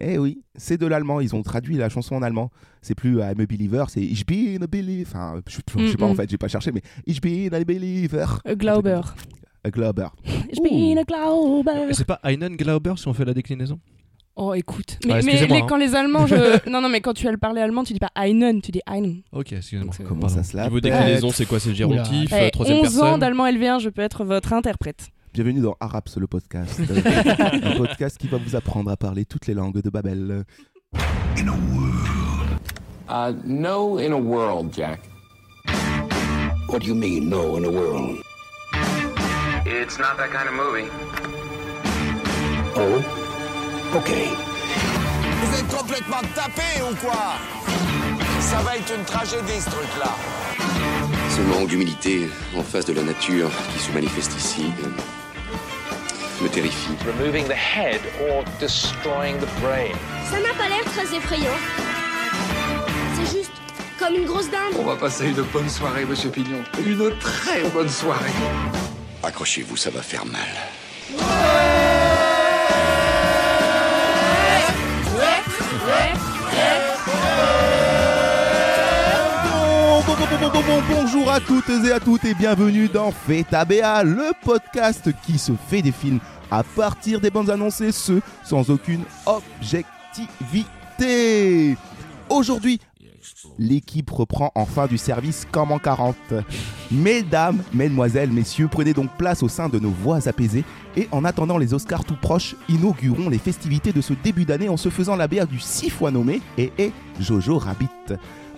Eh oui, c'est de l'allemand. Ils ont traduit la chanson en allemand. C'est plus euh, I'm a believer, c'est Ich bin a believer. Enfin, je, je sais pas Mm, en mm. fait, j'ai pas cherché, mais Ich bin a believer. A Glauber. A Glauber. Je bin a Glauber. Euh, C'est pas Einen Glauber si on fait la déclinaison Oh, écoute. Ah, Mais, mais excusez-moi, les- hein. quand les Allemands. je- non, non, mais quand tu as le parler allemand, tu dis pas Einen, tu dis Einen. Ok, excusez-moi. Donc, Comment Pardon. ça se lave Niveau déclinaison, c'est quoi C'est gérontif, Eh, euh, troisième 11 ans personne d'allemand LV1, je peux être votre interprète. Bienvenue dans Araps, le podcast. un podcast qui va vous apprendre à parler toutes les langues de Babel. Uh, no, in a world, Jack. What do you mean, no, in a world? It's not that kind of movie. Oh? Okay. Vous êtes complètement tapé ou quoi Ça va être une tragédie, ce truc-là. Ce manque d'humilité en face de la nature qui se manifeste ici euh, me terrifie. Removing the head or destroying the brain. Ça n'a pas l'air très effrayant. C'est juste comme une grosse dinde. On va passer une bonne soirée, monsieur Pignon. Une très bonne soirée. Accrochez-vous, ça va faire mal. Bon, bon, bon, bon, bon, bon, bonjour à toutes et à toutes et bienvenue dans Feta Béa, le podcast qui se fait des films à partir des bandes annoncées, ce sans aucune objectivité. Aujourd'hui, l'équipe reprend enfin du service comme en 40. Mesdames, mesdemoiselles, messieurs, prenez donc place au sein de nos voix apaisées et en attendant les Oscars tout proches, inaugurons les festivités de ce début d'année en se faisant la BA du six fois nommé et et Jojo Rabbit.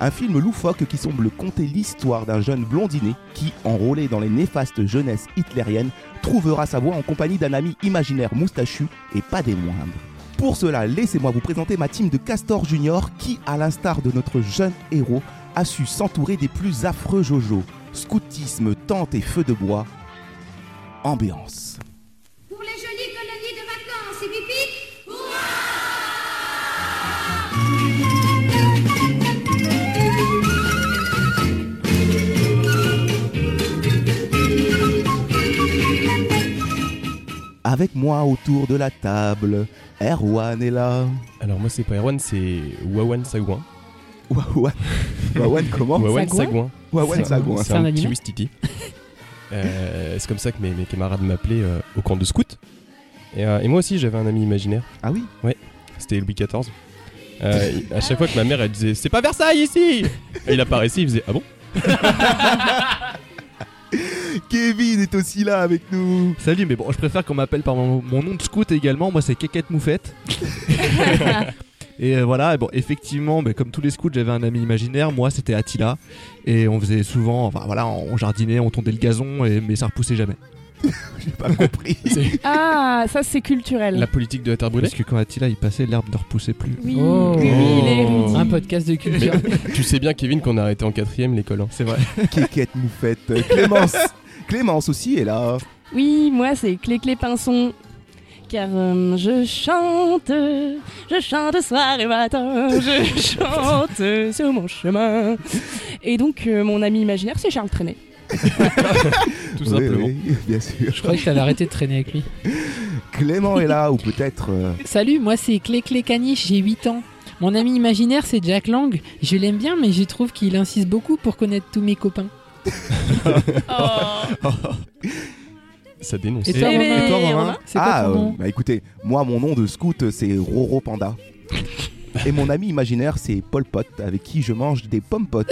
Un film loufoque qui semble conter l'histoire d'un jeune blondinet qui, enrôlé dans les néfastes jeunesses hitlériennes, trouvera sa voie en compagnie d'un ami imaginaire moustachu et pas des moindres. Pour cela, laissez-moi vous présenter ma team de Castor Junior qui, à l'instar de notre jeune héros, a su s'entourer des plus affreux Jojo. Scoutisme, tente et feu de bois. Ambiance. Pour les jolies colonies de vacances et pipi, Avec moi autour de la table, Erwan est là. Alors, moi, c'est pas Erwan, c'est Wawan Sagouin. Wawan. Wawan comment Wawan Sagouin Sagouin. Wawan C'est un- Sagouin. C'est C'est un un animal petit Wistiti. Euh, C'est comme ça que mes, mes camarades m'appelaient euh, au camp de scout. Et, euh, et moi aussi, j'avais un ami imaginaire. Ah oui C'était Louis XIV. Euh, il- à chaque fois que ma mère elle disait c'est pas Versailles ici et il apparaissait il faisait ah bon Kevin est aussi là avec nous. Salut, mais bon, je préfère qu'on m'appelle par mon, mon nom de scout également. Moi, c'est Kékette Moufette. et euh, voilà, et bon, effectivement, mais comme tous les scouts, j'avais un ami imaginaire. Moi, c'était Attila. Et on faisait souvent, enfin voilà, on jardinait, on tondait le gazon, et, mais ça repoussait jamais. J'ai pas compris. Ah, ça c'est culturel. la politique de la terre brûlée Parce que quand Attila il passait, l'herbe ne repoussait plus. Oui, Oh. oui, oui, il est érudit. Un podcast de culture. tu sais bien Kevin qu'on a arrêté en quatrième l'école hein. C'est vrai. Kékette Moufette. Clémence. Clémence aussi est là. Oui, moi c'est Clé Clé Pinson. Car euh, je chante, je chante soir et matin, je chante sur mon chemin. Et donc euh, mon ami imaginaire c'est Charles Trenet. tout Oui, simplement oui, bien sûr. Je crois que t'avais arrêté de traîner avec lui. Clément est là, ou peut-être. euh, Salut, moi c'est Clé Clé Caniche, j'ai 8 ans. Mon ami imaginaire c'est Jack Lang. Je l'aime bien, mais je trouve qu'il insiste beaucoup pour connaître tous mes copains. Oh. ça dénonce Et toi, Eh Romain, ben, Romain C'est quoi ah, ton euh, nom bah écoutez, moi, mon nom de scout, c'est Roro Panda. Et mon ami imaginaire, c'est Paul Pot, avec qui je mange des pommes potes.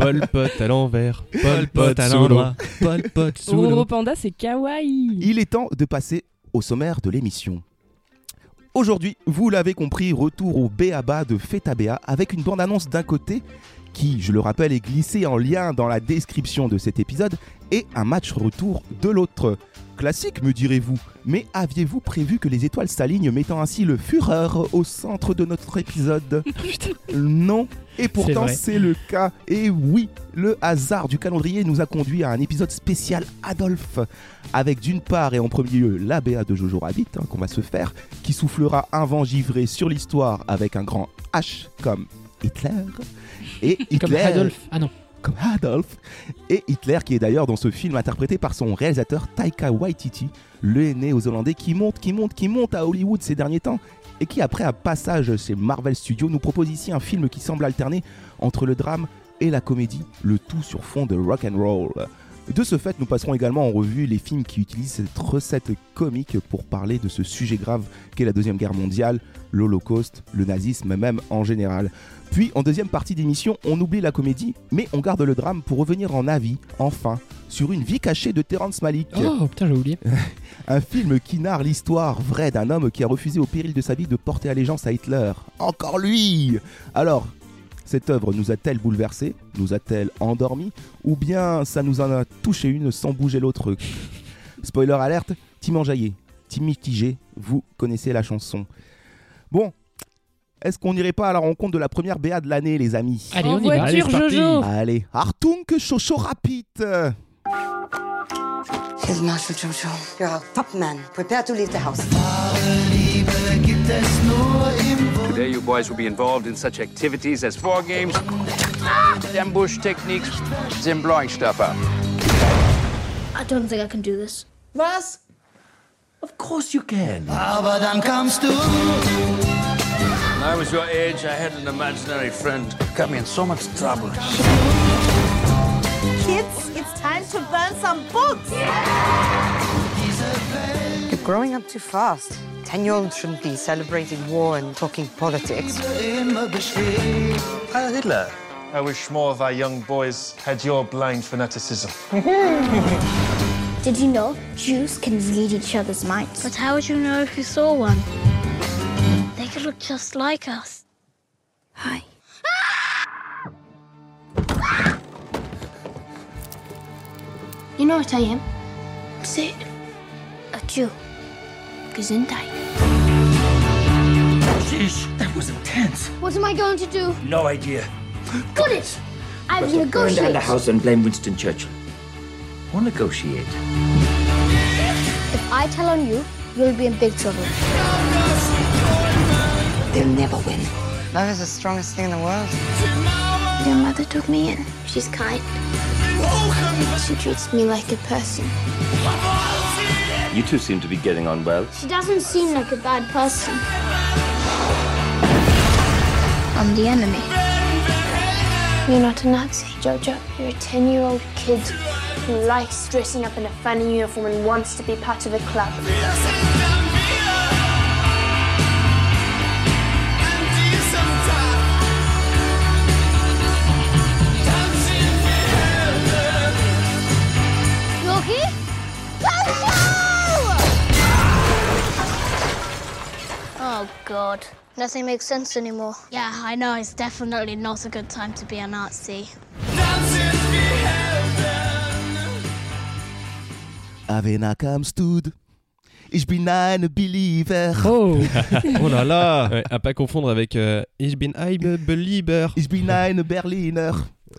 Paul Pot à l'envers Paul Pot Pot à solo l'endroit. Paul Pot sous Roro l'eau. Panda c'est kawaii. Il est temps de passer au sommaire de l'émission. Aujourd'hui, vous l'avez compris, retour au B.A.B.A. de Feta B.A. avec une bande-annonce d'un côté qui, je le rappelle, est glissée en lien dans la description de cet épisode et un match retour de l'autre. Classique, me direz-vous, mais aviez-vous prévu que les étoiles s'alignent mettant ainsi le Führer au centre de notre épisode Non et pourtant, vrai. c'est le cas. Et oui, le hasard du calendrier nous a conduit à un épisode spécial Adolphe. Avec d'une part et en premier lieu la BA de Jojo Rabbit, hein, qu'on va se faire, qui soufflera un vent givré sur l'histoire avec un grand H comme Hitler. Et Hitler. Comme Adolphe. Ah non. comme Adolf, et Hitler qui est d'ailleurs dans ce film interprété par son réalisateur Taika Waititi, le néo-zélandais qui monte, qui monte, qui monte à Hollywood ces derniers temps, et qui après un passage chez Marvel Studios nous propose ici un film qui semble alterner entre le drame et la comédie, le tout sur fond de rock and roll. De ce fait, nous passerons également en revue les films qui utilisent cette recette comique pour parler de ce sujet grave qu'est la Deuxième Guerre mondiale, l'Holocauste, le nazisme même en général. Puis, en deuxième partie d'émission, on oublie la comédie, mais on garde le drame pour revenir en avis, enfin, sur une vie cachée de Terrence Malick. Oh putain, j'ai oublié. Un film qui narre l'histoire vraie d'un homme qui a refusé au péril de sa vie de porter allégeance à Hitler. Encore lui Alors, cette œuvre nous a-t-elle bouleversés Nous a-t-elle endormis Ou bien ça nous en a touché une sans bouger l'autre Spoiler alerte, team enjaillé, team mitigé, vous connaissez la chanson. Bon, est-ce qu'on n'irait pas à la rencontre de la première BA de l'année, les amis Allez, en on y va. voiture, Allez, c'est parti. Jojo. Allez, Hartung Chocho Rapide Here's Marshal Jojo. You're a top man. Prepare to leave the house. Today, you boys will be involved in such activities as war games, ambush techniques, and blowing stuff up. I don't think I can do this. Was? Of course you can. Aber dann kamst du. When I was your age, I had an imaginary friend. Got me in so much trouble. Kids, it's time to burn some books. You're growing up too fast. Ten-year-olds shouldn't be celebrating war and talking politics. Heil Hitler. I wish more of our young boys had your blind fanaticism. Did you know Jews can read each other's minds? But how would you know if you saw one? They could look just like us. Hi. You know what I am? Say, a Jew. Gesundheit. Jeez, that was intense. What am I going to do? No idea. Got it! I've Burn down negotiated. the house and blame Winston Churchill. Or negotiate. If I tell on you, you'll be in big trouble. They'll never win. Love is the strongest thing in the world. Your mother took me in. She's kind. She treats me like a person. You two seem to be getting on well. She doesn't seem like a bad person. I'm the enemy. You're not a Nazi, Jojo. You're a 10 year old kid who likes dressing up in a funny uniform and wants to be part of a club. You're here? Oh god. Nothing makes sense anymore. Yeah, I know, it's definitely not a good time to be a Nazi. Avena Kamstud, ich bin ein Believer. Oh, oh là là À pas confondre avec euh, Ich bin ein Belieber. Ich bin ein Berliner.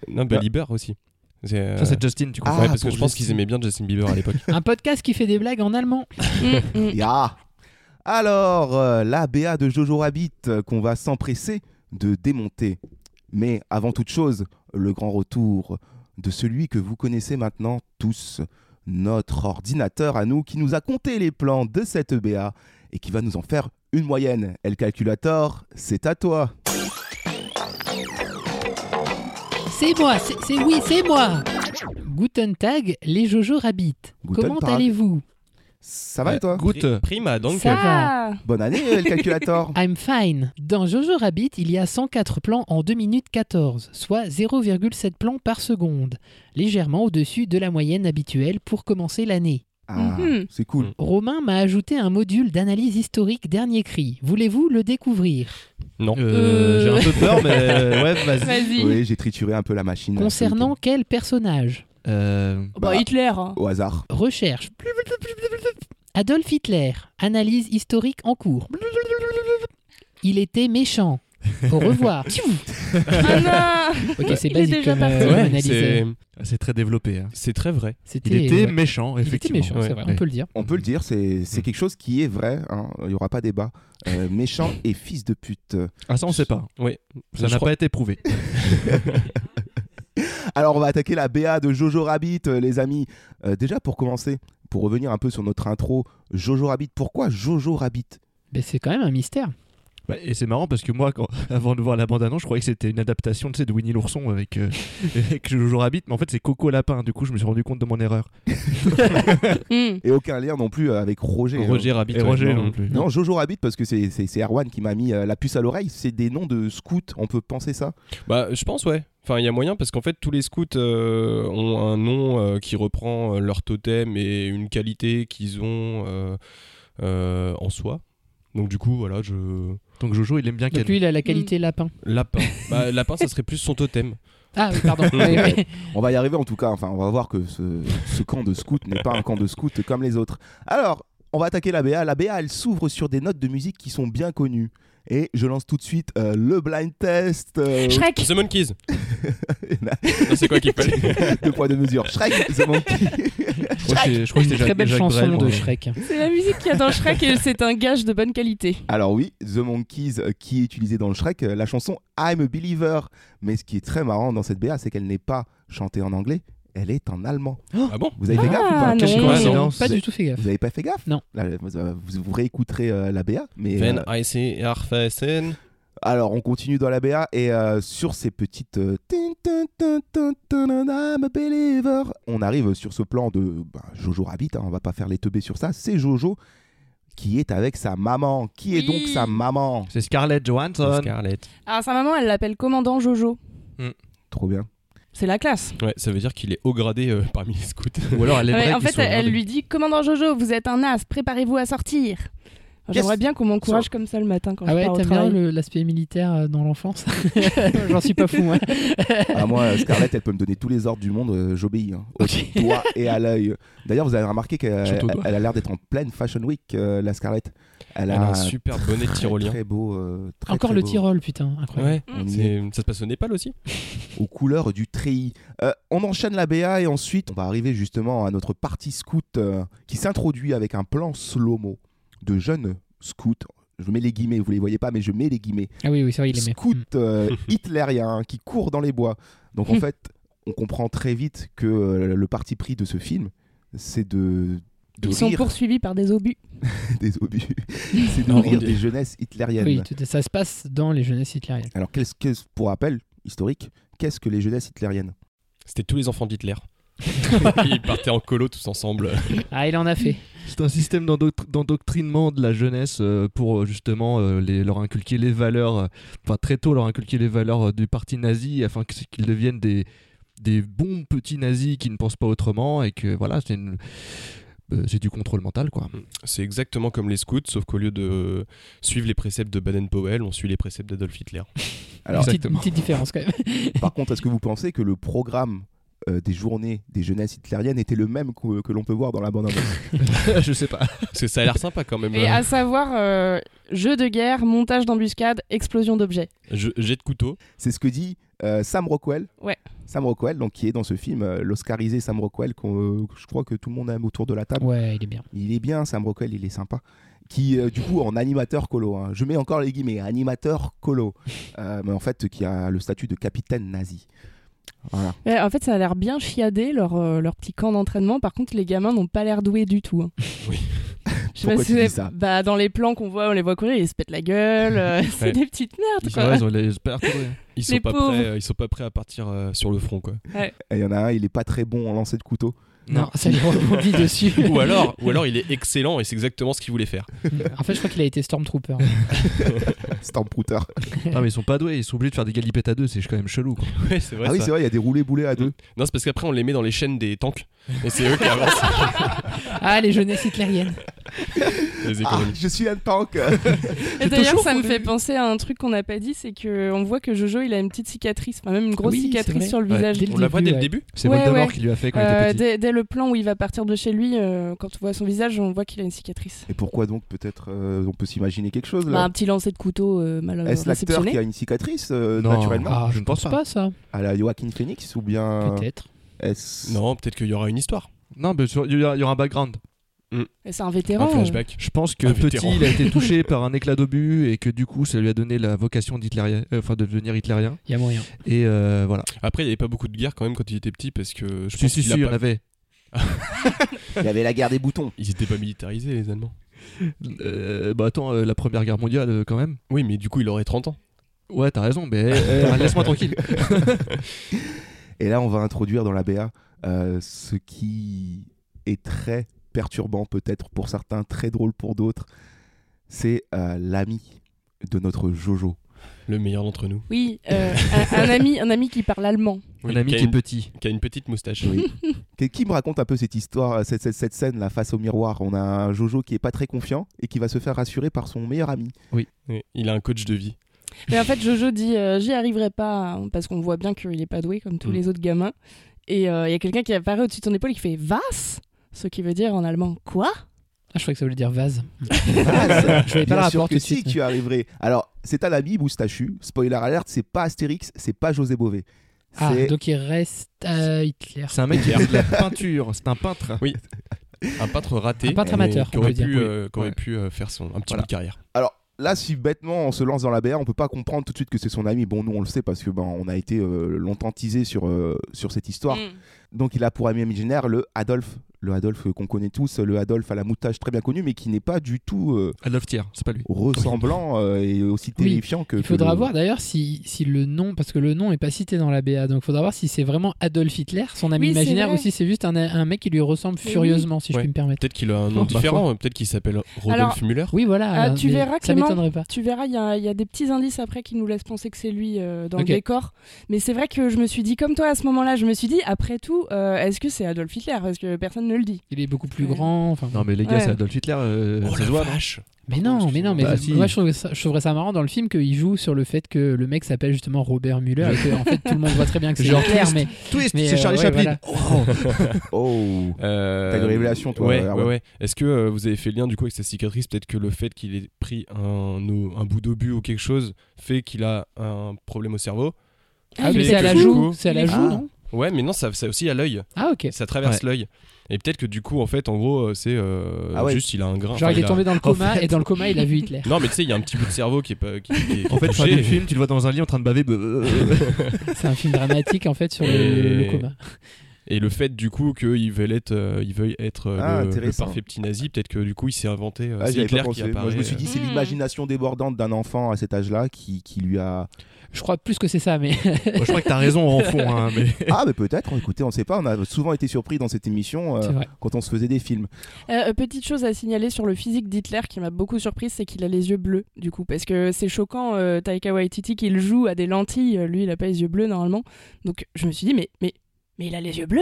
Non, Belieber aussi. C'est, euh, Ça, c'est Justin, tu comprends. ouais, Ah, parce que pour je pense Justin. qu'ils aimaient bien Justin Bieber à l'époque. un podcast qui fait des blagues en allemand. Ya. Alors, euh, la BA de Jojo Rabbit euh, qu'on va s'empresser de démonter. Mais avant toute chose, le grand retour de celui que vous connaissez maintenant tous, notre ordinateur à nous qui nous a compté les plans de cette BA et qui va nous en faire une moyenne. El Calculator, c'est à toi. C'est moi, c'est c'est- oui, c'est moi. Guten Tag, les Jojo Rabbit. Guten Comment Tag. allez-vous Ça va et toi Goutte. Prima, donc. Ça va. Bonne année, El Calculator. I'm fine. Dans Jojo Rabbit, il y a 104 plans en 2 minutes 14, soit 0,7 plans par seconde, légèrement au-dessus de la moyenne habituelle pour commencer l'année. Ah, Mhm. c'est cool. Romain m'a ajouté un module d'analyse historique dernier cri. Voulez-vous le découvrir Non. Euh, J'ai un peu peur, mais euh, ouais, vas-y. Vas-y. Oui, j'ai trituré un peu la machine. Concernant quel personnage Euh, Bah, Bah. Hitler. hein. Au hasard. Recherche. Adolf Hitler. Analyse historique en cours. Il était méchant. Au revoir. Ah non Ok, c'est Il est basique déjà comme, parti. euh, Ouais, analyse. c'est, c'est très développé. hein. c'est très vrai. Il C'était- était ouais. méchant, Il était effectivement. méchant, c'est Ouais. vrai, Ouais. on peut le dire. On peut le dire, c'est c'est quelque chose qui est vrai, hein, il y n'y aura pas débat. Euh, méchant et fils de pute. Ah, ça, on sait pas. Oui. Ça Je n'a crois- pas été prouvé. Alors, on va attaquer la BA de Jojo Rabbit, euh, les amis. Euh, déjà, pour commencer, pour revenir un peu sur notre intro, Jojo Rabbit, pourquoi Jojo Rabbit ben, C'est quand même un mystère. Bah, et c'est marrant parce que moi, quand- avant de voir la bande-annonce, je croyais que c'était une adaptation tu sais, de Winnie l'ourson avec, euh, avec Jojo Rabbit, mais en fait c'est Coco Lapin, du coup je me suis rendu compte de mon erreur. Et aucun lien non plus avec Roger. Roger hein. euh, Rabbit, Et ouais, Roger non. non plus. Non, Jojo Rabbit, parce que c'est- c'est c'est Erwan qui m'a mis euh, la puce à l'oreille. C'est des noms de scouts, on peut penser ça Bah, je pense, ouais. Enfin, il y a moyen parce qu'en fait, tous les scouts euh, ont un nom euh, qui reprend euh, leur totem et une qualité qu'ils ont euh, euh, en soi. Donc, du coup, voilà, je. Donc, Jojo, il aime bien Donc lui, il a la Mm. qualité lapin. Lapin. bah, lapin, ça serait plus son totem. Ah oui, pardon. Oui, oui. On va y arriver en tout cas. Enfin, on va voir que ce, ce camp de scouts n'est pas un camp de scouts comme les autres. Alors, on va attaquer la BA. La BA, elle s'ouvre sur des notes de musique qui sont bien connues. Et je lance tout de suite euh, le blind test. Mm. euh, The Monkeys. Non, c'est quoi qu'il fallait Deux poids de mesure. Shrek, The Monkey. Je crois que c'était Très Jacques- belle Jacques chanson Brel, de moi. Shrek. C'est la musique qu'il y a dans Shrek et c'est un gage de bonne qualité. Alors oui, The Monkeys euh, qui est utilisée dans le Shrek, euh, la chanson I'm a Believer. Mais ce qui est très marrant dans cette BA, c'est qu'elle n'est pas chantée en anglais, elle est en allemand. Ah bon Vous avez fait Ah gaffe ou pas non, Quelle non, coïncidence. pas Vous du avez- tout fait gaffe. Vous avez pas fait gaffe Non. Là, vous, euh, vous- vous réécouterez euh, la BA, mais... Wenn euh, ich sie erfassen. alors, on continue dans la BA et euh, sur ces petites. euh, tin, tin, tin, tin, tin, tin, I'm a believer. On arrive sur ce plan de bah, Jojo Rabbit, hein, on va pas faire les teubés sur ça. C'est Jojo qui est avec sa maman. Qui est donc sa maman C'est Scarlett Johansson. Scarlett. Alors sa maman, elle l'appelle commandant Jojo. Trop bien. C'est la classe. Ouais, ça veut dire qu'il est haut gradé euh, parmi les scouts. Ou alors elle Ouais, en fait, elle, lui dit Commandant Jojo, vous êtes un as, préparez-vous à sortir. J'aimerais bien qu'on m'encourage comme ça le matin quand Ah je ouais, pars au t'as bien travail. le- l'aspect militaire euh, dans l'enfance J'en suis pas fou, hein. moi. Ah, moi, euh, Scarlett, elle peut me donner tous les ordres du monde, euh, j'obéis. hein. Au doigt et à l'œil. D'ailleurs, vous avez remarqué qu'elle Surtout au doigt. elle a l'air d'être en pleine Fashion Week, euh, la Scarlett. Elle, Elle a un super bonnet très, tyrolien. Très beau. euh, très, Encore très le beau. Tyrol, putain, incroyable. Ouais, Mm. C'est- Ça se passe au Népal aussi aux couleurs du treillis. Euh, on enchaîne la BA et ensuite on va arriver justement à notre partie scout euh, qui s'introduit avec un plan slow-mo de jeunes scouts. Je mets les guillemets, vous les voyez pas, mais je mets les guillemets. Ah oui, oui, c'est vrai, il Hmm. aimait. Scouts euh, hitlériens qui courent dans les bois. Donc en Mm. fait, on comprend très vite que euh, le parti pris de ce film, c'est de, de Ils sont rire poursuivis par des obus. des obus, c'est de Non, rire on dit- des jeunesses hitlériennes. Oui, tout- ça se passe dans les jeunesses hitlériennes. Alors qu'est-ce que, pour rappel historique, qu'est-ce que les jeunesses hitlériennes C'était tous les enfants d'Hitler. Ils partaient en colo tous ensemble. Ah, il en a fait. C'est un système d'endoct- d'endoctrinement de la jeunesse euh, pour euh, justement euh, les- leur inculquer les valeurs, euh, enfin très tôt leur inculquer les valeurs euh, du parti nazi afin que- qu'ils deviennent des, des bons petits nazis qui ne pensent pas autrement et que voilà, c'est une- euh, c'est du contrôle mental quoi. C'est exactement comme les scouts, sauf qu'au lieu de suivre les préceptes de Baden-Powell, on suit les préceptes d'Adolf Hitler. Alors- Petite, petite différence quand même. Par contre, est-ce que vous pensez que le programme euh, des journées des jeunesses hitlériennes était le même que, que l'on peut voir dans la bande Je sais pas. Parce que ça a l'air sympa quand même. hein. Et à savoir, euh, jeu de guerre, montage d'embuscade, explosion d'objets. Je- Jet de couteau. C'est ce que dit euh, Sam Rockwell. Ouais. Sam Rockwell, donc, qui est dans ce film, euh, l'oscarisé Sam Rockwell, qu'on, euh, que je crois que tout le monde aime autour de la table. Ouais, il est bien. Il est bien, Sam Rockwell, il est sympa. Qui, euh, du coup, en animateur colo, hein. je mets encore les guillemets, animateur colo, Euh, mais en fait, qui a le statut de capitaine nazi. Voilà. Ouais, en fait, ça a l'air bien chiadé, leur, euh, leur petit camp d'entraînement. Par contre, les gamins n'ont pas l'air doués du tout. hein. Je sais pas Pourquoi si tu dis c'est- ça bah, Dans les plans qu'on voit, on les voit courir, ils se pètent la gueule. euh, c'est Ouais. des petites merdes, quoi. hein. Ils sont Les pas pauvres. prêts, euh, ils sont pas prêts à partir euh, sur le front quoi. Ouais. Et Il y en a un, il est pas très bon en lancer de couteau. Non, ça lui rebondit dessus. ou alors, ou alors il est excellent et c'est exactement ce qu'il voulait faire. En fait, je crois qu'il a été Stormtrooper. Stormtrooper. Non mais ils sont pas doués, ils sont obligés de faire des galipettes à deux, c'est quand même chelou quoi. Ouais, c'est vrai. ah oui, ça. c'est vrai, il y a des roulés boulets à deux. Non, c'est parce qu'après on les met dans les chaînes des tanks et c'est eux qui avancent. Ah, les jeunesses hitlériennes. les Ah, économies. je suis un tank. Et D'ailleurs, ça me fait penser à un truc qu'on n'a pas dit, c'est que on voit que Jojo, il a une petite cicatrice, enfin même une grosse Oui, c'est vrai. cicatrice sur le Ouais. visage. Dès le On la voit dès le début, début C'est Ouais, Voldemort ouais. qui lui a fait quand il Euh, était petit. dès, dès le plan où il va partir de chez lui, euh, quand on voit son visage, on voit qu'il a une cicatrice. Et pourquoi donc peut-être euh, on peut s'imaginer quelque chose Bah, là un petit lancer de couteau euh, mal Est-ce l'acteur réceptionné. qui a une cicatrice euh, Non. naturellement Ah, je ne pense C'est pas. pas ça. À la Joaquin Phoenix ou bien Peut-être. est-ce Non, peut-être qu'il y aura une histoire. Non mais sur- il y, aura il y aura un background. Et c'est un vétéran. Je pense que petit, il a été touché par un éclat d'obus et que du coup, ça lui a donné la vocation d'hitlérien, euh, enfin, de devenir hitlérien. Il y a moyen. Et euh, voilà. Après, il n'y avait pas beaucoup de guerres quand même quand il était petit parce que. Je Si, pense si, qu'il si, a il y pas- en avait. Il y avait la guerre des boutons. Ils n'étaient pas militarisés, les Allemands. Euh, bah attends, euh, la première guerre mondiale euh, quand même. Oui, mais du coup, il aurait 30 ans. Ouais, t'as raison, mais euh, laisse-moi tranquille. Et là, on va introduire dans la BA euh, ce qui est très perturbant peut-être pour certains, très drôle pour d'autres. C'est euh, l'ami de notre Jojo. Le meilleur d'entre nous. Oui, euh, un, un ami, un ami qui parle allemand. Oui, a une- Qui a une petite moustache. Qui- Qui me raconte un peu cette histoire, euh, cette, cette- cette scène là face au miroir On a un Jojo qui est pas très confiant et qui va se faire rassurer par son meilleur ami. Oui. Il a un coach de vie. Mais en fait, Jojo dit euh, J'y arriverai pas, hein, parce qu'on voit bien qu'il est pas doué comme Mm. tous les autres gamins. Et euh, il y a quelqu'un qui apparaît au-dessus de ton épaule qui fait Vas Ce qui veut dire en allemand Quoi Ah, je croyais que ça voulait dire vase. Vase. je voyais pas Bien le sûr rapport tout que de si suite. tu arriverais. Alors, c'est un ami moustachu. Spoiler alerte, c'est pas Astérix, c'est pas José Bové. Ah, C'est- donc il reste euh, Hitler. C'est un mec qui fait de la peinture, c'est un peintre. Oui. Un peintre raté. Un peintre mais amateur, Qui on aurait peut pu, dire. euh, qui aurait Ouais. pu euh, faire son, un petit Voilà. bout de carrière. Alors là, si bêtement on se lance dans la BR, on peut pas comprendre tout de suite que c'est son ami. Bon, nous on le sait parce que ben on a été euh, longtemps teasé sur euh, sur cette Mm. histoire. Mm. Donc il a pour ami imaginaire le Adolphe, le Adolphe qu'on connaît tous, le Adolphe à la moustache très bien connu, mais qui n'est pas du tout euh, Adolphe Thiers, c'est pas lui. Ressemblant euh, et aussi terrifiant que. Il que faudra le- voir d'ailleurs si, si le nom, parce que le nom est pas cité dans la BA, donc il faudra voir si c'est vraiment Adolf Hitler, son ami Oui, c'est imaginaire, vrai. ou si c'est juste un, un mec qui lui ressemble Mais oui. furieusement, si je Ouais. puis me permettre. Peut-être qu'il a un nom Bah, différent, foi. euh, peut-être qu'il s'appelle Rodolphe Alors- Müller. Oui, voilà. Ah, tu mais verras, Ça Clément. m'étonnerait pas. Tu verras, il y, a- il y a des petits indices après qui nous laissent penser que c'est lui euh, dans Ok. le décor. Mais c'est vrai que je me suis dit, comme toi à ce moment-là, je me suis dit, après tout, euh, est-ce que c'est Adolf Hitler Parce que personne ne le dit. Il est beaucoup plus grand. Enfin, Non, mais les gars, Ouais. c'est Adolf Hitler, euh, Oh ça la se voit. non vache Mais non, mais non, mais Bah, euh, si. moi je trouve ça, je trouverais ça marrant dans le film qu'il joue sur le fait que le mec s'appelle justement Robert Muller et que en fait tout le monde voit très bien que c'est Genre Hitler, twist, mais twist, mais, c'est euh, Charlie ouais, Chaplin. voilà. Oh Euh, T'as des révélations, toi, Ouais, Erwan. ouais, ouais. Est-ce que euh, vous avez fait le lien du coup avec sa cicatrice Peut-être que le fait qu'il ait pris un, au- un bout d'obus ou quelque chose fait qu'il a un problème au cerveau. Ah, Fait mais c'est à que, la du joue, coup- c'est à la joue, non Ouais, mais non, ça, ça aussi à l'œil. Ah, ok. Ça traverse l'œil. Et peut-être que du coup, en fait, en gros, euh, c'est euh, Ah ouais. juste il a un grain. Genre Enfin, il est a- tombé dans le En coma fait- et dans le coma il a vu Hitler. Non, mais tu sais, il y a un petit bout de cerveau qui est pas. Qui, qui est- En fait, qui fin est du touché. film, tu le vois dans un lit en train de baver. C'est un film dramatique en fait sur le, le coma. Et le fait du coup qu'il veuille être, euh, il veuille être euh, Ah, le- le, intéressant. parfait petit nazi, peut-être que du coup il s'est inventé. euh, Ah, j'y c'est avais pas Hitler qui pensé. apparaît. Moi, je me suis dit, euh, c'est l'imagination débordante d'un enfant à cet âge-là qui, qui lui a. Je crois plus que c'est ça, mais. Moi, je crois que t'as raison en fond. hein, mais... Ah, mais peut-être, écoutez, on sait pas, on a souvent été surpris dans cette émission euh, C'est vrai. quand on se faisait des films. Euh, euh, petite chose à signaler sur le physique d'Hitler qui m'a beaucoup surprise, c'est qu'il a les yeux bleus, du coup, parce que c'est choquant, euh, Taika Waititi qu'il joue à des lentilles, euh, lui il a pas les yeux bleus normalement. Donc je me suis dit, mais, mais, mais il a les yeux bleus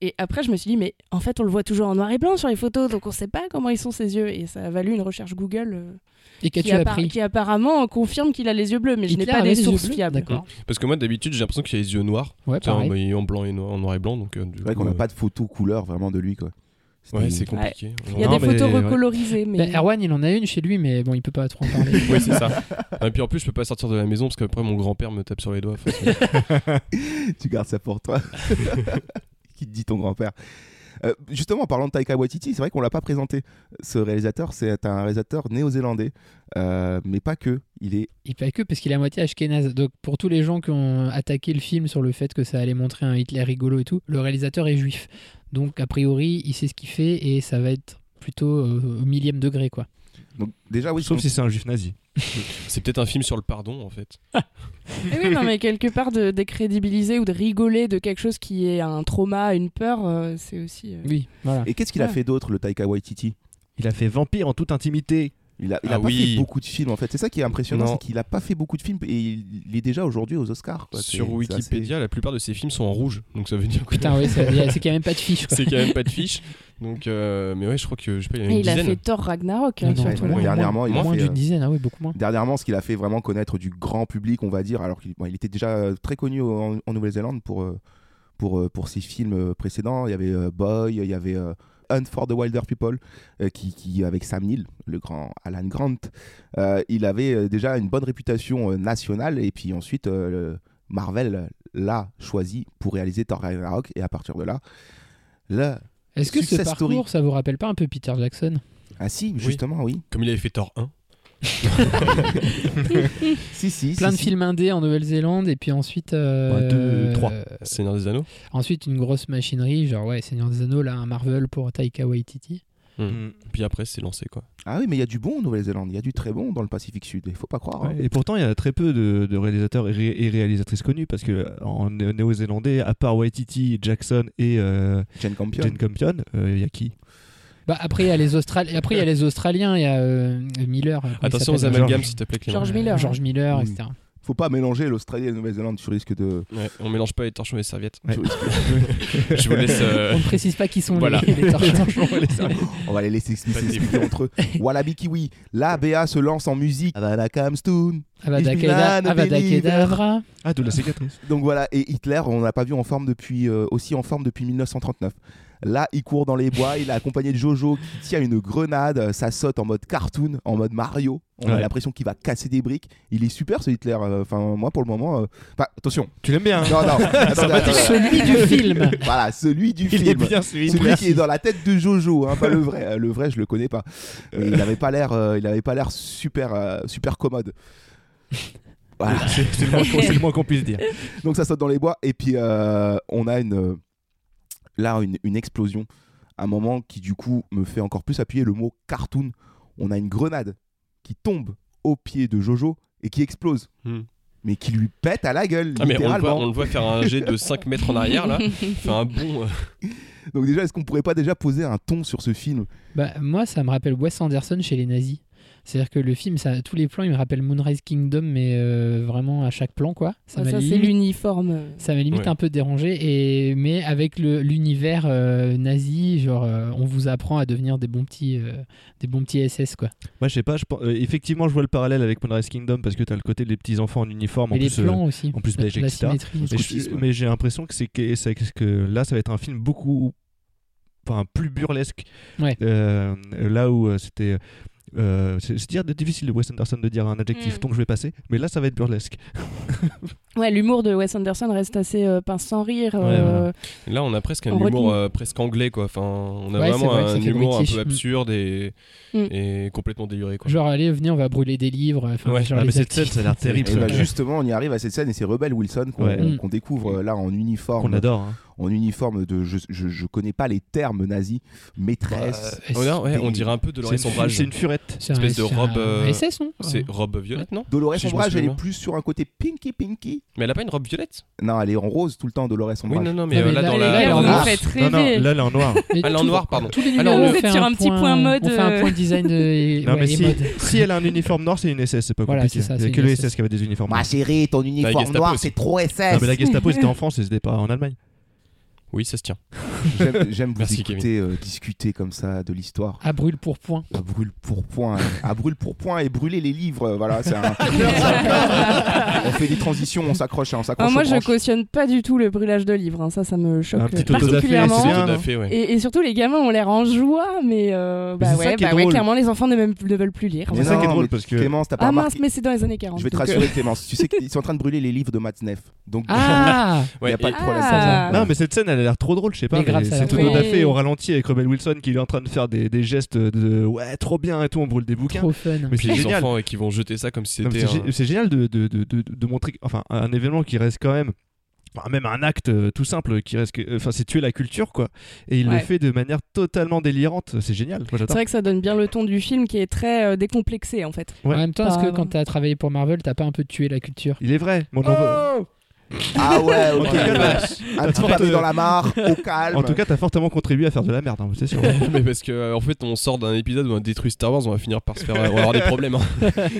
Et après je me suis dit, mais en fait on le voit toujours en noir et blanc sur les photos, donc on sait pas comment ils sont ses yeux, et ça a valu une recherche Google euh, Et qui, qu'as-tu appara- appris qui apparemment confirme qu'il a les yeux bleus, mais je Hitler n'ai pas avait des les yeux sources bleus fiables. D'accord. euh, Parce que moi d'habitude j'ai l'impression qu'il a les yeux noirs. Ouais, Tiens, pareil. bah, il est en blanc et noir, en noir et blanc. Donc, euh, du C'est vrai coup, qu'on n'a euh, pas de photos couleurs vraiment de lui, quoi. C'était- Ouais, c'est compliqué. Il y a Non, des mais- photos ouais. recolorisées, mais... Ben, Erwan il en a une chez lui, mais bon il peut pas trop en parler. Oui, c'est ça. Et puis en plus, je peux pas sortir de la maison parce qu'après mon grand-père me tape sur les doigts. Enfin, c'est- tu gardes ça pour toi. Qui te dit ton grand-père Euh, justement, en parlant de Taika Waititi, c'est vrai qu'on l'a pas présenté. Ce réalisateur, c'est un réalisateur néo-zélandais, euh, mais pas que. Il est Et pas que, parce qu'il est à moitié ashkénaze. Donc, pour tous les gens qui ont attaqué le film sur le fait que ça allait montrer un Hitler rigolo et tout, le réalisateur est juif. Donc, a priori, il sait ce qu'il fait et ça va être plutôt euh, au millième degré, quoi. donc déjà oui. Sauf on- si c'est un juif nazi. c'est peut-être un film sur le pardon en fait. Eh oui, non, mais quelque part, de décrédibiliser ou de rigoler de quelque chose qui est un trauma, une peur, euh, c'est aussi. euh, Oui, voilà. Et qu'est-ce qu'il a Ouais. fait d'autre, le Taika Waititi Il a fait Vampire en toute intimité. Il a, il Ah a pas oui. fait beaucoup de films en fait. C'est ça qui est impressionnant, Non. c'est qu'il a pas fait beaucoup de films et il, il est déjà aujourd'hui aux Oscars. quoi. Bah, C'est- Sur c'est Wikipédia, la plupart de ses films sont en rouge. Donc ça veut dire que Putain, oui, c'est c'est qu'il n'y a même pas de fiche. quoi. c'est quand même pas de fiche. Donc, euh, mais ouais, je crois que je sais pas, il y en a Et une il a dizaine. fait Thor Ragnarok, hein, Ah Non, non, surtout. voilà. moins- Dernièrement, il a moins, fait, d'une euh, dizaine, ah oui, beaucoup moins. Dernièrement, ce qu'il a fait vraiment connaître du grand public, on va dire, alors qu'il bon, il était déjà euh, très connu en, en Nouvelle-Zélande pour, euh, pour, euh, pour ses films euh, précédents. Il y avait euh, Boy, il y avait euh, Hunt for the Wilder People, euh, qui, qui, avec Sam Neill, le grand Alan Grant, euh, il avait euh, déjà une bonne réputation euh, nationale. Et puis ensuite, euh, le- Marvel l'a choisi pour réaliser Thor Ragnarok. Et à partir de là, là Est-ce que ce Success parcours, story. ça vous rappelle pas un peu Peter Jackson Ah si, justement, oui. Comme il avait fait Thor 1. si, si. Plein de si. films indés en Nouvelle-Zélande et puis ensuite. Ouais, deux, euh, trois. Seigneur des Anneaux. Ensuite, une grosse machinerie, genre ouais, Seigneur des Anneaux, là, un Marvel pour Taika Waititi. hmm. Mm. Puis après, c'est lancé quoi. Ah oui, mais il y a du bon en Nouvelle-Zélande, il y a du très bon dans le Pacifique Sud, il faut pas croire. hein. Ouais, et pourtant, il y a très peu de, de réalisateurs et, ré- et réalisatrices connus parce que euh, en né- néo-zélandais, à part Waititi, Jackson et euh, Jane Campion, il euh, y a qui Bah, après, il y a les, Austral... après, il y a les Australiens, il y a euh, Miller. comment il Attention aux s'appelle amalgames, Hmm. s'il te plaît, Clément. George Miller. George Miller, Mm. etc. Faut pas mélanger l'Australie et la Nouvelle-Zélande, tu risques de. Ouais, on mélange pas les torchons et les serviettes. Ouais. Je vous laisse. euh, On ne précise pas qui sont les- voilà. les, torchons. On va les laisser expliquer, s'expliquer entre eux. Wallaby Kiwi, la BA se lance en musique. Avada Kamstoon. Avada Ich bin ein Kedavra- Avada believer. Kedavra. Ah, de la cicatrice. Donc voilà, et Hitler, on l'a pas vu en forme depuis, euh, aussi en forme depuis 1939. Là, il court dans les bois, il est accompagné de Jojo qui tient une grenade, euh, ça saute en mode cartoon, en mode Mario. On a Ouais. l'impression qu'il va casser des briques. Il est super ce Hitler. euh, Enfin, moi pour le moment. euh, enfin, attention. Tu l'aimes bien. hein Non, non. attendez, Sympathique. attendez. Celui du film. Voilà, celui du Il film. est bien, celui- qui est Merci. dans la tête de Jojo, hein, pas le vrai. Euh, Le vrai, je le connais pas. Mais il avait pas l'air, euh, il avait pas l'air super, euh, super commode. Voilà. C'est c'est le moins qu'on- c'est le moins qu'on puisse dire. Donc ça saute dans les bois et puis euh, on a une là une, une explosion, un moment qui du coup me fait encore plus appuyer le mot cartoon. On a une grenade qui tombe au pied de Jojo et qui explose, Hmm. mais qui lui pète à la gueule Ah, mais on le, voit, littéralement. on le voit faire un jet de 5 mètres en arrière là. Faire un bon. euh, Donc déjà est-ce qu'on pourrait pas déjà poser un ton sur ce film Bah, moi, ça me rappelle Wes Anderson chez les nazis. C'est-à-dire que le film, ça, tous les plans, il me rappelle Moonrise Kingdom, mais euh, vraiment à chaque plan, quoi. Ça, Ça m'a c'est limite, l'uniforme. euh. ça m'a limite Ouais. un peu dérangé, et, mais avec le- l'univers euh, nazi, genre, euh, on vous apprend à devenir des bons petits, euh, des bons petits SS, quoi. Moi, je sais pas. je pense- euh, effectivement, je vois le parallèle avec Moonrise Kingdom parce que t'as le côté des petits enfants en uniforme. Et en les plus, plans euh, aussi. En plus, La- belge, la etc. symétrie. Mais je- Scoutisme. Mais j'ai l'impression que c'est que, c'est que- que là, ça va être un film beaucoup enfin, plus burlesque. Ouais. Euh, là où euh, c'était. euh, c'est c'est dire difficile de Wes Anderson de dire un adjectif, Mm. donc je vais passer. Mais là, ça va être burlesque. Ouais, l'humour de Wes Anderson reste assez euh, pince sans rire. Ouais, euh, Là, on a presque un On humour retenait. euh, presque anglais quoi. Enfin, on a Ouais, vraiment c'est Hmm. vrai que ça un fait humour un british. peu absurde et, Mm. et complètement déluré quoi. Genre, allez, venez, on va brûler des livres. Enfin, Ouais. genre Ah, mais les cette scène, actifs. ça a l'air terrible. Et ça. bah, justement, on y arrive à cette scène et c'est Rebel Wilson qu'on Ouais. qu'on Mm. découvre euh, là en uniforme. Qu'on adore. hein. En uniforme de. Je, je, je connais pas les termes nazis. Maîtresse. Bah, Euh, Oh, non, ouais, on dirait un peu C'est Dolores une, fu- Sombrage. c'est une furette. C'est un- espèce de c'est un robe, euh, SS, non C'est robe violette, non Dolores Si je me Ombrage, elle souviens est bien. plus sur un côté pinky pinky. Mais elle a pas une robe violette Non, elle est en rose tout le temps, Dolores Oui, Ombrage. non, non, Ah, mais euh, mais là là, dans elle est- la. elle est dans en la- vous noir. faites Non, non, rêver. là, elle est en noir. Mais Ah, elle est en tout- noir, pardon. Tous les Ah, numéros, non, on vous fait êtes sur un petit point mode, On fait un euh. point design de. Non, ouais, mais et si, mode. si elle a un uniforme noir, c'est une SS, c'est pas Voilà, compliqué. c'est ça, Il y c'est a que une le SS. SS qui avait des uniformes. Bah, Ma chérie, ton uniforme Gestapo noir, aussi. c'est trop Bah, Non, SS. mais la Gestapo, c'était en France, et c'était pas en Allemagne. Oui, ça se tient. J'aime- J'aime vous Merci, écouter euh, discuter comme ça de l'histoire. À brûle pour point. À brûle pour point, à brûle pour point et brûler les livres. Voilà, c'est un- on fait des transitions, on s'accroche, hein, euh. on s'accroche. Alors Ah, moi, aux je branches. cautionne pas du tout le brûlage de livres. hein, Ça, ça me choque Un petit euh, auto-da-fé, particulièrement. c'est bien. Tout non à fait, ouais. Et, et surtout, les gamins ont l'air en joie, mais, euh, bah, c'est ça ouais, qui est bah ouais, drôle. clairement, les enfants ne, même, ne veulent plus lire. Mais C'est ça non, qui est drôle, mais parce que- Clémence, t'as pas Ah mince, remarqué- mais c'est dans les années 40. Je vais te donc, euh, rassurer, Clémence. Tu sais qu'ils sont en train de brûler les livres de Matt Neff. Donc, Ah il n'y a pas de et- problème. Ah. Non, mais cette scène, elle a l'air trop drôle, je sais pas. Mais grave, mais ça a C'est l'air trop trop drôle. fait au ralenti avec Rebel Wilson qui est en train de faire des, des gestes de ouais, trop bien et tout, on brûle des bouquins. Trop fun. Mais c'est les génial. enfants et qui vont jeter ça comme si Non, mais c'était. C'est un- gé- c'est génial de, de, de, de- de montrer que- enfin, un événement qui reste quand même. enfin, même un acte euh, tout simple qui reste. que- Enfin, c'est tuer la culture, quoi. Et il le Ouais. fait de manière totalement délirante. C'est génial. Moi, C'est j'adore. vrai que ça donne bien le ton du film qui est très euh, décomplexé en fait. Ouais. En même temps, est-ce que Pardon. quand t'as travaillé pour Marvel, t'as pas un peu tué la culture Il est vrai. Oh, mais on en veut- Ah ouais, ok. cas, bah, Un petit pavé dans la mare, au calme. En tout cas, t'as fortement contribué à faire de la merde, hein, c'est sûr. mais parce que euh, en fait on sort d'un épisode où on détruit Star Wars on va finir par se faire euh, on va avoir des problèmes hein.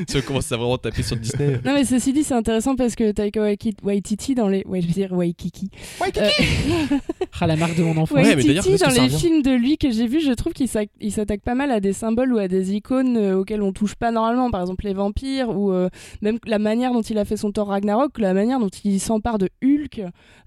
si on commence à vraiment taper sur Disney Non mais ceci dit c'est intéressant parce que Taika Waiki- Waititi dans les ouais je veux dire Waikiki Ah, la marque de mon enfant. Ouais, mais d'ailleurs, Waititi où est-ce que dans ça les revient films de lui que j'ai vu je trouve qu'il s'ac- il s'attaque pas mal à des symboles ou à des icônes euh, auxquelles on touche pas normalement par exemple les vampires ou euh, même la manière dont il a fait son Thor Ragnarok la manière dont il s'en s'empare de Hulk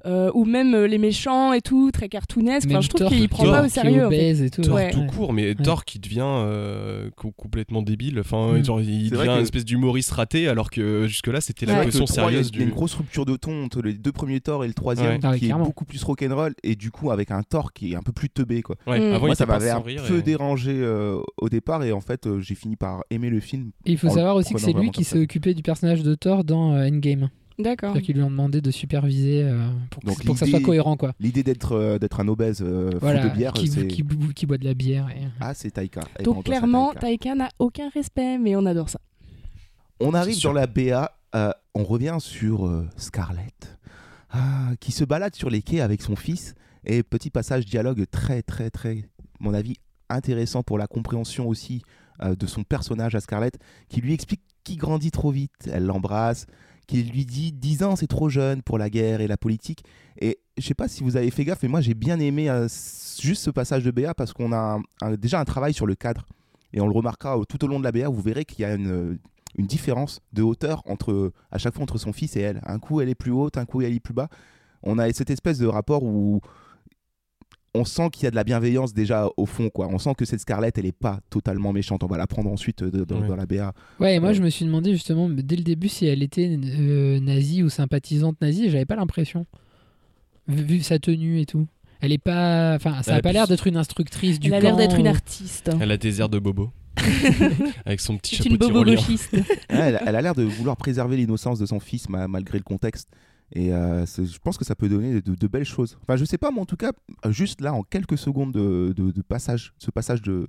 euh, ou même euh, les méchants et tout très cartoonesque. Enfin, Même je trouve Thor qu'il qui- prend Thor pas au qui sérieux. en fait. obèse et tout. Thor Ouais. tout court, mais Thor qui devient euh, co- complètement débile. Enfin, Mm. genre, il C'est vrai devient que- une espèce d'humoriste raté, alors que euh, jusque-là, C'est c'était la vrai que question le trois, il y a- sérieuse Il y a du. une grosse rupture de ton entre les deux premiers Thor et le Ouais. troisième Ah oui, qui est clairement. beaucoup plus rock'n'roll et du coup avec un Thor qui est un peu plus teubé quoi. Ouais, Mm. avant, il Moi était ça pas m'avait sans un rire peu et- dérangé euh, au départ et en fait euh, j'ai fini par aimer le film. Et il faut en Oh, le savoir aussi que prenant c'est lui vraiment qui comme s'est ça. occupé du personnage de Thor dans euh, Endgame. Ah. D'accord. C'est-à-dire qu'ils lui ont demandé de superviser euh, pour, que, Donc, pour que ça soit l'idée- cohérent, quoi. L'idée d'être euh, d'être un obèse euh, fou Voilà, de bière qui, c'est qui bou- qui boit de la bière. et- Ah, c'est Taika. Eh ben, on doit Donc ça à clairement, Taika. Taika n'a aucun respect, mais on adore ça. On arrive dans la BA, euh, on revient sur euh, Scarlett, ah, qui se balade sur les quais avec son fils, et petit passage dialogue très très très, mon avis, intéressant pour la compréhension aussi euh, de son personnage à Scarlett, qui lui explique qu'il grandit trop vite, elle l'embrasse, qui lui dit 10 ans c'est trop jeune pour la guerre et la politique, et je sais pas si vous avez fait gaffe, mais moi j'ai bien aimé euh, s- juste ce passage de BA parce qu'on a un- un- déjà un travail sur le cadre. Et on le remarquera au- tout au long de la BA, vous verrez qu'il y a une, une différence de hauteur entre, à chaque fois entre son fils et elle. Un coup, elle est plus haute, un coup, elle est plus bas. On a cette espèce de rapport où on sent qu'il y a de la bienveillance déjà au fond. quoi. On sent que cette Scarlett, elle n'est pas totalement méchante. On va la prendre ensuite euh, de- dans, dans la BA. Ouais, et moi je me suis demandé justement mais dès le début si elle était euh, nazie ou sympathisante nazie, et j'avais pas l'impression. Vu, vu sa tenue et tout. Elle est pas. Enfin, ça Elle a a pas plus- l'air d'être une instructrice du Elle a l'air camp, d'être une ou- artiste. Elle a des airs de bobo. Avec son petit C'est chapeau une bobo tyrolien. gauchiste. Ouais, elle, elle a l'air de vouloir préserver l'innocence de son fils ma- malgré le contexte. Et euh, c'est- je pense que ça peut donner de, de belles choses. Enfin, je sais pas, mais en tout cas, juste là, en quelques secondes de, de- de passage, ce passage de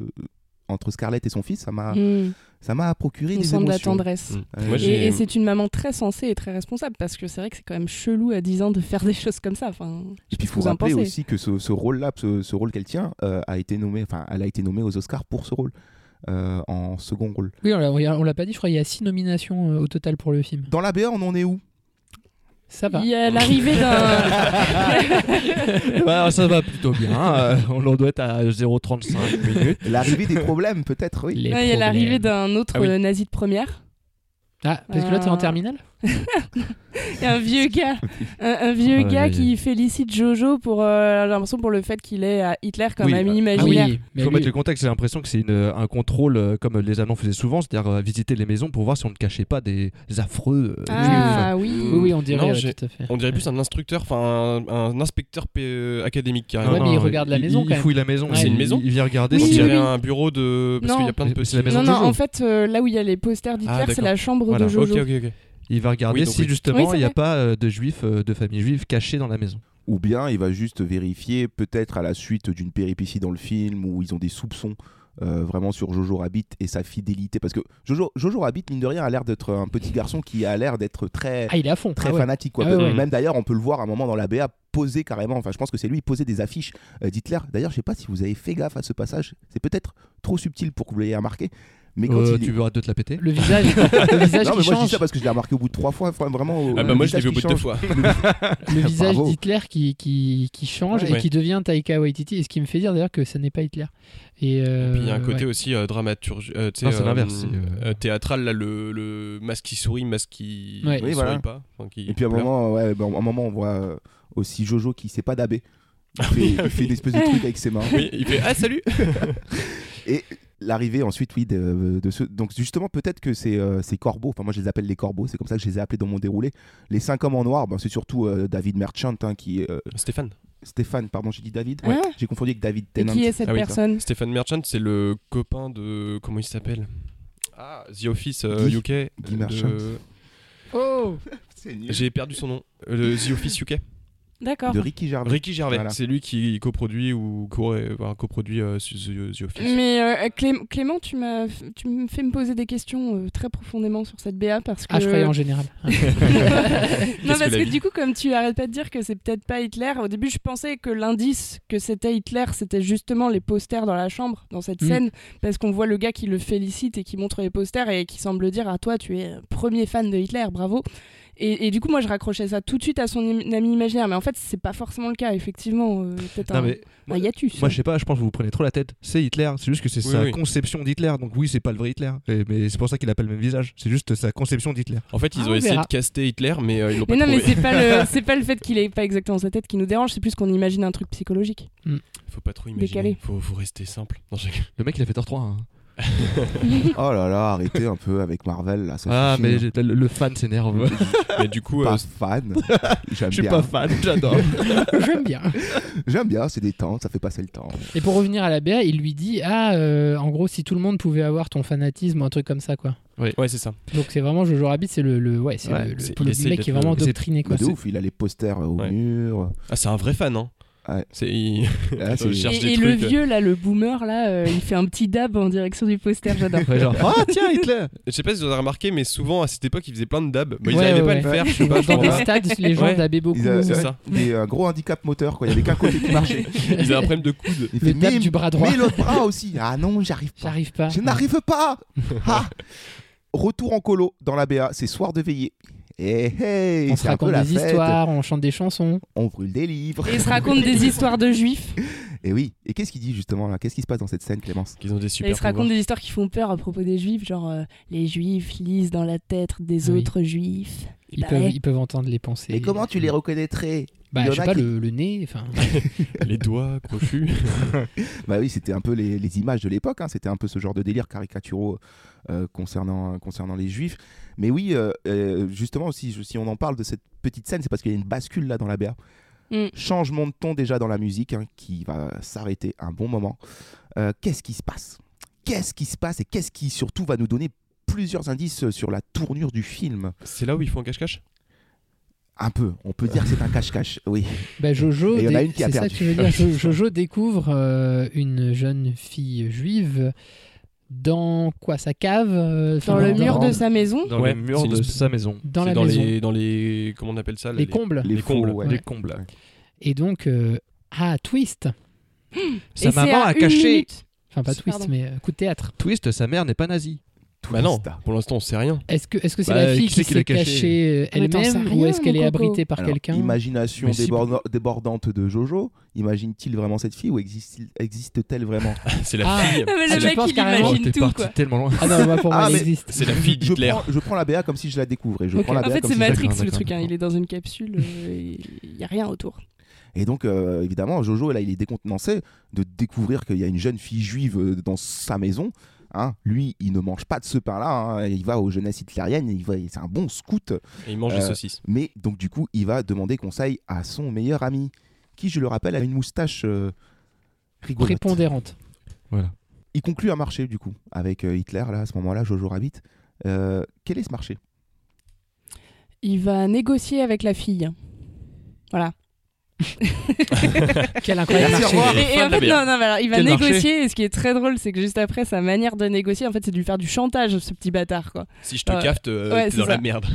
entre Scarlett et son fils, ça m'a Mm. ça m'a procuré On des sent de émotions. la Mm. tendresse. Euh, et et c'est une maman très sensée et très responsable parce que c'est vrai que c'est quand même chelou à 10 ans de faire des choses comme ça. Enfin, Et puis il faut vous en rappeler pensez. aussi que ce, ce rôle-là, ce, ce rôle qu'elle tient, euh, a été nommé, enfin, elle a été nommée aux Oscars pour ce rôle, euh, en second rôle. Oui, on l'a- on l'a on l'a pas dit, je crois qu'il y a 6 nominations euh, au total pour le film. Dans la BA, on en est où Ça va. Il y a l'arrivée d'un. Ouais, Eh ben, ça va plutôt bien. hein. Euh, On leur doit être à 0,35 minutes. L'arrivée des problèmes, peut-être, oui. Ouais, Il y a l'arrivée d'un autre Ah oui. euh, nazi de première. Ah, parce que là, t'es en Euh, terminale Il y a un vieux gars, un, un vieux Aïe, gars aïe, qui félicite Jojo pour euh, j'ai l'impression pour le fait qu'il est à Hitler comme Oui, ami ah, imaginaire. oui. Il faut mettre le contexte, j'ai l'impression que c'est une- un contrôle euh, comme les Allemands faisaient souvent, c'est-à-dire euh, visiter les maisons pour voir si on ne cachait pas des affreux euh, Ah, juifs. oui. Oui, oui, on dirait, Non, ouais, j'ai- tout à fait. on dirait plus un instructeur, enfin un, un inspecteur P- euh, académique carrément. Ah Ouais, mais il regarde la maison, Il, quand même. fouille la maison. Ouais. C'est une maison Il, il vient regarder. On si- euh, dirait un bureau de. Parce Non. qu'il y a plein de C'est petits. la maison Non, de non, Jojo. en fait, euh, là où il y a les posters d'Hitler, Ah, c'est d'accord. la chambre Voilà. de Jojo. Ok, ok, ok. Il va regarder Oui, donc si oui. Oui, justement c'est il n'y a vrai. pas euh, de juifs, euh, de famille juive cachée dans la maison. Ou bien il va juste vérifier, peut-être à la suite d'une péripétie dans le film où ils ont des soupçons euh, vraiment sur Jojo Rabbit et sa fidélité. Parce que Jojo, Jojo Rabbit, mine de rien, a l'air d'être un petit garçon qui a l'air d'être très, Ah, il est à fond. très Ah ouais. fanatique. Quoi. Ah ouais, ouais. Même d'ailleurs, on peut le voir à un moment dans la BA poser carrément, enfin je pense que c'est lui, poser des affiches euh, d'Hitler. D'ailleurs, je sais pas si vous avez fait gaffe à ce passage, c'est peut-être trop subtil pour que vous l'ayez remarqué. Mais quand il Euh, est- tu veux arrêter de te la péter Le visage, le visage non, qui mais moi je change. dis ça parce que je l'ai remarqué au bout de trois fois, enfin, vraiment. Ah bah, le moi, je l'ai visage vu au qui bout de deux change. fois. Le visage Bravo. d'Hitler qui, qui, qui change Ouais. et qui devient Taika Waititi. Et ce qui me fait dire d'ailleurs que ce n'est pas Hitler. Et, euh, Puis il y a un côté ouais. aussi euh, dramaturge, euh, tu sais, Non, c'est euh, l'inverse, c'est, euh, euh, théâtral là, le, le masque qui sourit, masque qui Ouais. qui Oui, sourit voilà. pas. enfin, qui Et puis à un pleure. moment, ouais, bah, à un moment on voit euh, aussi Jojo qui sait pas dabber. Il fait, oui, il oui. fait une espèce de truc avec ses mains. Oui, il fait, Ah, salut Et l'arrivée ensuite, oui, de, de ce. Donc justement, peut-être que ces, euh, ces corbeaux, enfin moi je les appelle les corbeaux, c'est comme ça que je les ai appelés dans mon déroulé. Les cinq hommes en noir, ben, c'est surtout euh, David Merchant hein, qui. euh, Stéphane. Stéphane, pardon, j'ai dit David. Ouais. J'ai confondu avec David Tennant. qui est cette Ah oui, personne Stéphane Merchant, c'est le copain de comment il s'appelle Ah, The Office euh, Guy- UK. Guy de- Merchant. Oh J'ai perdu son nom. Euh, le The Office UK. D'accord. De Ricky Gervais. Ricky Gervais, Voilà. c'est lui qui coproduit ou co- euh, enfin, coproduit euh, The, The Office. Mais euh, Clé- Clément, tu m'as tu me fais me poser des questions euh, très profondément sur cette BA parce que Ah, je croyais euh, en général. non, Qu'est-ce parce que la que vie du coup, comme tu arrêtes pas de dire que c'est peut-être pas Hitler, au début, je pensais que l'indice que c'était Hitler, c'était justement les posters dans la chambre, dans cette Mm. scène, parce qu'on voit le gars ah, qui le félicite et qui montre les posters et qui semble dire à toi, tu es euh, premier fan de Hitler, bravo. Et, et du coup, moi, je raccrochais ça tout de suite à son im- ami imaginaire. Mais en fait, c'est pas forcément le cas, effectivement. euh, Peut-être Non, un, mais un hiatus. Moi, je sais pas, je pense que vous vous prenez trop la tête. C'est Hitler, c'est juste que c'est Oui, sa oui. conception d'Hitler. Donc, oui, c'est pas le vrai Hitler, Et- mais c'est pour ça qu'il a pas le même visage. C'est juste sa conception d'Hitler. En fait, ils Ah, ont on essayé verra. de caster Hitler, mais euh, ils l'ont pas mais non, mais trouvé. c'est pas, le, c'est pas le fait qu'il ait pas exactement sa tête qui nous dérange, c'est plus qu'on imagine un truc psychologique. Faut pas trop imaginer. Décalé. Faut, faut rester simple. Non, je- Le mec, il a fait Thor 3. hein. Oh là là, arrêtez un peu avec Marvel là. Ça ah, suffit, mais hein. j'ai- le, le fan s'énerve. Mais du coup, pas euh, fan. J'aime Je suis bien. pas fan, j'adore. J'aime bien. J'aime bien, c'est détente, ça fait passer le temps. Et pour revenir à la BA, il lui dit Ah, euh, en gros, si tout le monde pouvait avoir ton fanatisme, un truc comme ça, quoi. Oui. euh, Ouais, c'est ça. Donc c'est vraiment Jojo Rabbit, c'est le, le, ouais, c'est Ouais, le, le- c'est- le il essaye mec qui est d'être vraiment le- doctriné, quoi. Mais Bah, de ouf, il a les posters euh, au mur. Ah, c'est un vrai fan, hein. C'est il Ah, c'est- il cherche Et, des et le trucs. vieux, là, le boomer, là, euh, il fait un petit dab en direction du poster, j'adore. Ouais, genre, ah, tiens, Hitler Je sais pas si vous avez remarqué, mais souvent à cette époque, ils faisaient plein de dabs. Mais ils Ouais, arrivaient ouais, pas à ouais. le faire. Je sais pas. Dans comment- les stades, les gens Ouais. dabaient beaucoup. Il a C'est c'est ça. des, euh, gros handicap moteur quoi. Il y avait qu'un côté qui marchait. Ils avaient un problème de coude. Il Le dab du bras droit. Mais l'autre bras aussi. Ah non, j'arrive pas. J'arrive pas. Je n'arrive pas. Ah. Retour en colo dans la BA, c'est soir de veillée. Eh hey, On se c'est un peu raconte la des fête. histoires, on chante des chansons. On brûle des livres. Et il se raconte des histoires de juifs. Et oui. Et qu'est-ce qu'il dit justement là Qu'est-ce qui se passe dans cette scène, Clémence Qu'ils ont des Et il se raconte des histoires qui font peur à propos des juifs, genre euh, les juifs lisent dans la tête des Oui. autres juifs. Ils, Bah peuvent, ouais. ils peuvent entendre les pensées. Et comment tu les reconnaîtrais Bah, Il y je en sais a pas, qui- le, le nez, enfin. Les doigts crochus. Bah oui, c'était un peu les, les images de l'époque, hein. c'était un peu ce genre de délire caricaturaux euh, concernant, concernant les juifs. Mais oui, euh, euh, justement, si, je- si on en parle de cette petite scène, c'est parce qu'il y a une bascule là dans la BA. Mm. Changement de ton déjà dans la musique hein, qui va s'arrêter un bon moment. Euh, qu'est-ce qui se passe Qu'est-ce qui se passe et qu'est-ce qui surtout va nous donner plusieurs indices euh, sur la tournure du film C'est là où ils font un cache-cache Un peu, on peut dire que c'est un cache-cache, oui. Bah, Jojo, Et il y en a dé- une qui a c'est ça que perdu. Ah, tu veux dire. Jo- Jojo découvre euh, une jeune fille juive dans quoi Sa cave euh, Dans enfin, le mur de sa maison. Dans Ouais, le mur c'est de une- sa maison. Dans C'est la dans maison. les dans les comment on appelle ça là, Les combles. Les Les faux, combles. ouais. Les Ouais. combles. Et donc, euh, ah, twist Sa Et c'est maman à a une caché. minute. Enfin, pas twist, Pardon. mais euh, coup de théâtre. Twist, sa mère n'est pas nazie. Bah non, Twista. pour l'instant on sait rien. Est-ce que c'est -ce que c'est Bah, la fille qui c'est qui qui l'a s'est caché cachée euh, Ah, mais t'en sais elle-même rien, ou est-ce qu'elle mon est coco. abritée par Alors, quelqu'un Imagination Mais si, déborda- débordante de Jojo. Imagine-t-il vraiment cette fille ou existe- existe-t-elle vraiment C'est la Ah. fille. Ah, mais C'est le la- mec, je pense il carrément. Oh, imagine t'es tout, parti quoi. tellement loin. Ah non, moi, pour Ah, moi, elle mais existe. C'est la fille je d'Hitler. prends, je prends la BA comme si je la découvrais. Je Ok. prends la En BA fait, comme c'est si je la Matrix d'accord, le truc, hein. d'accord. il est dans une capsule, euh, il n'y a rien autour. Et donc, euh, évidemment, Jojo, là, il est décontenancé de découvrir qu'il y a une jeune fille juive euh, dans sa maison. Hein. Lui, il ne mange pas de ce pain-là. hein. Il va aux jeunesses hitlériennes. Il va... C'est un bon scout. Et il mange des Euh, saucisses. Mais donc, du coup, il va demander conseil à son meilleur ami, qui, je le rappelle, a une moustache euh, rigolote. prépondérante. Voilà. Il conclut un marché, du coup, avec euh, Hitler, là, à ce moment-là, Jojo Rabbit. Euh, quel est ce marché Il va négocier avec la fille. Voilà. Quel incroyable Merci, marché. au revoir. Et, et Fin en de la fait, bière. non, non, mais alors, il va Quel marché. négocier. Et ce qui est très drôle, c'est que juste après, sa manière de négocier, en fait, c'est de lui faire du chantage, ce petit bâtard, quoi. Si je te ouais. capte, euh, Ouais, t'es c'est dans la ça. merde.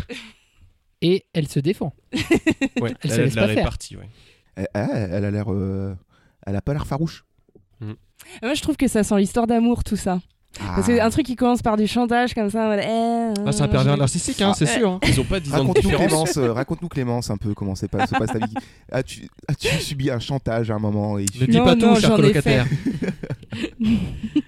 Et elle se défend. Ouais, Elle se a laisse de la pas faire. répartie, ouais. Eh, ah, Elle a l'air. euh, Elle a pas l'air farouche. Moi, je trouve que ça sent l'histoire d'amour, tout ça. Parce que Ah. un truc qui commence par du chantage, comme ça, en mode, eh, Ah, c'est un euh, pervers je- narcissique, hein, Oh, c'est sûr. hein. eh. Ils ont pas 10 ans de Raconte-nous différence. Clémence, euh, raconte-nous Clémence un peu comment c'est pas, se passe ta vie. As-tu as-tu subi un chantage à un moment et hein. Ne tu- dis Non, pas non, tout, cher j'en ai colocataire.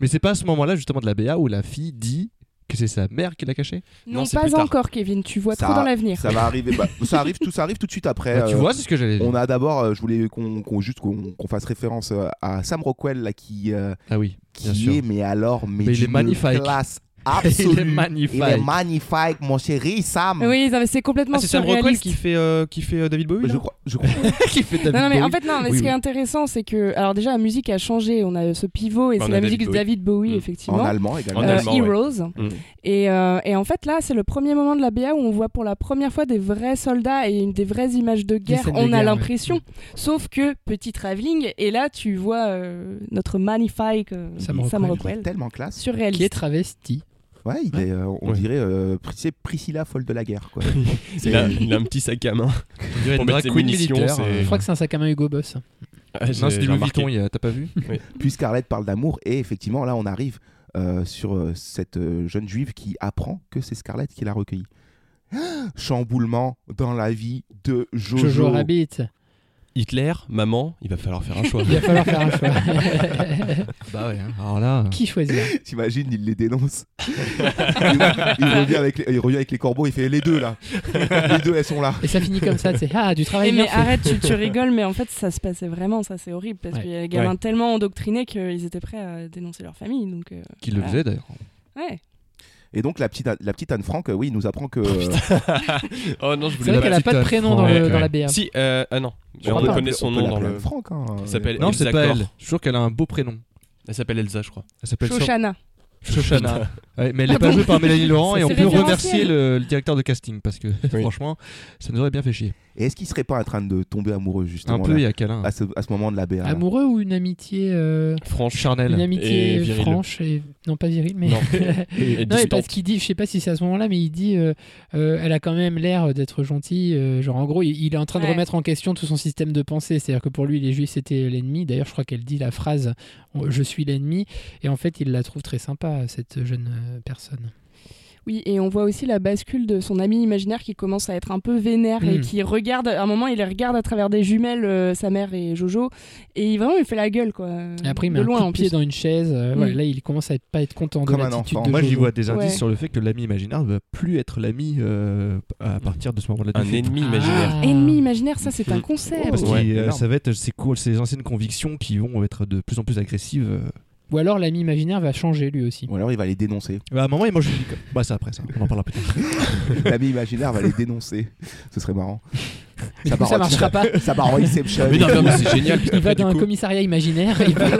Mais c'est pas à ce moment-là, justement, de la BA où la fille dit que c'est sa mère qui l'a caché Non, Non, c'est plus pas tard. encore, Kevin. Tu vois Ça- trop dans l'avenir. Ça va arriver. bah, ça arrive tout ça arrive tout de suite après. Bah, Tu euh, vois, c'est ce que j'allais dire. On a d'abord, euh, je voulais qu'on qu'on- juste qu'on qu'on fasse référence euh, à Sam Rockwell là, qui, euh, Ah oui, bien qui sûr. est mais alors mais, Mais il est d'une magnifique. classe Il est absolue. magnifique. Il est magnifique, mon chéri Sam. Mais Oui, non, mais c'est complètement Ah, c'est Sam Rockwell surréaliste. qui fait, euh, qui fait euh, David Bowie Je là crois, je crois. Qui fait David Non, non, mais en Bowie. fait, non, mais Oui, ce qui est oui. intéressant, c'est que. Alors, déjà, la musique a changé. On a euh, ce pivot et Bah, On c'est a la David musique de Bowie. David Bowie, Mm. en effectivement. allemand également. En Euh, allemand, ouais. Heroes. Mm. Et, euh, et en fait, là, c'est le premier moment de la BA où on voit pour la première fois des vrais soldats et une des vraies images de guerre. scènes de On a guerre, Mm. l'impression. Sauf que, petit travelling, et là, tu vois euh, notre magnifique euh, Sam Sam, Rockwell. Rockwell. Tellement classe. Qui est Surréaliste. travesti. Ouais, il est, euh, on Ouais. dirait euh, Pris- c'est Priscilla folle de la guerre quoi. il, a, il a un petit sac à main. On dirait Pour une mettre drag ses queen munitions, militaire. c'est- euh, Je crois que c'est un sac à main Hugo Boss. Ah, j'ai- Non, c'est j'ai du Louis remarqué. Vuitton, il y a- t'as pas vu Puis Scarlett parle d'amour et effectivement là on arrive euh, sur euh, cette euh, jeune juive qui apprend que c'est Scarlett qui l'a recueillie. Chamboulement dans la vie de Jojo. Jojo Rabbit. Hitler, maman, il va falloir faire un choix. Il va falloir faire un choix. bah ouais, alors là. Qui choisir T'imagines, il les dénonce. il, revient avec les, il revient avec les corbeaux, il fait les deux là. Les deux, elles sont là. Et ça finit comme ça, c'est ah, du travail. Et bien mais fait. arrête, tu, tu rigoles, mais en fait, ça se passait vraiment, ça c'est horrible, parce Ouais. qu'il y a des gamins Ouais. tellement endoctrinés qu'ils étaient prêts à dénoncer leur famille. Donc, euh, Qui le voilà. faisait d'ailleurs. Ouais. Et donc la petite, la petite Anne Frank, euh, oui, nous apprend que. oh non, je voulais vrai pas qu'elle a pas de dire. prénom dans le- dans la BA. Si, euh, ah non, Je mais on crois pas. connaît On son peut nom dans l'appeler le. Franck, hein. Elle s'appelle Non, Elsa c'est pas Corr. elle. Je suis sûr qu'elle a un beau prénom. Elle s'appelle Elsa, je crois. Elle s'appelle Sor- Shoshana. Shoshana. Ouais, mais elle n'est Pardon. pas jouée par Mélanie Laurent Ça, et on c'est peut référentiel. remercier le, le directeur de casting parce que franchement, ça nous aurait bien fait chier. Et est-ce qu'il serait pas en train de tomber amoureux justement Un peu, là, il y a câlin. À ce, à ce moment de la BA. là Amoureux ou une amitié euh, Franche, charnelle. Une et amitié virile. franche et non pas virile mais Non. Et non mais distante. parce qu'il dit je sais pas si c'est à ce moment-là mais il dit euh, euh, elle a quand même l'air d'être gentille euh, genre en gros il, il est en train de Ouais. remettre en question tout son système de pensée c'est-à-dire que pour lui les juifs c'était l'ennemi d'ailleurs je crois qu'elle dit la phrase je suis l'ennemi et en fait il la trouve très sympa cette jeune euh, personne Oui, et on voit aussi la bascule de son ami imaginaire qui commence à être un peu vénère et Mm. qui regarde, à un moment, il regarde à travers des jumelles euh, sa mère et Jojo, et il, vraiment, il fait la gueule, quoi. et après il met de un loin, coup de en pied plus. dans une chaise euh, Mm. ouais, là il commence à être- pas être content de l'attitude de Moi, j'y Jojo. vois des indices Ouais. sur le fait que l'ami imaginaire ne va plus être l'ami euh, à partir de ce moment-là. du Un film. ennemi imaginaire. Ah, Ah, Ennemi imaginaire, ça c'est un concept. Parce que Ouais, euh, énorme. ça va être ses, co- ses anciennes convictions qui vont être de plus en plus agressives. euh. ou alors l'ami imaginaire va changer lui aussi Ou alors il va les dénoncer. Bah, à un moment, il mange une licorne. Bah, c'est après ça, on en parlera plus tard. L'ami imaginaire va les dénoncer. Ce serait marrant. Du coup, ça marchera pas. Ça barre Inception. Mais non, non, mais c'est génial. parce Il va qu'après, dans un du coup, commissariat imaginaire. il parle-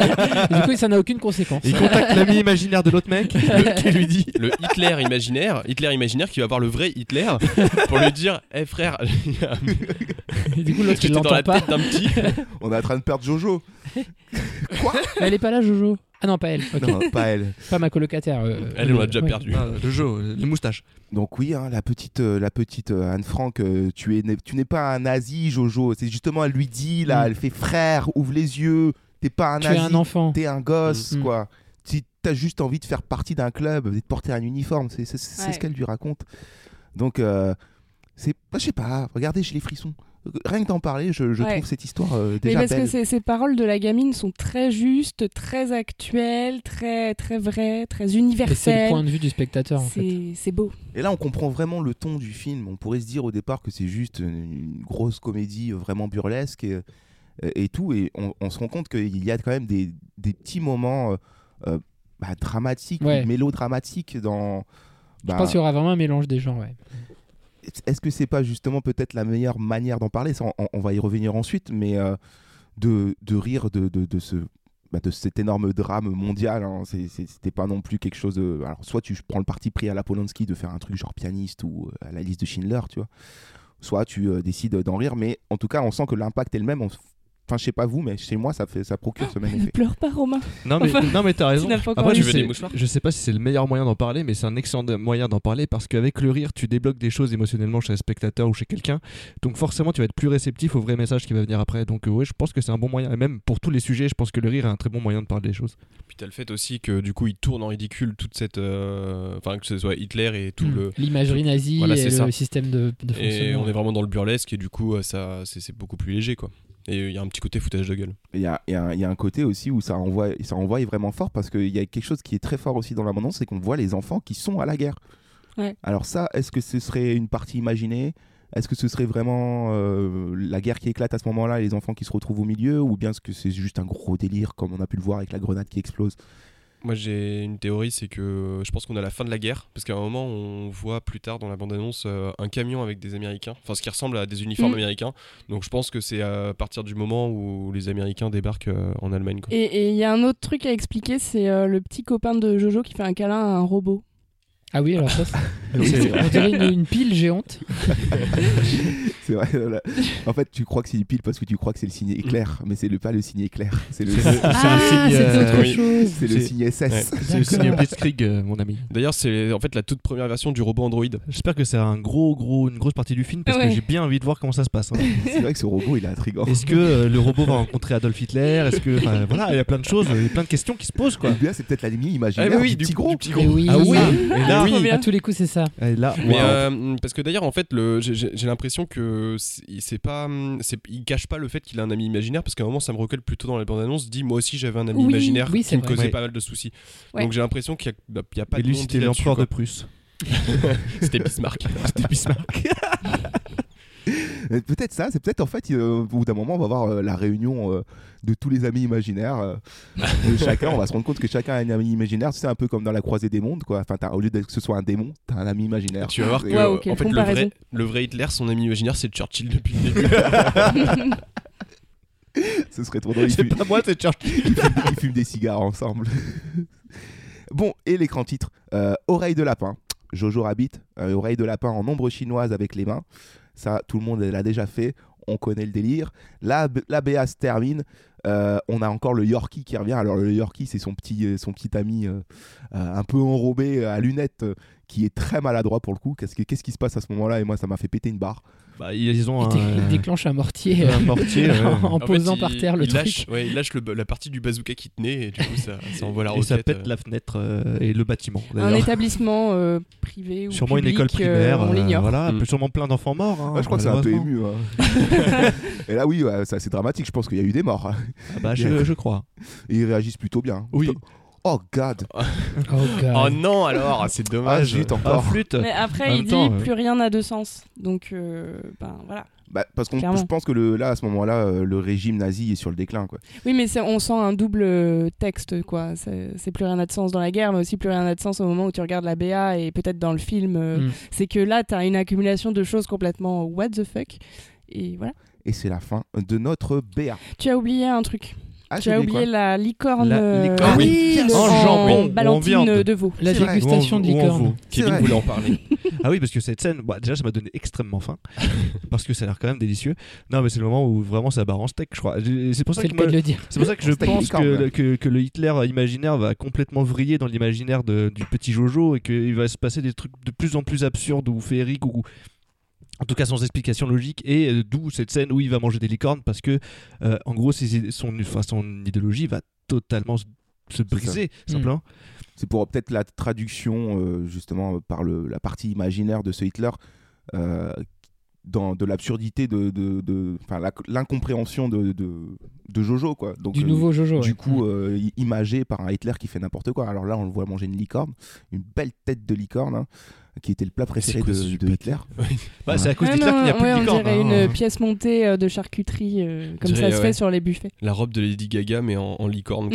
et du coup, ça n'a aucune conséquence. Il contacte l'ami imaginaire de l'autre mec qui lui dit le Hitler imaginaire, Hitler imaginaire qui va voir le vrai Hitler pour lui dire Eh frère, il y a un- du coup, l'autre, il j'étais dans l'entend la pas. tête d'un petit. On est en train de perdre Jojo. Mais elle est pas là, Jojo. Ah non, pas elle. ok. Non, pas elle. Pas ma colocataire. euh, Elle, on l'a déjà ouais. perdu. Ah, Le jeu, les moustaches. Donc oui, hein, la petite, euh, la petite euh, Anne Frank, euh, tu es, né- tu n'es pas un nazi, Jojo. C'est justement, elle lui dit là, Mm. elle fait frère, ouvre les yeux. T'es pas un Tu es nazi. un enfant. T'es un gosse, Mm. quoi. Tu as juste envie de faire partie d'un club, et de porter un uniforme. C'est c'est- c'est Ouais. ce qu'elle lui raconte. Donc euh, c'est, bah, je sais pas. Regardez, j'ai les frissons. Rien que d'en parler, je, je Ouais. trouve cette histoire euh, Mais déjà parce que belle. ces, ces paroles de la gamine sont très justes, très actuelles, très, très vraies, très Et c'est le point universelles. de vue du spectateur, en fait. C'est c'est beau. Et là, on comprend vraiment le ton du film. On pourrait se dire au départ que c'est juste une une grosse comédie euh, vraiment burlesque et, euh, et tout. Et on, on se rend compte qu'il y a quand même des, des petits moments euh, euh, bah, dramatiques, Ouais. mélodramatiques dans. Je bah, pense qu'il y aura vraiment un mélange des genres, ouais. Est-ce que c'est pas justement peut-être la meilleure manière d'en parler Ça, on, on va y revenir ensuite, mais euh, de, de rire de, de, de ce. bah, de cet énorme drame mondial, hein. C'est- c'est- c'était pas non plus quelque chose de. Alors, soit tu prends le parti pris à la Polanski de faire un truc genre pianiste ou euh, à la liste de Schindler, tu vois, soit tu euh, décides d'en rire, mais en tout cas, on sent que l'impact est le même. On f- Enfin, je sais pas vous, mais chez moi, ça, fait, ça procure ce même Ne effet. pleure pas, Romain. Non mais, Enfin, non mais t'as raison. n'as pas encore Après, eu. je, Tu veux des sais, mouchoirs je sais pas si c'est le meilleur moyen d'en parler, mais c'est un excellent de- moyen d'en parler parce qu'avec le rire, tu débloques des choses émotionnellement chez un spectateur ou chez quelqu'un. Donc forcément, tu vas être plus réceptif au vrai message qui va venir après. Donc euh, ouais, je pense que c'est un bon moyen. Et même pour tous les sujets, je pense que le rire est un très bon moyen de parler des choses. Puis t'as le fait aussi que du coup, il tourne en ridicule toute cette. euh, Enfin, que ce soit Hitler et tout Mm. le. L'imagerie nazie Voilà, et c'est le ça. système de, de Et fonctionnement. on est vraiment dans le burlesque et du coup, euh, ça, c'est c'est beaucoup plus léger quoi. Et il y a un petit côté foutage de gueule. Il y a, il y a un- il y a un côté aussi où ça envoie, ça envoie vraiment fort parce qu'il y a quelque chose qui est très fort aussi dans l'abondance, c'est qu'on voit les enfants qui sont à la guerre. Ouais. Alors ça, est-ce que ce serait une partie imaginée Est-ce que ce serait vraiment euh, la guerre qui éclate à ce moment-là et les enfants qui se retrouvent au milieu Ou bien est-ce que c'est juste un gros délire comme on a pu le voir avec la grenade qui explose Moi j'ai une théorie, c'est que euh, je pense qu'on est à la fin de la guerre, parce qu'à un moment on voit plus tard dans la bande-annonce euh, un camion avec des Américains, enfin ce qui ressemble à des uniformes Mm. américains, donc je pense que c'est à partir du moment où les Américains débarquent euh, en Allemagne. Quoi. Et- Et il y a un autre truc à expliquer, c'est euh, le petit copain de Jojo qui fait un câlin à un robot. Ah oui, alors ça, c'est- Oui, c'est vrai. on dirait une, une pile géante. C'est vrai, voilà. En fait, tu crois que c'est une pile parce que tu crois que c'est le signe éclair, mais c'est le, pas le signe éclair, c'est le, Ah, signe, c'est euh, autre oui. chose. c'est le c'est- signe SS. Ouais. C'est le signe D'accord. Blitzkrieg, euh, mon ami. D'ailleurs c'est en fait la toute première version du robot Android. J'espère que c'est un gros, gros, une grosse partie du film parce Ouais. que j'ai bien envie de voir comment ça se passe. hein. C'est vrai que ce robot, il est intrigant. Est-ce que euh, le robot va rencontrer Adolf Hitler Est-ce que enfin, voilà, il y a plein de choses, il y a plein de questions qui se posent quoi. Ou bien c'est peut-être l'ennemi imaginaire Ah oui, Eh du du petit coup, gros. du petit Mais gros. oui. Ah oui. Et là, ça. Oui. À tous les coups, c'est ça. Et là, Mais waouh. euh, parce que d'ailleurs, en fait, le- j'ai- j'ai j'ai l'impression que c'est il- c'est pas, hum, c'est- il cache pas le fait qu'il a un ami imaginaire, parce qu'à un moment, ça me recueille plutôt dans la bande-annonce. Dit moi aussi, j'avais un ami Oui, imaginaire oui, qui c'est me vrai. causait Ouais. pas mal de soucis. Ouais. Donc j'ai l'impression qu'il y a, il y a pas Et de lui, non-dit c'était là-dessus, l'empereur quoi. de Prusse. c'était Bismarck. C'était Bismarck. Euh, Peut-être ça, c'est peut-être en fait, euh, au bout d'un moment, on va avoir euh, la réunion euh, de tous les amis imaginaires. euh, de chacun, on va se rendre compte que chacun a un ami imaginaire. C'est un peu comme dans la croisée des mondes, quoi. Enfin, t'as- au lieu de que ce soit un démon, t'as un ami imaginaire. Tu vas voir que Et, euh, en fait, le vrai, le vrai Hitler, son ami imaginaire, c'est Churchill depuis le début. Ce serait trop drôle. ils C'est fument- pas moi, c'est Churchill. ils, fument, ils fument des cigares ensemble. bon, et l'écran titre euh, Oreille de lapin. Jojo Rabbit, euh, oreille de lapin en ombre chinoise avec les mains. Ça, tout le monde l'a déjà fait. On connaît le délire. La, la BA se termine. Euh, on a encore le Yorkie qui revient. Alors, le Yorkie, c'est son petit, euh, son petit ami euh, euh, un peu enrobé euh, à lunettes euh, qui est très maladroit pour le coup. Qu'est-ce qui, qu'est-ce qui se passe à ce moment-là Et moi, ça m'a fait péter une barre. Bah, ils ont Il dé- il déclenche un mortier, euh, Un mortier, ouais. en, en fait, posant il- par terre le il truc. lâche, ouais, il lâche le- la partie du bazooka qui tenait et du coup ça, ça envoie la Et roquette. ça pète euh. la fenêtre euh, et le bâtiment. Un d'ailleurs. établissement euh, privé ou Sûrement une public, école euh, primaire. on euh, l'ignore. voilà, Mm. sûrement plein d'enfants morts. hein, Ah, je crois que c'est un peu ému. malheureusement. hein. Et là, oui, ouais, c'est assez dramatique. Je pense qu'il y a eu des morts. bah, je- je crois. Et ils réagissent plutôt bien. Oui. Oh God. oh God. Ah. Oh non, alors, c'est dommage. Ah, zut, encore. Ah, flûte. Mais En après, même il dit temps, euh, plus rien n'a de sens. Donc, euh, ben voilà. Bah, parce qu'on Clairement. je pense que le, là à ce moment-là euh, le régime nazi est sur le déclin quoi. Oui, mais c'est- on sent un double euh, texte, quoi. C'est c'est plus rien n'a de sens dans la guerre, mais aussi plus rien n'a de sens au moment où tu regardes la BA et peut-être dans le film. euh, Mm. C'est que là, t'as une accumulation de choses complètement euh, what the fuck. Et voilà. Et c'est la fin de notre BA. Tu as oublié un truc. Ah, tu j'ai as oublié quoi oublié la licorne, La euh, licorne. Ah oui, le- yes. en, En jambon, ou en Ballantine viande. euh, de veau. La C'est vrai. dégustation Ou en- de ou en licorne. veau. C'est vrai. ah oui, parce que cette scène, bah, déjà, ça m'a donné extrêmement faim. parce que ça a l'air quand même délicieux. Non, mais c'est le moment où vraiment ça barre en steak, je crois. J'ai- C'est pour ça C'est que le cas moi- de le dire. C'est pour ça que je En steak pense licorne. que, que, que le Hitler imaginaire va complètement vriller dans l'imaginaire de- du petit Jojo et qu'il va se passer des trucs de plus en plus absurdes ou féeriques ou. En tout cas, sans explication logique, et euh, d'où cette scène où il va manger des licornes, parce que, euh, en gros, ses idées- son, enfin, son idéologie va totalement se- se briser, C'est ça. Mm. simplement. C'est pour euh, peut-être la traduction euh, justement euh, par le, la partie imaginaire de ce Hitler euh, dans de l'absurdité de, de, de- enfin, la- l'incompréhension de, de, de Jojo quoi. Donc, euh, Du nouveau Jojo, Du ouais. coup euh, i- imagé par un Hitler qui fait n'importe quoi. Alors là on le voit manger une licorne, une belle tête de licorne hein, qui était le plat préféré de, de Hitler. Bah, c'est à cause Ouais, d'Hitler Ah non, qu'il n'y a plus ouais, de on licorne. dirait hein. une Oh. euh, pièce montée euh, de charcuterie, euh, comme ça Dirait, se ouais, fait sur les buffets. Mm. La robe de Lady Gaga, mais en, en licorne. Mm.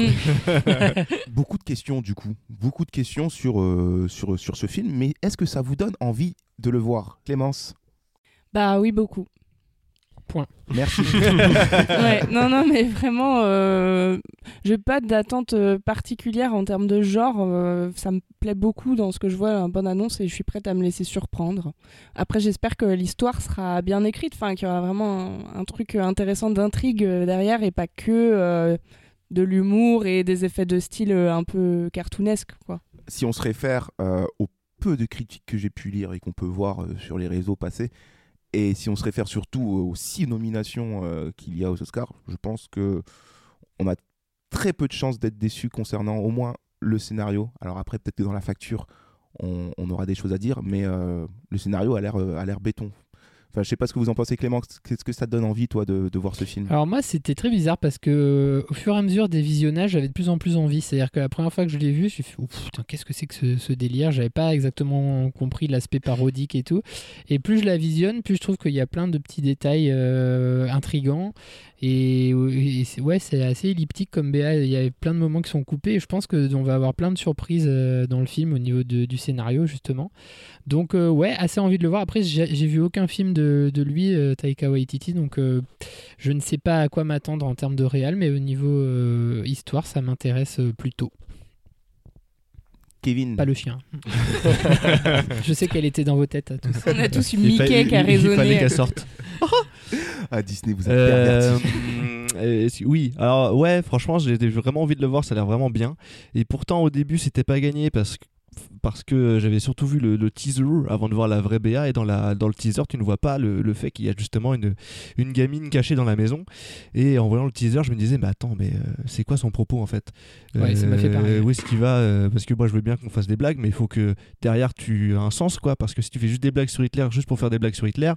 quoi. beaucoup de questions du coup, beaucoup de questions sur, euh, sur, sur ce film, mais est-ce que ça vous donne envie de le voir, Clémence Bah oui, beaucoup. Point. Merci. ouais, non, non, mais vraiment, euh, j'ai pas d'attente euh, particulière en termes de genre. euh, ça me plaît beaucoup dans ce que je vois, la bonne annonce, et je suis prête à me laisser surprendre. Après, j'espère que l'histoire sera bien écrite, enfin, qu'il y aura vraiment un, un truc intéressant d'intrigue euh, derrière et pas que euh, de l'humour et des effets de style euh, un peu cartoonesque, quoi. Si on se réfère euh, au peu de critiques que j'ai pu lire et qu'on peut voir euh, sur les réseaux passés, et si on se réfère surtout euh, aux six nominations euh, qu'il y a aux Oscars, je pense que on a très peu de chances d'être déçu concernant au moins le scénario. Alors après, peut-être que dans la facture, on, on aura des choses à dire, mais euh, le scénario a l'air euh, a l'air béton. Enfin, je sais pas ce que vous en pensez, Clément. Qu'est-ce que ça te donne envie, toi, de, de voir ce film Alors moi c'était très bizarre parce que euh, au fur et à mesure des visionnages j'avais de plus en plus envie. C'est-à-dire que la première fois que je l'ai vu, j'ai fait Ouf, putain qu'est-ce que c'est que ce, ce délire J'avais pas exactement compris l'aspect parodique et tout. Et plus je la visionne, plus je trouve qu'il y a plein de petits détails euh, intrigants. Et, et c'est- ouais c'est assez elliptique comme BA. Il y avait plein de moments qui sont coupés. Et je pense que on va avoir plein de surprises euh, dans le film au niveau de- du scénario justement. Donc euh, ouais assez envie de le voir. Après j'ai j'ai vu aucun film de, de lui euh, Taika Waititi donc euh, je ne sais pas à quoi m'attendre en termes de réel, mais au niveau euh, histoire, ça m'intéresse euh, plutôt. Kevin. Pas le chien. je sais qu'elle était dans vos têtes à tous. On a tous eu une Mickey Mickey qui a résonné. Ah, Disney, vous êtes Euh, pervertis. euh, si- oui, alors ouais, franchement, j'ai vraiment envie de le voir, ça a l'air vraiment bien. Et pourtant, au début, c'était pas gagné parce que. parce que euh, j'avais surtout vu le, le teaser avant de voir la vraie BA et dans, la, dans le teaser tu ne vois pas le, le fait qu'il y a justement une, une gamine cachée dans la maison et en voyant le teaser je me disais mais attends mais euh, c'est quoi son propos en fait Ouais, ça m'a fait pareil. où est-ce qu'il va euh, parce que moi je veux bien qu'on fasse des blagues mais il faut que derrière tu as un sens quoi parce que si tu fais juste des blagues sur Hitler juste pour faire des blagues sur Hitler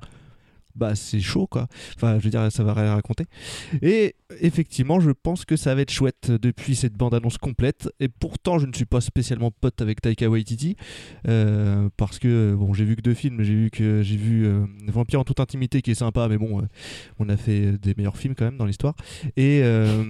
bah c'est chaud quoi. Enfin, je veux dire, ça va rien raconter. Et effectivement, je pense que ça va être chouette depuis cette bande-annonce complète. Et pourtant, je ne suis pas spécialement pote avec Taika Waititi euh, parce que bon, j'ai vu que deux films. J'ai vu que j'ai vu euh, Vampire en toute intimité qui est sympa, mais bon, euh, on a fait euh, des meilleurs films quand même dans l'histoire. Et, euh,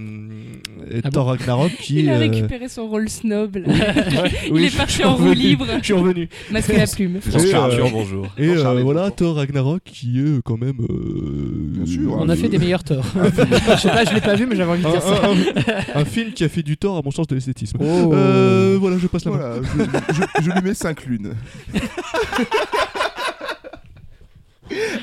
et Ah Thor bon Ragnarok qui Il a euh, récupéré son rôle snob. là. Ouais, il oui, est je- parti je suis en roue revenu, libre. Je suis revenu. Masque la plume. Et, euh, Et Jean euh, Charvet, voilà, Thor Ragnarok qui est euh, quand même. euh, On a fait des meilleurs torts. Bah, je sais pas, je l'ai pas vu, hein, mais j'avais envie de Un- dire ça. un- un- un film qui a fait du tort à mon sens de l'esthétisme. Oh. Euh, voilà, je passe la main. Voilà, je, je- je lui mets 5 lunes.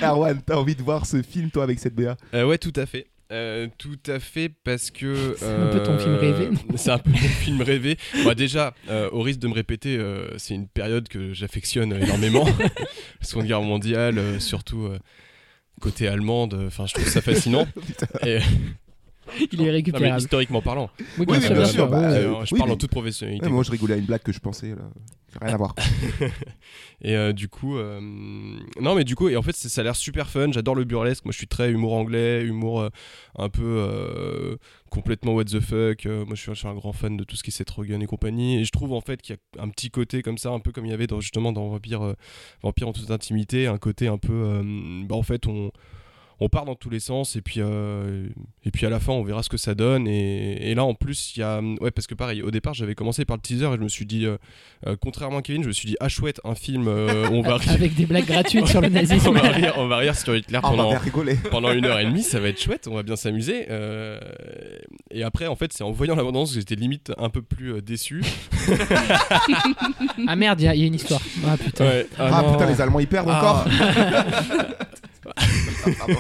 Erwan, t'as envie de voir ce film, toi, avec cette BA Euh, ouais, tout à fait. Euh, tout à fait parce que euh, C'est un peu ton film rêvé, non C'est un peu mon film rêvé. Moi déjà, euh, au risque de me répéter, euh, c'est une période que j'affectionne énormément. La Seconde Guerre mondiale, euh, surtout euh, côté allemande. euh, Enfin, je trouve ça fascinant. Et- Il est Non, mais récupérable. historiquement parlant. Oui, bien Euh, sûr, bien sûr, bah, ouais. euh, je Oui, parle mais- en toute professionnalité. Ouais, Eh, moi, je rigolais à une blague que je pensais. Là. Rien à voir. Ah, et euh, du coup, euh, non, mais du coup, et en fait, c'est- ça a l'air super fun. J'adore le burlesque. Moi, je suis très humour anglais, humour euh, un peu euh, complètement what the fuck. Euh, moi, je suis, je suis un grand fan de tout ce qui est Seth Rogen et compagnie. Et je trouve en fait qu'il y a un petit côté comme ça, un peu comme il y avait dans, justement dans Vampire, euh, Vampire en toute intimité, un côté un peu, euh, bah, en fait, on on part dans tous les sens et puis euh, et puis à la fin on verra ce que ça donne et, et là en plus il y a ouais parce que pareil au départ j'avais commencé par le teaser et je me suis dit euh, euh, contrairement à Kevin je me suis dit ah chouette un film euh, on va rire. Avec des blagues gratuites sur le nazisme. on va rire, on va rire sur Hitler Ah, on va pendant bien rigoler. pendant une heure et demie ça va être chouette on va bien s'amuser euh, et après en fait c'est en voyant l'abondance que j'étais limite un peu plus euh, déçu Ah merde, il y, a- il y a une histoire. Ah putain. Ouais. Ah, non. putain, les Allemands, ils perdent encore Pardon.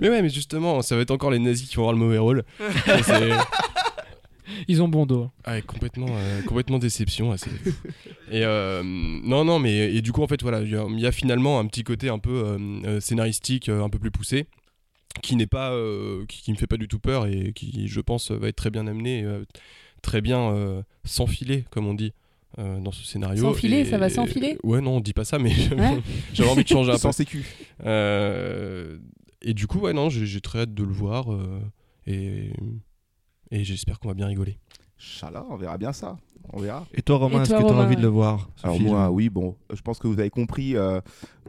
mais ouais mais justement ça va être encore les nazis qui vont avoir le mauvais rôle Et c'est- Ils ont bon dos. Ah, et complètement, euh, complètement déception. assez. Et euh, non, non, mais et du coup, en fait, voilà, il y, a- il y a finalement un petit côté un peu euh, euh, scénaristique, euh, un peu plus poussé, qui n'est pas, euh, qui, qui me fait pas du tout peur et qui, je pense, va être très bien amené, et, euh, très bien euh, s'enfiler, comme on dit. euh, dans ce scénario. S'enfiler, Et- ça va s'enfiler Ouais, non, on dit pas ça, mais Ouais. j'avais envie de changer un peu. Sans sécu. Euh, et du coup, ouais, non, j'ai j'ai très hâte de le voir euh, et, et j'espère qu'on va bien rigoler. Chala, on verra bien ça. On verra. Et toi, Romain, Et est-ce toi, que t'as Romain, envie de le ouais. voir, ce Alors, film moi, oui, bon, je pense que vous avez compris euh,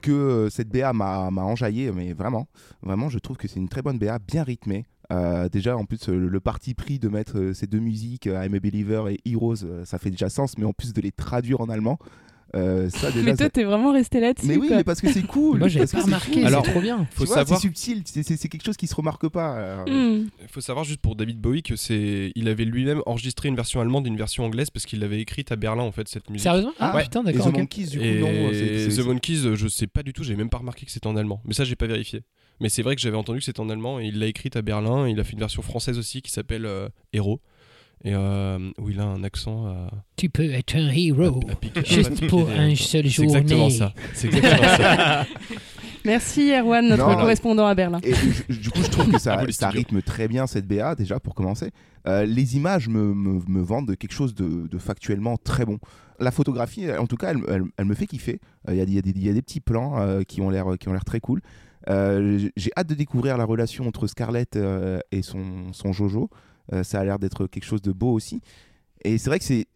que euh, cette BA m'a m'a enjaillé, mais vraiment, vraiment, je trouve que c'est une très bonne BA, bien rythmée. Euh, déjà, en plus, euh, le parti pris de mettre euh, ces deux musiques, euh, I'm a Believer et Heroes, euh, ça fait déjà sens, mais en plus de les traduire en allemand, euh, ça déjà. Mais toi, ça- t'es vraiment resté là-dessus. Mais oui, quoi. mais parce que c'est cool. Moi, j'avais parce pas que remarqué, cool. c'est Alors, trop bien. Tu faut vois, savoir- C'est subtil, c'est- c'est c'est quelque chose qui se remarque pas. euh, Mm. Hmm. Il faut savoir juste pour David Bowie que c'est, il avait lui-même enregistré une version allemande et une version anglaise parce qu'il l'avait écrite à Berlin en fait cette musique. Sérieusement Ah, putain, d'accord, Et The ok. Monkeys, du coup, Et non, c'est- c'est- The c'est- Monkeys, euh, je sais pas du tout, j'ai même pas remarqué que c'était en allemand. Mais ça, j'ai pas vérifié. Mais c'est vrai que j'avais entendu que c'était en allemand et il l'a écrite à Berlin. Il a fait une version française aussi qui s'appelle euh, Héros et euh, où il a un accent. à- Tu peux être un héros. piquer- à pas Juste piquer pour des- un seul C'est jour. exactement ça. C'est exactement ça. Merci Erwan, notre Non. correspondant à Berlin. Et du- du coup, je trouve que ça, ça rythme très bien cette BA, déjà, pour commencer. Euh, les images me, me- me vendent quelque chose de, de factuellement très bon. La photographie, en tout cas, elle, elle- elle me fait kiffer. Euh, Il y, a, des- il y a des- il y a des petits plans euh, qui ont l'air qui ont l'air très cool. Euh, j- J'ai hâte de découvrir la relation entre Scarlett euh, et son, son Jojo. Euh, ça a l'air d'être quelque chose de beau aussi. Et c'est vrai que c'est,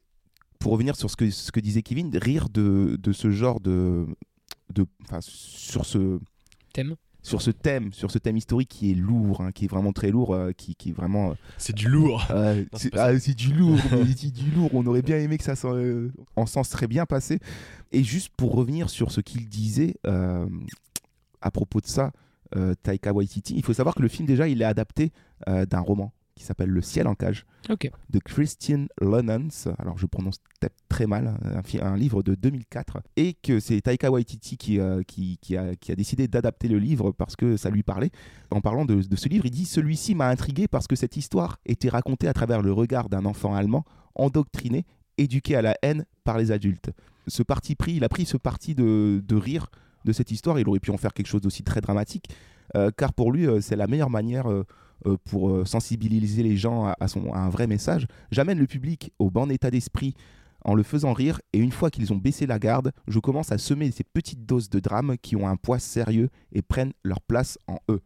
pour revenir sur ce que, ce que disait Kevin, rire de, de ce genre de. de enfin, sur ce Thème. sur ce thème, sur ce thème historique qui est lourd, hein, qui est vraiment très lourd, euh, qui, qui est vraiment. c'est du lourd. c'est ah, c'est du lourd, mais c'est du lourd. On aurait bien aimé que ça s'en- euh, en sens très bien passé. Et juste pour revenir sur ce qu'il disait euh, à propos de ça, euh, Taika Waititi, il faut savoir que le film déjà, il est adapté euh, d'un roman qui s'appelle Le ciel en cage Ok. de Christian Lonans, alors je prononce peut-être très mal, hein, un, fi- un livre de 2004, et que c'est Taika Waititi qui, euh, qui, qui a, qui a décidé d'adapter le livre parce que ça lui parlait. En parlant de, de ce livre, il dit Celui-ci m'a intrigué parce que cette histoire était racontée à travers le regard d'un enfant allemand endoctriné éduqués à la haine par les adultes. Ce parti pris, il a pris ce parti de, de rire de cette histoire. Il aurait pu en faire quelque chose d'aussi très dramatique, euh, car pour lui, euh, c'est la meilleure manière euh, euh, pour euh, sensibiliser les gens à, à son, à un vrai message. J'amène le public au bon état d'esprit en le faisant rire, et une fois qu'ils ont baissé la garde, je commence à semer ces petites doses de drame qui ont un poids sérieux et prennent leur place en eux.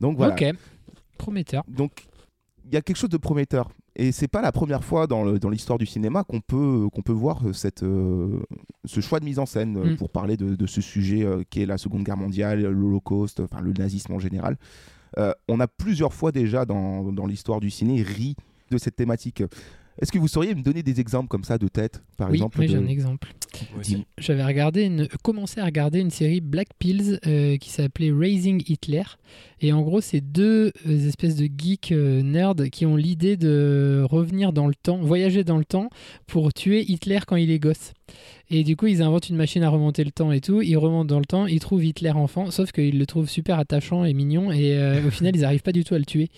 Donc voilà. Ok, prometteur. Donc, il y a quelque chose de prometteur. Et c'est pas la première fois dans le- dans l'histoire du cinéma qu'on peut, qu'on peut voir cette, euh, ce choix de mise en scène euh, Mm. pour parler de, de ce sujet euh, qui est la Seconde Guerre mondiale, l'Holocauste, enfin le nazisme en général. Euh, on a plusieurs fois déjà dans, dans l'histoire du ciné ri de cette thématique. Est-ce que vous sauriez me donner des exemples comme ça de tête, par oui, exemple oui, j'ai de- un exemple. Dis- J'avais regardé une, commencé à regarder une série Black Pills euh, qui s'appelait Raising Hitler. Et en gros, c'est deux euh, espèces de geeks euh, nerds qui ont l'idée de revenir dans le temps, voyager dans le temps pour tuer Hitler quand il est gosse. Et du coup, ils inventent une machine à remonter le temps et tout. Ils remontent dans le temps, ils trouvent Hitler enfant, sauf qu'ils le trouvent super attachant et mignon. Et euh, au final, ils n'arrivent pas du tout à le tuer.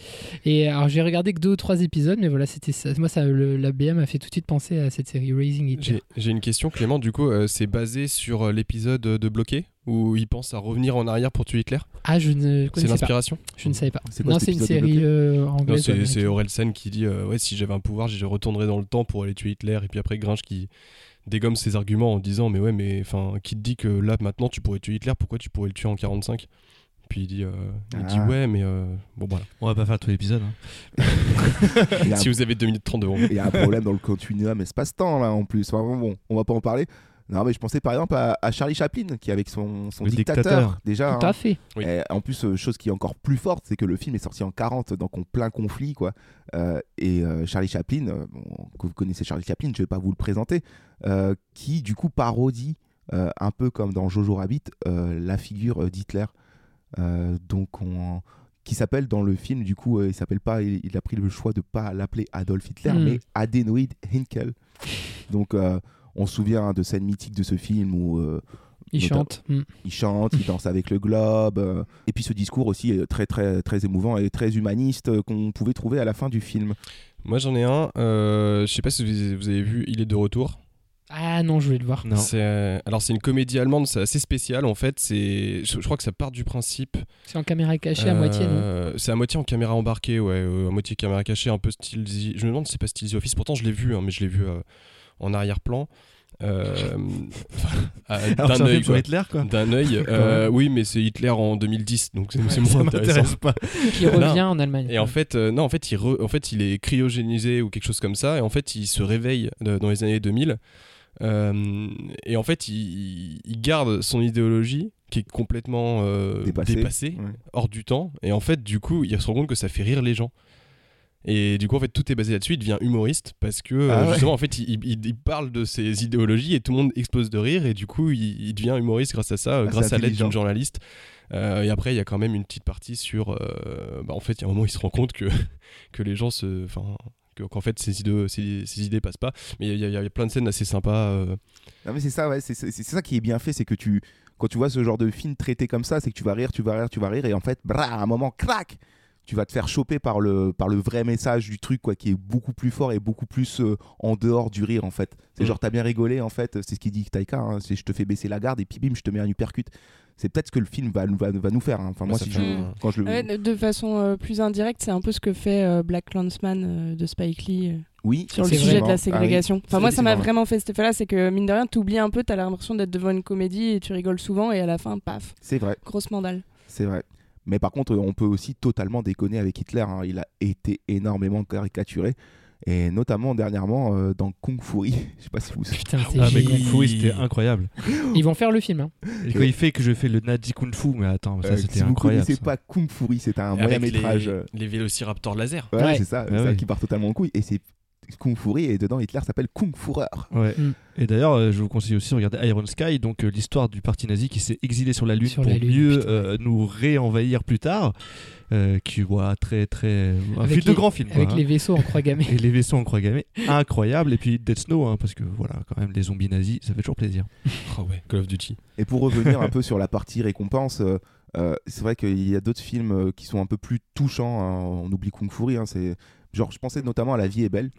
Et alors, j'ai regardé que deux ou trois épisodes, mais voilà, c'était ça. Moi, ça, le- la BM a fait tout de suite penser à cette série Raising Hitler. J'ai- J'ai une question, Clément. Du coup, euh, c'est basé sur euh, l'épisode de Bloqué où il pense à revenir en arrière pour tuer Hitler Ah, je ne connaissais C'est pas. l'inspiration Je ne savais pas. C'est quoi non, cet c'est une épisode de série Bloqué euh, Non, anglaise. c'est- ouais. c'est Orelsan qui dit euh, Ouais, si j'avais un pouvoir, je retournerais dans le temps pour aller tuer Hitler. Et puis après, Gringe qui dégomme ses arguments en disant Mais ouais, mais enfin, qui te dit que là, maintenant, tu pourrais tuer Hitler, pourquoi tu pourrais le tuer en 45 Puis il dit, euh, il dit Ah. Ouais, mais euh, bon, voilà. On va pas faire tout l'épisode. hein. Il y a- si vous avez 2 minutes 30 devant vous. Il y a un problème dans le continuum espace-temps là en plus. Enfin, bon, bon, on va pas en parler. Non mais je pensais par exemple à, à Charlie Chaplin qui avec son, son Le dictateur, dictateur. déjà. hein, Tout à fait. Et en plus euh, chose qui est encore plus forte c'est que le film est sorti en 40 donc en plein conflit quoi. Euh, et euh, Charlie Chaplin euh, bon, que vous connaissez Charlie Chaplin je vais pas vous le présenter euh, qui du coup parodie euh, un peu comme dans Jojo Rabbit euh, la figure euh, d'Hitler. Euh, donc on qui s'appelle dans le film du coup euh, il s'appelle pas il, il a pris le choix de pas l'appeler Adolf Hitler Hmm. mais Adenoid Hinkel donc euh, on se souvient de scènes mythiques de ce film où euh, Il nota- chante, hmm. il chante il danse avec le globe euh, et puis ce discours aussi est très très très émouvant et très humaniste euh, qu'on pouvait trouver à la fin du film Moi, j'en ai un. euh, je sais pas si vous- vous avez vu Il est de retour. Ah non, je vais le voir. C'est, euh, alors c'est une comédie allemande, c'est assez spécial en fait. C'est, je, je crois que ça part du principe. C'est en caméra cachée à Euh, moitié, non C'est à moitié en caméra embarquée, ouais, euh, à moitié caméra cachée, un peu style. The- Je me demande si c'est pas style The Office. Pourtant je l'ai vu, hein, mais je l'ai vu euh, en arrière-plan. Euh, à- Alors, c'est un d'un film œil sur Hitler, quoi. d'un œil Quand euh, même. oui mais c'est Hitler en 2010 donc c'est, c'est ça moins m'intéresse intéressant pas. Qui revient en Allemagne. et en fait euh, non en fait il re- en fait il est cryogénisé ou quelque chose comme ça et en fait il se réveille de- dans les années 2000 Euh, et en fait il, il garde son idéologie qui est complètement euh, Dépassée. dépassée Ouais. hors du temps et en fait du coup il se rend compte que ça fait rire les gens et du coup en fait tout est basé là-dessus il devient humoriste parce que euh, Ah ouais. justement en fait il, il- il parle de ses idéologies et tout le monde explose de rire et du coup il, il devient humoriste grâce à ça euh, Ah, grâce c'est à l'aide intelligent. d'une journaliste. Euh, et après, il y a quand même une petite partie sur. euh, bah, en fait, il y a un moment, il se rend compte que, que les gens se. Enfin, que- qu'en fait, ces idées, ces, ces idées passent pas. Mais il y, a- il y a- il y a plein de scènes assez sympas. euh. Non, mais c'est ça, ouais, c'est c'est- c'est ça qui est bien fait, c'est que tu, quand tu vois ce genre de film traité comme ça, c'est que tu vas rire, tu vas rire, tu vas rire, et en fait, brah, à un moment, crac, tu vas te faire choper par le, par le vrai message du truc, quoi, qui est beaucoup plus fort et beaucoup plus euh, en dehors du rire, en fait. C'est Mm. genre, t'as bien rigolé, en fait, c'est ce qu'il dit Taika, hein, c'est je te fais baisser la garde, et puis bim, je te mets un uppercut. C'est peut-être ce que le film va, nous- va, va nous faire. hein. Enfin, Ouais, moi, bah, ça si fait je- un- quand je le. Ouais, de façon euh, plus indirecte, c'est un peu ce que fait euh, Black Landsman de Spike Lee. euh, Oui, sur le c'est vrai. sujet de la Ah oui. ségrégation. Enfin, moi, ça m'a Effectivement. vraiment fait cet effet-là, c'est que mine de rien, t'oublies un peu, t'as l'impression d'être devant une comédie et tu rigoles souvent et à la fin, paf, C'est vrai. grosse mandale. C'est vrai. Mais par contre, on peut aussi totalement déconner avec Hitler. hein. Il a été énormément caricaturé. Et notamment dernièrement euh, dans Kung Fury. Je sais pas si vous Putain, c'est Ah, mais génial. Kung Fu, c'était incroyable. Ils vont faire le film. hein. Et quand il fait que je fais le Nazi Kung Fu, mais attends, ça Euh, si c'était vous incroyable. connaissez ça. pas Kung Fury, c'est un Avec moyen métrage. Les, euh, les vélociraptors laser. Ouais, c'est ça, Ah ça ouais. qui part totalement en couille. Et c'est Kung Fury, et dedans Hitler s'appelle Kung Fureur. Ouais. Mm. Et d'ailleurs, euh, je vous conseille aussi de regarder Iron Sky, donc euh, l'histoire du parti nazi qui s'est exilé sur la Lune Sur pour la Lune, mieux euh, nous réenvahir plus tard. euh, qui voilà, très très un Avec film de les- grand film quoi, Avec hein. les vaisseaux en croix gammée. et les vaisseaux en croix gammée incroyable et puis Dead Snow hein, parce que voilà quand même les zombies nazis ça fait toujours plaisir Oh ouais, Call of Duty. Et pour revenir un peu sur la partie récompense, euh, euh, c'est vrai qu'il y a d'autres films euh, qui sont un peu plus touchants. hein. On oublie Kung Fury. hein, c'est genre, je pensais notamment à La vie est belle,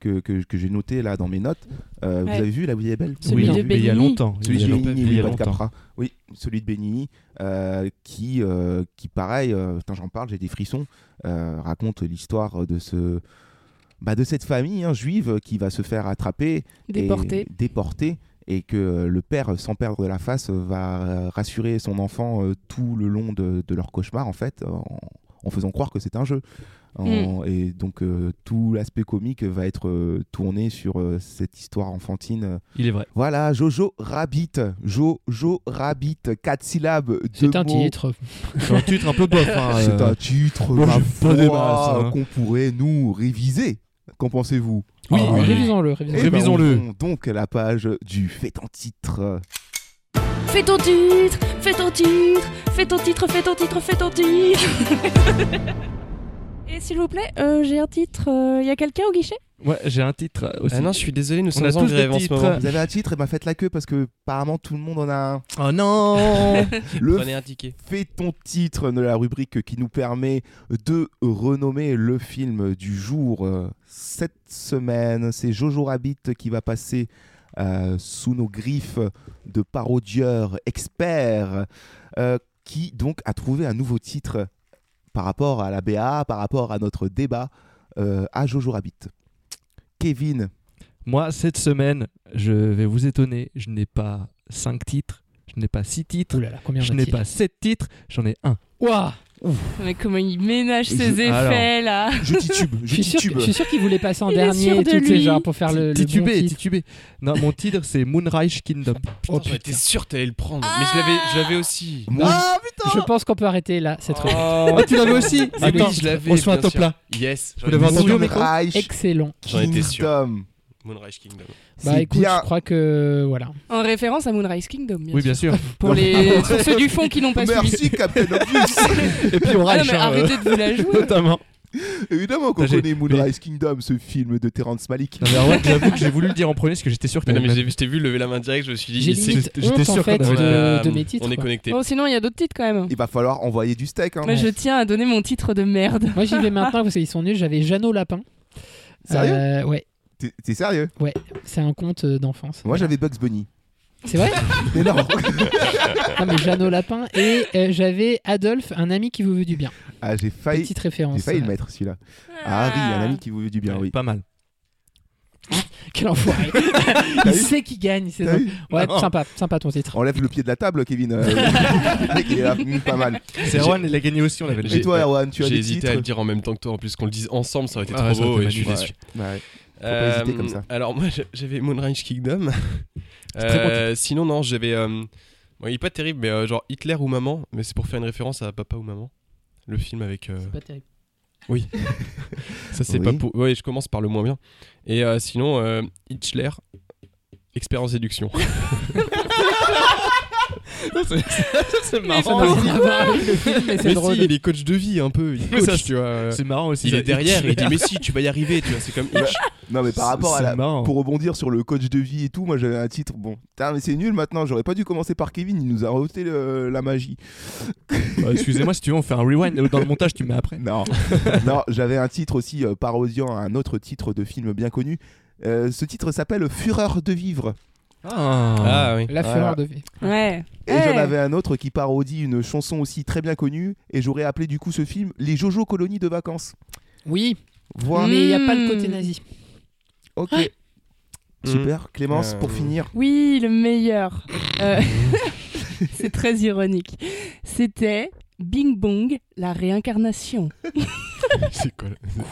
que, que, que j'ai noté là dans mes notes. Euh, Ouais. Vous avez vu La Vie est belle Celui Oui, de mais il y a Benigni. longtemps. Celui Il y a de longtemps. Benigni, Il y a oui, Val longtemps. Capra. Oui, celui de Benigni, euh, qui, euh, qui pareil, euh, putain, j'en parle, j'ai des frissons, euh, raconte l'histoire de ce. Bah, de cette famille hein, juive qui va se faire attraper, et Déportée. déportée, et que euh, le père, sans perdre la face, euh, va euh, rassurer son enfant euh, tout le long de, de leur cauchemar, en fait, en, en faisant croire que c'est un jeu. En- Et donc euh, tout l'aspect comique va être euh, tourné sur euh, cette histoire enfantine. Il est vrai. Voilà, Jojo Rabbit, Jojo Rabbit, 4 syllabes. C'est deux un mots. titre. C'est un titre un peu bof, hein, C'est euh. un titre Moi, ma j'aime pas des foi, masses, hein. qu'on pourrait nous réviser. Qu'en pensez-vous Oui, Ah, oui. révisons-le, révisons-le. Eh ben, Révisons-le. on- Donc la page du fait en titre. Fais ton titre, fais ton titre, fais ton titre, fais ton titre, fais ton titre. Et s'il vous plaît, euh, j'ai un titre. Il y a quelqu'un au guichet Ouais, j'ai un titre euh, aussi. Ah non, je suis désolé, nous On a sommes en tous des grève en ce titres. Euh. moment. Vous avez un titre, et ben faites la queue parce que apparemment tout le monde en a un. Oh non Le Prenez un ticket. Fais ton titre de la rubrique qui nous permet de renommer le film du jour euh, cette semaine. C'est Jojo Rabbit qui va passer euh, sous nos griffes de parodieurs experts euh, qui donc a trouvé un nouveau titre par rapport à la BA, par rapport à notre débat euh, à Jojo Rabbit. Kevin, Moi, cette semaine, je vais vous étonner, je n'ai pas 5 titres, je n'ai pas 6 titres, combien je en n'ai a-t-il pas 7 titres, j'en ai un. Waouh Mais comment il ménage ses Je- effets alors, là Je titube, Je suis sûr, je suis sûr qu'il voulait passer en Il est dernier sûr et de tout, tu sais, lui. genre pour Ah, faire le, le bon Titubé, titre. titubé. Non, mon titre, c'est Moonrise Kingdom. Oh, j'étais sûr que t'allais le prendre. Ah. Mais je l'avais, je l'avais aussi. Je pense qu'on peut arrêter là cette rubrique. Ah, tu l'avais aussi Ah Attends, oui, je l'avais. on se fait un bien top sûr. là. Yes. Vous j'en l'avez étais entendu au sûr. micro Reich Excellent. J'en étais sûr. Kingdom. Moonrise Kingdom. Bah C'est écoute, bien. je crois que voilà. En référence à Moonrise Kingdom, bien sûr. Oui, bien sûr. Ah, Pour les pour ceux du fond qui n'ont pas Merci, suivi. Captain Obvious. Et puis on Ah non, rache, mais hein, arrêtez euh, de vous la jouer. Notamment. Évidemment qu'on Ah, j'ai- connaît Moonrise Kingdom, ce film de Terrence Malick. Non, mais alors, ouais, j'avoue que j'ai voulu le dire en premier parce que j'étais sûr que Mais non, t'allais mais le j'ai- je t'ai vu lever la main direct, je me suis dit, bah, J'ai c'est- limite honte, en fait, qu'on de- avait- de mes titres, euh, On est quoi. connecté. Bon, sinon il y a d'autres titres quand même. Il va falloir envoyer du steak. Hein. Mais je tiens à donner mon titre de merde. Moi j'y vais maintenant parce qu'ils sont nuls. J'avais Jeannot Lapin. Sérieux Euh, Ouais, T'es- T'es sérieux ouais. C'est un conte euh, d'enfance. Moi j'avais Bugs Bunny. C'est vrai Mais non Non mais Jeannot Lapin et euh, j'avais Adolphe, un ami qui vous veut du bien. Ah, j'ai failli. Petite référence, euh, J'ai failli le ouais. mettre celui-là. Ah, Harry, un ami qui vous veut du bien, oui. Pas mal. Quel enfoiré. T'as Il vu sait qu'il gagne. C'est T'as drôle. vu Ouais, Non. sympa, sympa ton titre. Enlève le pied de la table, Kevin. euh, le mec, il est là, mm, pas mal. C'est Erwan, il a gagné aussi, on avait le Et toi, Erwan, tu as J'ai des hésité titres à le dire en même temps que toi, en plus qu'on le dise ensemble, ça aurait été Ah ouais, ça trop beau aurait et été je suis magnifique. déçu. Euh, Ouais, ouais. Faut pas hésiter comme ça. Alors moi j'a- j'avais Moonrise Kingdom. très bon Euh, sinon non, j'avais... euh, bon, il est pas terrible, mais euh, genre Hitler ou Maman, mais c'est pour faire une référence à Papa ou Maman. Le film avec... euh, Pas terrible. Oui. ça c'est Oui. pas pour... Ouais, je commence par le moins bien. Et euh, sinon, euh, Hitler, expérience séduction. c'est marrant. Oh. Ça n'a rien à voir avec le film, mais c'est si, drôle. il est coach de vie un peu. il est Mais ça, coach, tu vois. Euh, Euh, c'est marrant aussi, Il ça, est derrière, Hitler. il dit mais si, tu vas y arriver, tu vois. C'est comme Hitch. Non, mais par C'est- rapport à c'est la. marrant. Pour rebondir sur le coach de vie et tout, moi j'avais un titre. Bon, putain, mais c'est nul maintenant. J'aurais pas dû commencer par Kevin. Il nous a ôté le- la magie. Bah, Excusez-moi si tu veux, on fait un rewind. Dans le montage, tu me mets après. Non, non j'avais un titre aussi euh, parodiant un autre titre de film bien connu. Euh, ce titre s'appelle Fureur de vivre. Ah oui. La Voilà. fleur de vie. Ouais. Et j'en Eh avais un autre qui parodie une chanson aussi très bien connue. Et j'aurais appelé du coup ce film Les Jojo Colonies de vacances. Oui, Voilà. mais il n'y a pas le côté nazi. Ok. Ah. Mmh. Super. Clémence, pour Euh, finir. Oui, le meilleur. Euh, C'est très ironique. C'était Bing Bong, la réincarnation. C'est quoi là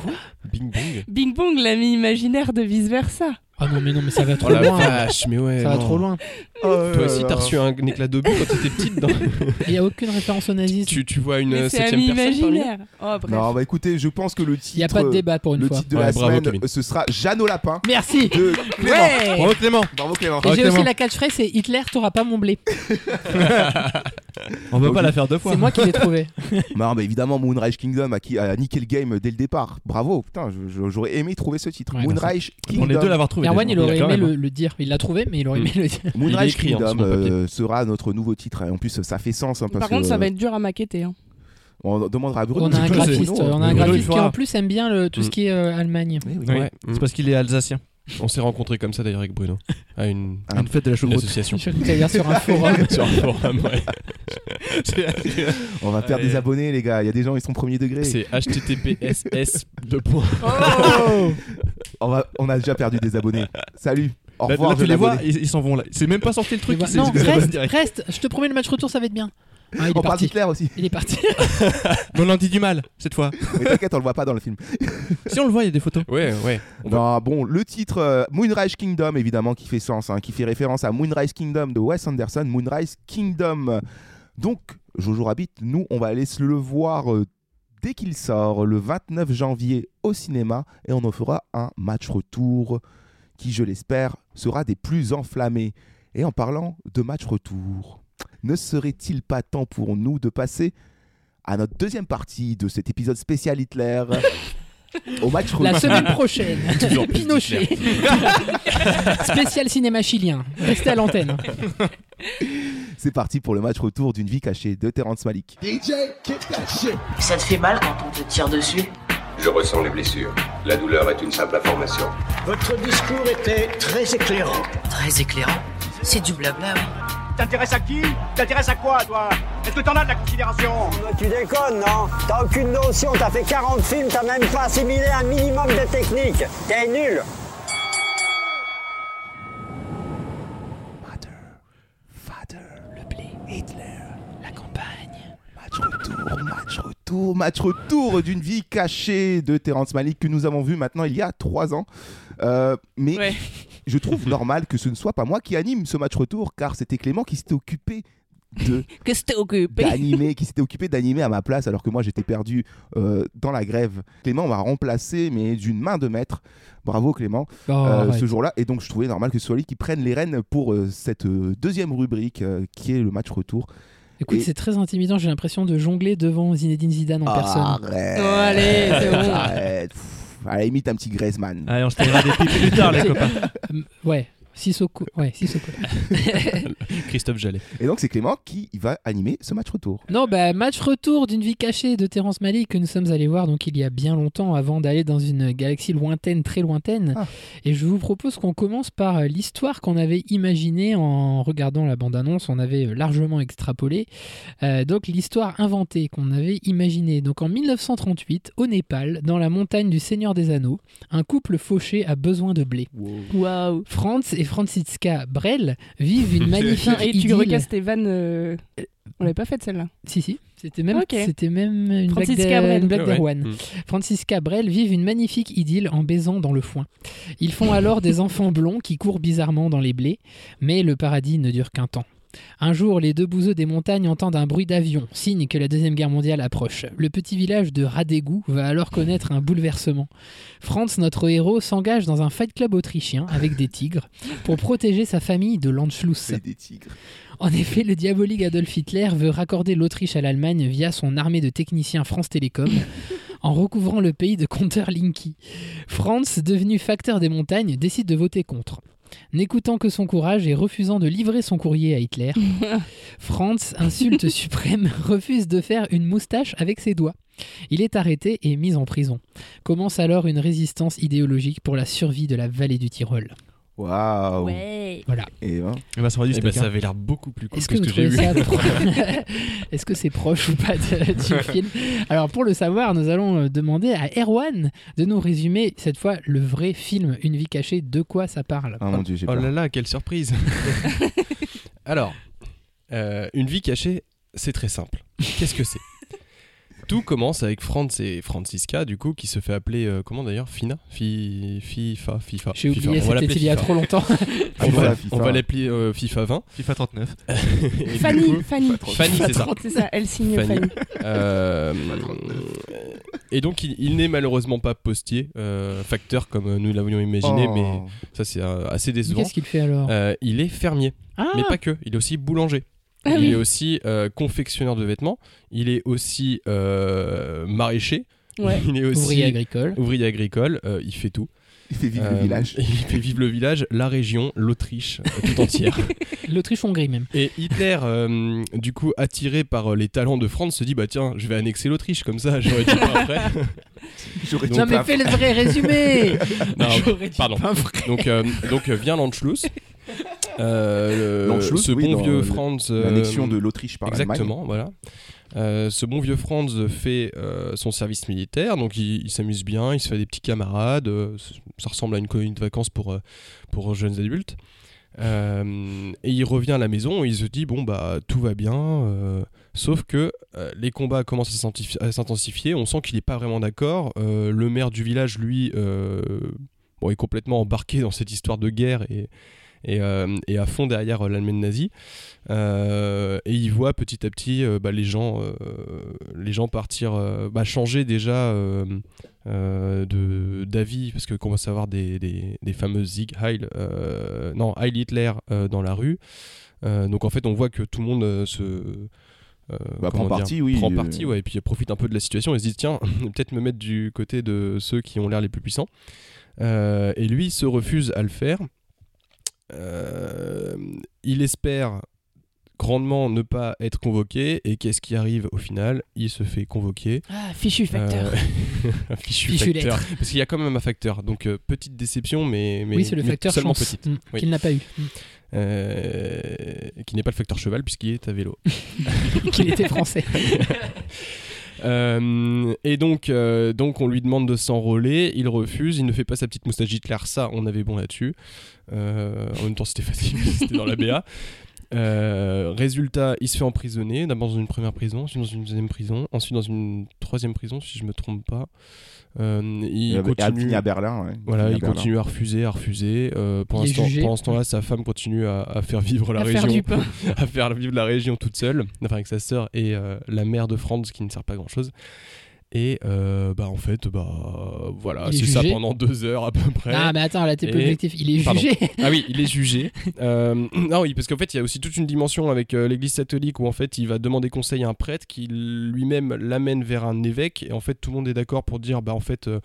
Bing bang. Bing Bong, l'ami imaginaire de vice versa. Ah non mais non mais ça va Oh Euh, trop la loin. vache, mais ouais. Ça va non. trop loin. Oh Toi aussi, t'as reçu un éclat d'obus quand t'étais petite. non Il n'y a aucune référence au nazisme. tu, tu vois une Mais euh, c'est septième ami personne parmi nous imaginaire. Oh, bref. Non, bah écoutez, je pense que le titre. Il n'y a pas de débat pour une Le fois. titre de Ouais, la bravo, semaine, Kevin. euh, ce sera Jeannot Lapin Merci. de Clément. Ouais. Bravo Clément Bravo Clément. Et Ah, j'ai Clément. aussi la catchphrase c'est Hitler t'auras pas mon blé. On peut pas la faire deux fois. C'est moi qui l'ai trouvé. Non, mais bah, évidemment, Moonrise Kingdom a, qui, a niqué le game dès le départ. Bravo, putain, je- je- j'aurais aimé trouver ce titre. Ouais, Moonrise Kingdom. On est deux à l'avoir trouvé. Erwan déjà. il aurait Quand aimé même. le, le dire. Il l'a trouvé mais il aurait Hmm. aimé le dire. Il est Moonrise écrit, hein, Kingdom sur mon papier. euh, sera notre nouveau titre. Et En plus, ça fait sens. hein, parce Par contre, que, ça va être dur à maqueter. hein. On demandera à Bruno. On a un Bruno, c'est- graphiste, Bruno, on a un Bruno, il graphiste qui fera. Hmm. en plus aime bien le- tout ce Mm. qui est euh, Allemagne. hein. Ouais. Mm. C'est parce qu'il est alsacien. On s'est rencontrés comme ça d'ailleurs avec Bruno. À une, À une fête de la choucroute. association. Je crois que t'allais dire sur un forum. Sur un forum, ouais. On va perdre Allez. des abonnés, les gars. Il y a des gens, ils sont premier degré. C'est httpss deux points. on, va- on a déjà perdu des abonnés. Salut. Au Là- revoir. là, tu jeunes les vois, abonnés. ils ils s'en vont là. C'est même pas sorti le truc. Tu vois- ils non, s'abonnent reste, direct. reste, je te promets le match retour ça va être bien. Ah, il est On parle parti. d'Hitler aussi. Il est parti. Mais on en dit du mal cette fois. Mais t'inquiète, on le voit pas dans le film. si on le voit, il y a des photos. Ouais, ouais. Non, bon, le titre euh, Moonrise Kingdom, évidemment, qui fait sens, hein, qui fait référence à Moonrise Kingdom de Wes Anderson, Moonrise Kingdom. Donc, Jojo Rabbit, nous, on va aller se le voir euh, dès qu'il sort, le 29 janvier au cinéma, et on en fera un match retour qui, je l'espère, sera des plus enflammés. Et en parlant de match retour, ne serait-il pas temps pour nous de passer à notre deuxième partie de cet épisode spécial Hitler au match retour La semaine prochaine, Toujours plus Pinochet. Spécial cinéma chilien. Restez à l'antenne. C'est parti pour le match retour d'une vie cachée de Terrence Malik. DJ, kick that shit. Ça te fait mal quand on te tire dessus Je ressens les blessures. La douleur est une simple information. Votre discours était très éclairant. Très éclairant C'est du blabla, oui. T'intéresses à qui T'intéresses à quoi, toi Est-ce que t'en as de la considération tu déconnes, non T'as aucune notion, t'as fait 40 films, t'as même pas assimilé un minimum de technique. T'es nul Retour, match retour, match retour d'une vie cachée de Terrence Malik que nous avons vu maintenant il y a trois ans. Euh, mais je trouve normal que ce ne soit pas moi qui anime ce match retour car c'était Clément qui s'était occupé de Que c'était occupé. d'animer, qui s'était occupé d'animer à ma place alors que moi j'étais perdu euh, dans la grève. Clément m'a remplacé mais d'une main de maître. Bravo Clément Oh, euh, arrête. ce jour-là et donc je trouvais normal que ce soit lui qui prenne les rênes pour euh, cette euh, deuxième rubrique euh, qui est le match retour. Écoute, Et- Ah. c'est très intimidant. J'ai l'impression de jongler devant Zinedine Zidane en personne. Oh, Arrête. Arrête. Pff, à la limite, un petit Griezmann. Allez, on se tirera des pipes plus tard, les copains. Euh, Ouais, Sissoko. Ouais, Sissoko. Christophe Jallet. Et donc, c'est Clément qui va animer ce match retour. Non, bah, match retour d'une vie cachée de Terrence Malick que nous sommes allés voir donc il y a bien longtemps avant d'aller dans une galaxie lointaine, très lointaine. Et je vous propose qu'on commence par euh, l'histoire qu'on avait imaginée en regardant la bande-annonce. On avait euh, largement extrapolé. Euh, donc l'histoire inventée qu'on avait imaginée. Donc en 1938, au Népal, dans la montagne du Seigneur des Anneaux, un couple fauché a besoin de blé. Waouh. Franz et Franziska Brel vivent une magnifique Et tu idylle. recasses tes vannes. euh, On l'avait pas faite celle-là. Si, si. C'était même, Ok. c'était même une blague Francis d'Er- Cabrel. une blague Ouais, ouais. d'Erwan. Mm. Francis Cabrel vivent une magnifique idylle en baisant dans le foin. Ils font alors des enfants blonds qui courent bizarrement dans les blés, mais le paradis ne dure qu'un temps. Un jour, les deux bouseux des montagnes entendent un bruit d'avion, signe que la Deuxième Guerre mondiale approche. Le petit village de Radégou va alors connaître un bouleversement. Franz, notre héros, s'engage dans un fight club autrichien avec des tigres pour protéger sa famille de l'Anschluss. En effet, le diabolique Adolf Hitler veut raccorder l'Autriche à l'Allemagne via son armée de techniciens France Télécom en recouvrant le pays de compteur Linky. Franz, devenu facteur des montagnes, décide de voter contre. N'écoutant que son courage et refusant de livrer son courrier à Hitler, Franz, insulte suprême, refuse de faire une moustache avec ses doigts. Il est arrêté et mis en prison. Commence alors une résistance idéologique pour la survie de la vallée du Tyrol. oh. Waouh. Ouais. Voilà. Et ben, Eh ben, ça aurait dû se Eh ben, faire. ça avait l'air beaucoup plus cool Est-ce que que, ce vous que j'ai trouvez ça vu. pro- Est-ce que c'est proche ou pas de- du film Alors pour le savoir, nous allons euh, demander à Erwan de nous résumer cette fois le vrai film Une vie cachée. De quoi ça parle Ah mon dieu, j'ai Oh peur. là là, quelle surprise Alors, euh, une vie cachée, c'est très simple. Qu'est-ce que c'est Tout commence avec Franz et Francisca, du coup, qui se fait appeler, euh, comment d'ailleurs Fina Fi- FIFA FIFA. J'ai FIFA. oublié, On va c'était l'appeler il y a FIFA. trop longtemps. on, va, FIFA. on va l'appeler euh, FIFA 20. FIFA 39. Et du Fanny, coup- Fanny. Fanny, c'est ça. C'est ça, elle signe Fanny. Euh, et donc, il, il n'est malheureusement pas postier, euh, facteur comme euh, nous l'avions imaginé, Oh. mais ça c'est euh, assez décevant. qu'est-ce qu'il fait alors Euh, Il est fermier, Ah. mais pas que. Il est aussi boulanger. Ah il oui. est aussi euh, confectionneur de vêtements. Il est aussi euh, maraîcher. Ouais. Il est aussi Ouvrier agricole. Ouvrier agricole. euh, il fait tout. Il fait vivre le village. Il fait vivre le village, la région, l'Autriche euh, tout entière. L'Autriche-Hongrie même. Et Hitler, euh, du coup, attiré par euh, les talents de France, se dit bah tiens, je vais annexer l'Autriche comme ça, j'aurais dû pas après. J'aurais dû non mais pas fais le après. vrai résumé Non, J'aurais dû pardon. pas vrai. Donc, euh, donc euh, vient l'Anschluss. Euh, le- L'Anschluss, ce oui, bon dans vieux le- Franz. euh, l'annexion de l'Autriche par l'Allemagne. Exactement, voilà. Euh, ce bon vieux Franz fait euh, son service militaire, donc il, il s'amuse bien, il se fait des petits camarades, euh, c- ça ressemble à une colonie de vacances pour, euh, pour jeunes adultes. Euh, et il revient à la maison et il se dit bon bah tout va bien, euh, sauf que euh, les combats commencent à s'intensifi- à s'intensifier, on sent qu'il n'est pas vraiment d'accord. Euh, le maire du village lui euh, bon, est complètement embarqué dans cette histoire de guerre et, et, euh, et à fond derrière euh, l'Allemagne nazie. Euh, et il voit petit à petit euh, bah, les, gens, euh, les gens partir, euh, bah, changer déjà euh, euh, de- d'avis, parce que commence à avoir des, des, des fameux Sieg Heil, euh, non, Heil Hitler euh, dans la rue. Euh, donc en fait, on voit que tout le monde euh, se. euh, Bah, comment prend dire, parti, oui, prend euh, parti, ouais, et puis profite un peu de la situation et se dit tiens, peut-être me mettre du côté de ceux qui ont l'air les plus puissants. Euh, et lui, il se refuse à le faire. Euh, il espère grandement ne pas être convoqué et qu'est-ce qui arrive au final Il se fait convoquer. Ah, fichu facteur. Euh, fichu, Fichu facteur. lettre. Parce qu'il y a quand même un facteur. Donc euh, petite déception, mais, mais Oui, c'est le mais facteur seulement chance, petite. mm, qu'il n'a pas eu. Mm. Euh, qui n'est pas le facteur cheval puisqu'il est à vélo. Qu'il était français. Euh, et donc, euh, donc, on lui demande de s'enrôler, il refuse, il ne fait pas sa petite moustache Hitler, ça, on avait bon là-dessus. Euh, en même temps, c'était facile, c'était dans la BA. Euh, résultat, il se fait emprisonner, d'abord dans une première prison, ensuite dans une deuxième prison, ensuite dans une troisième prison, si je me trompe pas. Euh, il Et avec- et continue Alpine à Berlin, ouais. Voilà, Alpine à il Berlin. continue à refuser, à refuser. Euh, pour Il est l'instant- jugé. pendant ce temps-là, sa femme continue à, à faire vivre la À faire région, du pain. à faire vivre la région toute seule, enfin avec sa sœur et euh, la mère de Franz qui ne sert pas à grand-chose. Et euh, bah en fait, bah voilà, Il c'est est ça jugé. pendant deux heures à peu près. Ah, mais attends, là, t'es plus objectif. Il est Pardon. jugé. Ah oui, il est jugé. Euh, non, oui, parce qu'en fait, il y a aussi toute une dimension avec euh, l'Église catholique où en fait, il va demander conseil à un prêtre qui lui-même l'amène vers un évêque. Et en fait, tout le monde est d'accord pour dire, bah en fait. euh,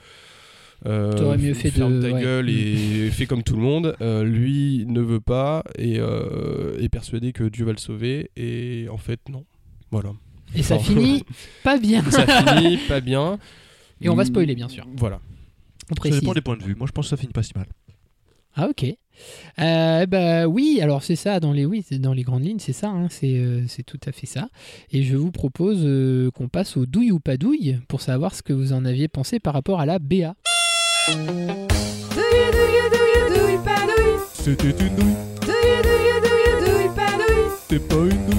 euh, T'aurais mieux fait ferme de- ta ouais. gueule et fais comme tout le monde. Euh, lui ne veut pas et euh, est persuadé que Dieu va le sauver. Et en fait, non. Voilà. Et ça Enfin, finit pas bien. ça finit pas bien. Mm, Et on va spoiler, bien sûr. Voilà. On Ça précise. dépend des points de vue. Moi, je pense que ça finit pas si mal. Ah ok. Euh, bah oui, alors c'est ça dans les oui, c'est dans les grandes lignes, c'est ça, hein, c'est euh, c'est tout à fait ça. Et je vous propose euh, qu'on passe au douille ou pas douille pour savoir ce que vous en aviez pensé par rapport à la BA. Douille, douille, douille, douille, pas douille. C'était une douille, Douille, douille, douille, douille, pas douille. c'était pas une douille.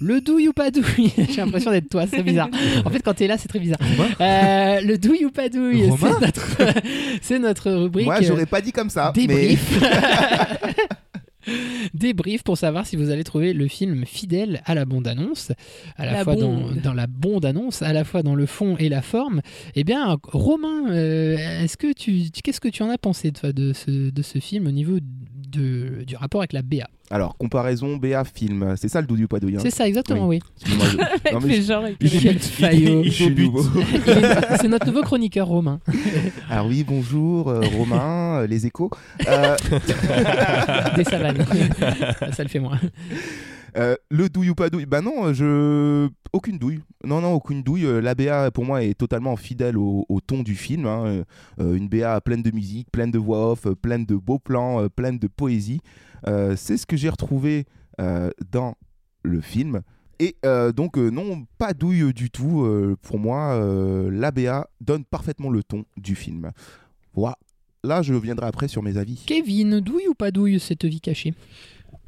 Le douille ou pas douille J'ai l'impression d'être toi, c'est bizarre. En fait, quand t'es là, c'est très bizarre. Euh, le douille ou pas douille, c'est notre, c'est notre rubrique. Moi, j'aurais euh, pas dit comme ça. débrief. mais- débrief pour savoir si vous allez trouver le film fidèle à la bande-annonce, à la, La fois bonde. dans, dans la bande-annonce, à la fois dans le fond et la forme. Eh bien, Romain, euh, est-ce que tu, tu- qu'est-ce que tu en as pensé toi, de, ce, de ce film au niveau de- du rapport avec la BA Alors, comparaison BA film, c'est ça le doudou pas douille, hein C'est ça, exactement, oui. Excuse-moi, je- Non, mais je- je- Quel faillot. je suis nouveau. C'est notre nouveau chroniqueur Romain. Alors oui, bonjour euh, Romain, euh, les échos. Euh, Des savanes. Ah, Ça le fait moins. Euh, le douille ou pas douille Bah non, euh, je aucune douille. Non non, aucune douille. Euh, La BA pour moi est totalement fidèle au, au ton du film. hein. Euh, euh, une BA pleine de musique, pleine de voix off, euh, pleine de beaux plans, euh, pleine de poésie. Euh, C'est ce que j'ai retrouvé euh, dans le film. Et euh, donc euh, non, pas douille euh, du tout. Euh, pour moi, euh, la BA donne parfaitement le ton du film. Voilà. Là, je viendrai après sur mes avis. Kevin, douille ou pas douille cette vie cachée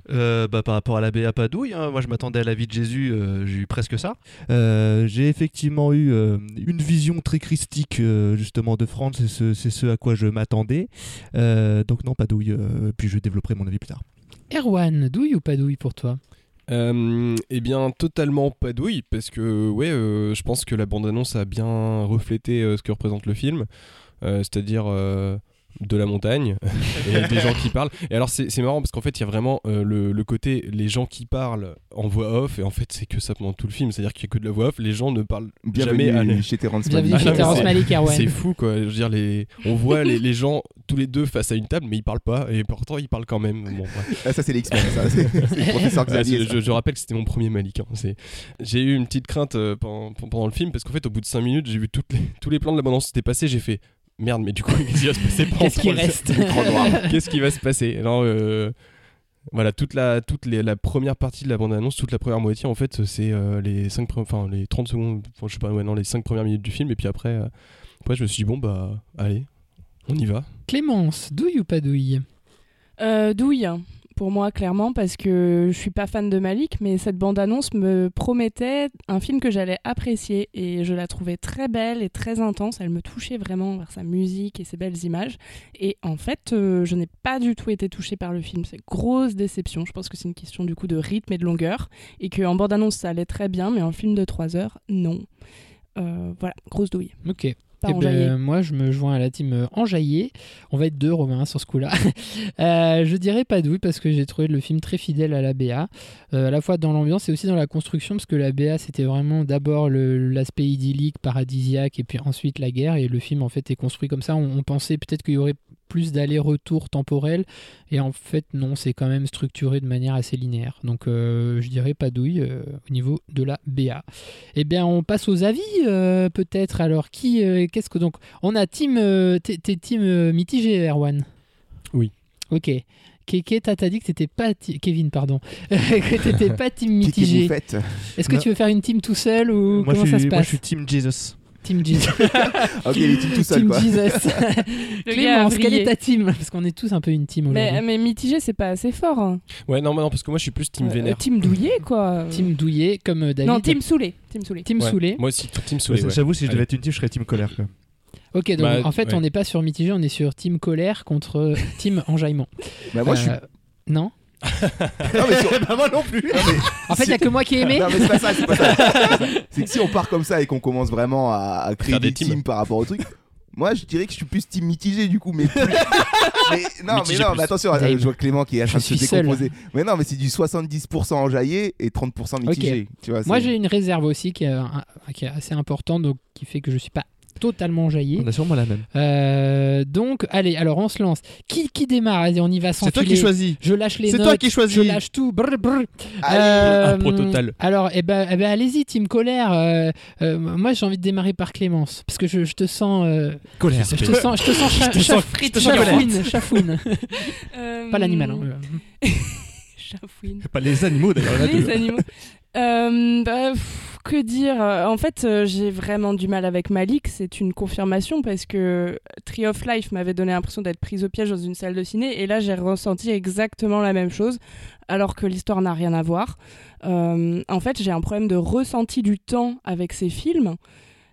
Euh, bah, par rapport à la BA Padouille, hein, moi je m'attendais à la vie de Jésus, euh, j'ai eu presque ça. Euh, j'ai effectivement eu euh, une vision très christique euh, justement de France, c'est ce, c'est ce à quoi je m'attendais. Euh, donc non, Padouille, euh, puis je développerai mon avis plus tard. Erwan, douille ou pas douille pour toi Euh, eh bien, totalement pas douille, parce que ouais, euh, je pense que la bande-annonce a bien reflété euh, ce que représente le film, Euh, c'est-à-dire euh, de la montagne et des gens qui parlent. Et alors c'est c'est marrant parce qu'en fait il y a vraiment euh, le, le côté les gens qui parlent en voix off et en fait c'est que ça pendant tout le film, c'est-à-dire qu'il n'y a que de la voix off, les gens ne parlent Bienvenue jamais à la- chez Terrence Bienvenue Malick. chez Ah non, mais Terrence c'est- Malick, Erwan. C'est fou quoi, je veux dire les on voit les, les gens tous les deux face à une table mais ils parlent pas et pourtant ils parlent quand même. Bon, bref. Ah, ça, c'est les X-Men, ça. C'est- c'est le professeur Xavier, Ah, c'est- ça. je, je rappelle que c'était mon premier Malik. hein. C'est- J'ai eu une petite crainte euh, pendant, pendant le film parce qu'en fait, au bout de 5 minutes, j'ai vu toutes les- tous les plans de l'abondance s'étaient passés. J'ai fait merde, mais du coup, qu'est-ce qui va se passer pendant Qu'est-ce qui trois heures reste Écran noir. Qu'est-ce qui va se passer Non, euh, Voilà, toute, la, toute les- la première partie de la bande-annonce, toute la première moitié, en fait, c'est euh, les, 5 enfin, les 30 secondes, enfin, je sais pas, ouais, non, les 5 premières minutes du film. Et puis après, euh, après, je me suis dit, bon, bah, allez, on y va. Clémence, douille ou pas douille Euh, douille, hein, pour moi, clairement, parce que je suis pas fan de Malik, mais cette bande-annonce me promettait un film que j'allais apprécier et je la trouvais très belle et très intense. Elle me touchait vraiment par sa musique et ses belles images. Et en fait, euh, je n'ai pas du tout été touchée par le film. C'est grosse déception. Je pense que c'est une question du coup de rythme et de longueur et qu'en bande-annonce ça allait très bien, mais en film de 3 heures, non. Euh, voilà, grosse douille. Ok. Pas Eh ben, enjaillée. moi, je me joins à la team euh, enjaillée. On va être deux, Romain, sur ce coup-là. Euh, je dirais pas douille parce que j'ai trouvé le film très fidèle à la BA, euh, à la fois dans l'ambiance et aussi dans la construction, parce que la BA, c'était vraiment d'abord le- l'aspect idyllique, paradisiaque, et puis ensuite la guerre. Et le film, en fait, est construit comme ça. On, on pensait peut-être qu'il y aurait plus d'aller-retour temporel, et en fait, non, c'est quand même structuré de manière assez linéaire. Donc, euh, je dirais pas douille euh, au niveau de la BA. Eh bien, on passe aux avis, euh, peut-être. Alors, qui, euh, qu'est-ce que donc On a team, euh, t'es t'es team euh, mitigé, Erwan. Oui. Ok. Ké- Ké, t'as t'as dit que t'étais pas ti- Kevin, pardon, que t'étais pas team Ké- Ké mitigé. Moufette. Est-ce que Non. tu veux faire une team tout seul ou Moi, comment je ça suis- se moi, passe je suis team Jesus. Team Jesus. Ah, Ok, il est team tout seul, Team quoi. Jesus. Le Clémence, gars a quelle est brillé. ta team Parce qu'on est tous un peu une team aujourd'hui. Mais, mais mitigé, c'est pas assez fort. hein. Ouais, non, mais non, parce que moi, je suis plus team Euh, vénère. team douillé, quoi. Team douillé, comme euh, David. Non, team saoulé. Team saoulé. Team Ouais. saoulé. Moi aussi, team saoulé. Ouais, ouais. J'avoue, si je devais Allez. être une team, je serais team colère. Quoi. Ok, donc Bah, en fait, ouais. on n'est pas sur mitigé, on est sur team colère contre euh, team enjaillement. Euh, Bah, moi, je suis- Euh. Non Non, mais sur- moi non plus. En fait, il n'y a que moi qui ai aimé. Non, mais c'est pas ça, c'est pas ça. C'est que si on part comme ça et qu'on commence vraiment à, à créer Faire des, des teams. teams. par rapport au truc, moi je dirais que je suis plus team mitigé du coup, mais plus- mais non, mais Mitigé non, plus. mais attention, euh, Dave. je vois Clément qui est en train de Je se suis seul. décomposer. Mais non, mais c'est du 70% enjaillé et 30% Ok. mitigé. Tu vois, Moi, c'est- j'ai une réserve aussi qui est, euh, un- qui est assez importante, donc qui fait que je suis pas totalement jailli. On a sûrement la même. Euh, donc, allez, alors on se lance. Qui, qui démarre Allez, on y va sans C'est toi filer. qui choisis. Je lâche les C'est notes. toi qui choisis. Je lâche tout. Brr, brr. Allez, Euh, impro total. Alors, eh ben, eh ben, allez-y, Team Colère. Euh, euh, moi, j'ai envie de démarrer par Clémence, parce que je, je te sens. euh, Ah, Colère. Je te sens. Je te sens. cha- Je te sens- chaf- je te sens chafouine. colère. chafouine. Euh, Pas l'animal. hein. Chafouine. Pas les animaux d'ailleurs. là, Les de- animaux. Euh, bah, pff, que dire Euh, En fait, euh, j'ai vraiment du mal avec Malik. C'est une confirmation parce que Tree of Life m'avait donné l'impression d'être prise au piège dans une salle de ciné. Et là, j'ai ressenti exactement la même chose, alors que l'histoire n'a rien à voir. Euh, en fait, j'ai un problème de ressenti du temps avec ces films.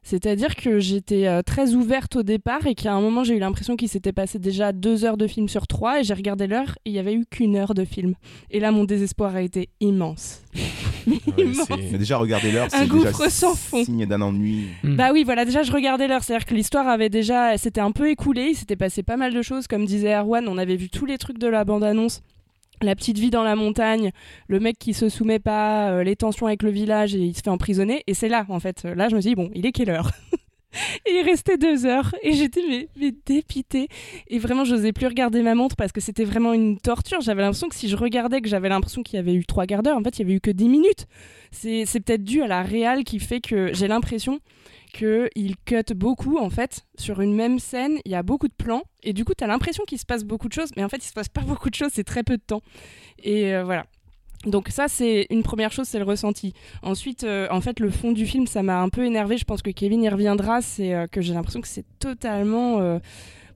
C'est-à-dire que j'étais euh, très ouverte au départ et qu'à un moment j'ai eu l'impression qu'il s'était passé déjà deux heures de film sur trois et j'ai regardé l'heure et il n'y avait eu qu'une heure de film. Et là mon désespoir a été immense. immense. Mais déjà, regardez l'heure, Un c'est déjà gouffre sans fond. signe d'un ennui. Mm. Bah oui, voilà, déjà je regardais l'heure, c'est-à-dire que l'histoire avait déjà, c'était un peu écoulée, il s'était passé pas mal de choses, comme disait Erwan, on avait vu tous les trucs de la bande-annonce. La petite vie dans la montagne, le mec qui se soumet pas, euh, les tensions avec le village et il se fait emprisonner. Et c'est là, en fait. Là, je me suis dit, bon, il est quelle heure Il est resté deux heures et j'étais mais, mais dépitée. Et vraiment, je n'osais plus regarder ma montre parce que c'était vraiment une torture. J'avais l'impression que si je regardais, que j'avais l'impression qu'il y avait eu trois quarts d'heure, en fait, il y avait eu que dix minutes. C'est c'est peut-être dû à la réal qui fait que j'ai l'impression qu'il cut beaucoup, en fait, sur une même scène. Il y a beaucoup de plans et du coup, tu as l'impression qu'il se passe beaucoup de choses, mais en fait, il se passe pas beaucoup de choses, c'est très peu de temps. Et euh, voilà. Donc ça c'est une première chose, c'est le ressenti. Ensuite, euh, en fait, le fond du film, ça m'a un peu énervé. Je pense que Kevin y reviendra. C'est euh, que j'ai l'impression que c'est totalement euh,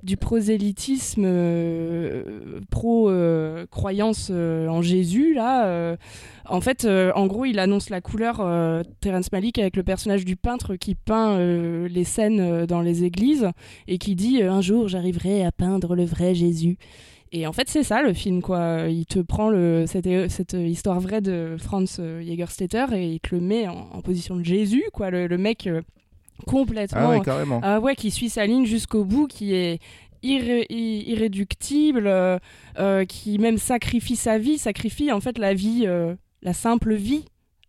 du prosélytisme euh, pro euh, croyance euh, en Jésus là. euh. en fait, euh, en gros, il annonce la couleur euh, Terence Malick avec le personnage du peintre qui peint euh, les scènes euh, dans les églises et qui dit euh, un jour j'arriverai à peindre le vrai Jésus. Et en fait, c'est ça le film, quoi. Il te prend le, cette, cette histoire vraie de Franz euh, Jägerstätter et il te le met en, en position de Jésus, quoi. Le, le mec euh, complètement. Ah ouais, carrément. Ah ouais, qui suit sa ligne jusqu'au bout, qui est irré- i- irréductible, euh, euh, qui même sacrifie sa vie, sacrifie en fait la vie, euh, la simple vie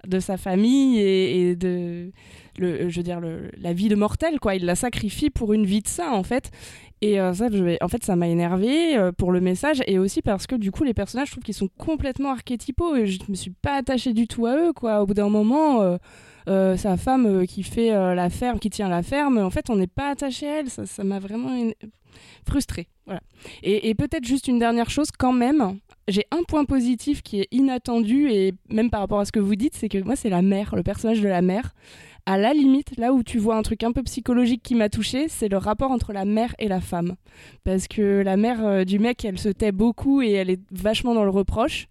de sa famille et, et de, le, euh, je veux dire, le- la vie de mortel, quoi. Il la sacrifie pour une vie de saint, en fait. Et euh, ça, je vais- en fait, ça m'a énervé pour le message et aussi parce que du coup, les personnages, je trouve qu'ils sont complètement archétypaux et je me suis pas attachée du tout à eux, quoi. Au bout d'un moment, euh, euh, sa femme euh, qui fait euh, la ferme, qui tient la ferme, en fait, on n'est pas attaché à elle. Ça, ça m'a vraiment éne- frustrée. Voilà. Et, et peut-être juste une dernière chose quand même. J'ai un point positif qui est inattendu et même par rapport à ce que vous dites, c'est que moi, c'est la mère, le personnage de la mère. À la limite, là où tu vois un truc un peu psychologique qui m'a touché, c'est le rapport entre la mère et la femme. Parce que la mère euh, du mec, elle se tait beaucoup et elle est vachement dans le reproche.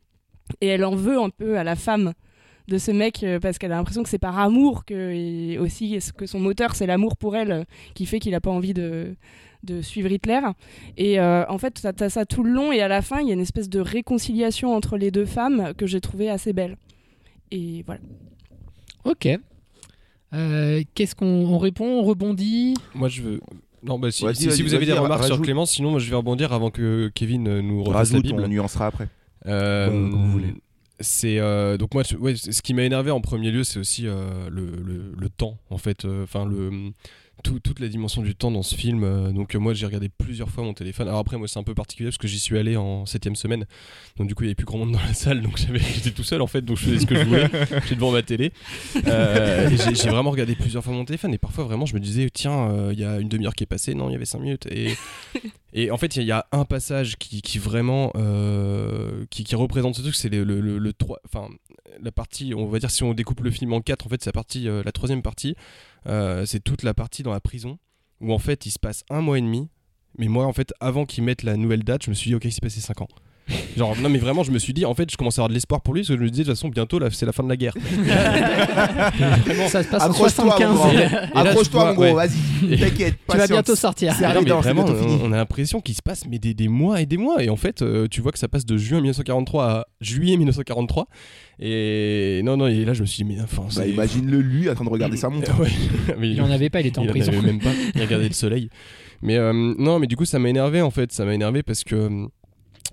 Et elle en veut un peu à la femme de ce mec euh, parce qu'elle a l'impression que c'est par amour que et aussi est-ce que son moteur c'est l'amour pour elle euh, qui fait qu'il a pas envie de de suivre Hitler et euh, en fait t'as as ça tout le long et à la fin il y a une espèce de réconciliation entre les deux femmes que j'ai trouvé assez belle et voilà Mm. Ok. Euh, Qu'est-ce qu'on on répond On rebondit Moi, je veux. Non, bah, si, Vas-y, si- si vas-y, vous avez vas-y, des remarques sur rajoute. Clément, sinon, moi, je vais rebondir avant que Kevin euh, nous refasse la Rajoute, Bible. on nuancera après. Euh, Comme- comme vous voulez. C'est euh, donc moi, je- ouais, c- ce qui m'a énervé en premier lieu, c'est aussi euh, le, le- le temps, en fait, Euh, enfin le tout- toute la dimension du temps dans ce film. Euh, donc euh, moi, j'ai regardé plusieurs fois mon téléphone. Alors après, moi, c'est un peu particulier parce que j'y suis allé en septième semaine, donc du coup, il y avait plus grand monde dans la salle, donc j'avais- j'étais tout seul en fait, donc je faisais ce que je voulais. J'étais devant ma télé. Euh, et j'ai j'ai vraiment regardé plusieurs fois mon téléphone et parfois vraiment, je me disais tiens, euh, il y a une demi-heure qui est passée, non, il y avait cinq minutes et et en fait, il y, a un passage qui, qui vraiment euh, qui, qui représente ce truc, c'est le, le, le- le trois- enfin la partie, on va dire si on découpe le film en quatre, en fait, c'est la partie, euh, la troisième partie, euh, c'est toute la partie dans la prison où en fait il se passe un mois et demi. Mais moi, en fait, avant qu'ils mettent la nouvelle date, je me suis dit ok, il s'est passé cinq ans. Genre non mais vraiment je me suis dit en fait je commence à avoir de l'espoir pour lui parce que je me disais de toute façon bientôt là c'est la fin de la guerre. Vraiment. Ça se passe en Accroche-toi, mon 75. grand. Et là- et là, tu Accroche-toi, vois, mon gros, ouais. vas-y, Et- t'inquiète, Tu vas patience. bientôt sortir. C'est Ah non, arrivé, mais non, c'est vraiment, bientôt fini. on- on a l'impression qu'il se passe mais des, des mois et des mois et en fait euh, tu vois que ça passe de juin 1943 à juillet 1943 et non non et là je me suis dit mais enfin Bah, imagine le lui en train de regarder sa montre. Il en avait pas, il était en prison. avait même pas. Il regardait le soleil. Mais euh, non, mais du coup, ça m'a énervé en fait. Ça m'a énervé parce que euh,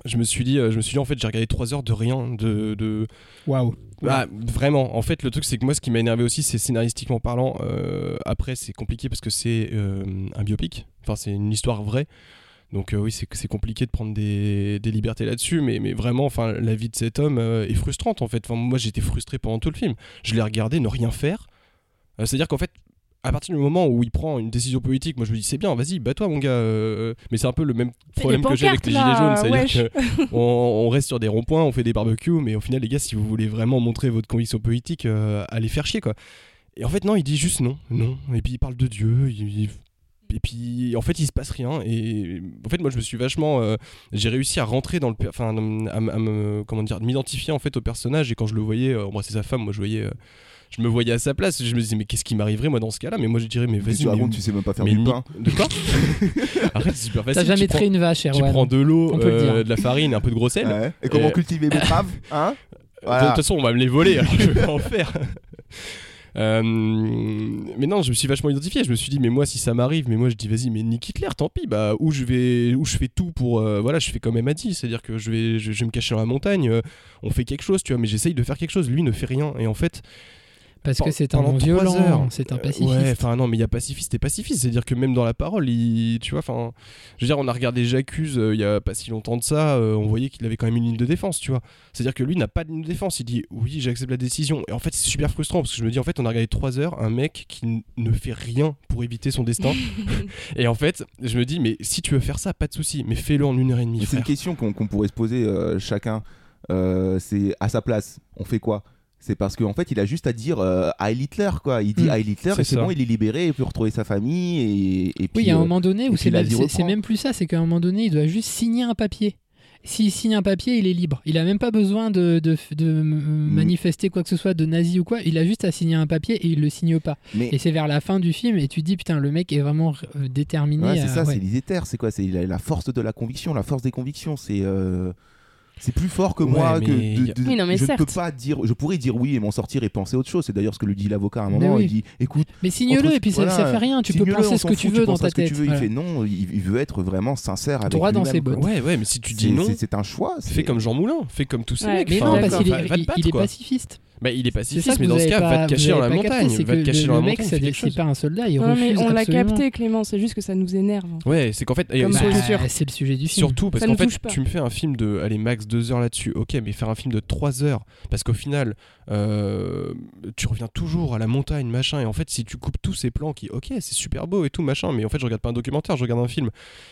je me suis dit, euh, je me suis dit en fait, j'ai regardé 3 heures de rien, de. de... Waouh. Ah, vraiment. En fait, le truc, c'est que moi, ce qui m'a énervé aussi, c'est scénaristiquement parlant. euh, après, c'est compliqué parce que c'est euh, un biopic. Enfin, c'est une histoire vraie. Donc euh, oui, c'est c'est compliqué de prendre des, des libertés là-dessus, mais, mais vraiment, enfin, la vie de cet homme euh, est frustrante en fait. Enfin, moi, j'étais frustré pendant tout le film. Je l'ai regardé ne rien faire. Euh, C'est-à-dire qu'en fait, à partir du moment où il prend une décision politique, moi je me dis c'est bien, vas-y, bats-toi mon gars. euh, mais c'est un peu le même les problème que j'ai avec les gilets pancartes, jaunes, là, c'est-à-dire wesh. que on, on reste sur des ronds-points, on fait des barbecues, mais au final les gars, si vous voulez vraiment montrer votre conviction politique, euh, allez faire chier quoi. Et en fait non, il dit juste non, non. Et puis il parle de Dieu, il- il- et puis en fait il se passe rien. Et en fait moi je me suis vachement, euh, j'ai réussi à rentrer dans le, per- enfin à, m- à me, comment dire, m'identifier en fait au personnage. Et quand je le voyais euh, embrasser sa femme, moi je voyais. euh, je me voyais à sa place, je me disais mais qu'est-ce qui m'arriverait moi dans ce cas-là Mais moi je dirais mais vas-y. tu racontes, mais- tu sais même pas faire mais du ni- pain. De quoi Arrête, c'est super facile. T'as jamais tu prends- traité une vache, Tu Erwan. prends de l'eau, On peut le euh, dire. de la farine, un peu de gros sel. Ouais. Et comment Euh, cultiver mes betteraves Hein de Voilà. toute façon, on va me les voler, alors je vais en faire. Euh, mais non, je me suis vachement identifié. Je me suis dit, mais moi, si ça m'arrive, mais moi, je dis, vas-y, mais nique Hitler, tant pis. Bah, où je vais, où je fais tout pour, euh, voilà, je fais comme Emma dit, c'est-à-dire que je vais, je, je vais me cacher dans la montagne. euh, on fait quelque chose, tu vois, mais j'essaye de faire quelque chose. Lui ne fait rien, et en fait. Parce que pen- c'est un pendant non-violent, trois heures, c'est un euh, pacifiste. ouais, enfin non, mais il y a pacifiste et pacifiste, c'est-à-dire que même dans la parole, il, tu vois, enfin, je veux dire, on a regardé J'accuse euh, il y a pas si longtemps de ça, euh, on voyait qu'il avait quand même une ligne de défense, tu vois. C'est-à-dire que lui n'a pas de ligne de défense, il dit oui, j'accepte la décision. Et en fait, c'est super frustrant parce que je me dis, en fait, on a regardé 3 heures un mec qui n- ne fait rien pour éviter son destin. et en fait, je me dis, mais si tu veux faire ça, pas de souci, mais fais-le en une heure et demie. Mais c'est une frère. question qu'on qu'on pourrait se poser euh, chacun. Euh, c'est à sa place, on fait quoi c'est parce qu'en en fait, il a juste à dire euh, Heil Hitler, quoi. Il dit Mm. Hmm. Heil Hitler C'est et c'est ça. bon, il est libéré, il peut retrouver sa famille. Et, et puis, Oui, il y a un euh, moment donné et où puis c'est la même, vie c'est- c'est reprend. même plus ça, c'est qu'à un moment donné, il doit juste signer un papier. S'il signe un papier, il est libre. Il a même pas besoin de, de, de, euh, Mm. manifester quoi que ce soit de nazi ou quoi. Il a juste à signer un papier et il le signe pas. Mais- Et c'est vers la fin du film et tu te dis putain, le mec est vraiment euh, déterminé. Ouais, c'est à- ça, ouais. c'est l'idétaire. C'est quoi C'est la, la force de la conviction, la force des convictions. C'est. euh, C'est plus fort que Ouais, moi. mais que y a- Oui, non, mais je ne certes. peux pas dire. Je pourrais dire oui et m'en sortir et penser à autre chose. C'est d'ailleurs ce que lui dit l'avocat à un Mais moment. oui. Il dit écoute. Mais signe-le, entre- et puis ça- ça fait rien, tu peux signe-le, penser on ce s'en que fout, tu veux dans penses ta ce que tu tête, veux. Il voilà. fait non. Il, il veut être vraiment sincère avec Droit dans lui-même, ses quoi. bottes. Ouais, ouais, mais si tu dis C'est- non. c'est- C'est un choix. c'est- Fais comme Jean Moulin, fais comme tous ces Ouais, mecs. mais enfin, non, parce va- qu'il va- est- va te il- battre, il est quoi. pacifiste. Bah, il est C'est pacifiste, ça que mais vous dans ce avez cas, va pas- te vous cacher avez dans la pas capté, montagne. c'est Va te que cacher le- dans la le mec, montagne. c'est- fais quelque c'est chose. pas un soldat, il Non, mais refuse on l'a absolument. capté, Clément, c'est juste que ça nous énerve. Ouais, c'est qu'en fait, et- Comme et- ça, surtout- Bah, c'est le sujet du film. Surtout parce Ça nous qu'en fait, touche pas. tu me fais un film de, allez max 2 heures là-dessus. Ok, mais faire un film de 3 heures parce qu'au final, euh, tu reviens toujours à la montagne, machin. Et en fait, si tu coupes tous ces plans qui, ok, c'est super beau et tout, machin, mais en fait, je regarde pas un documentaire, je regarde un film.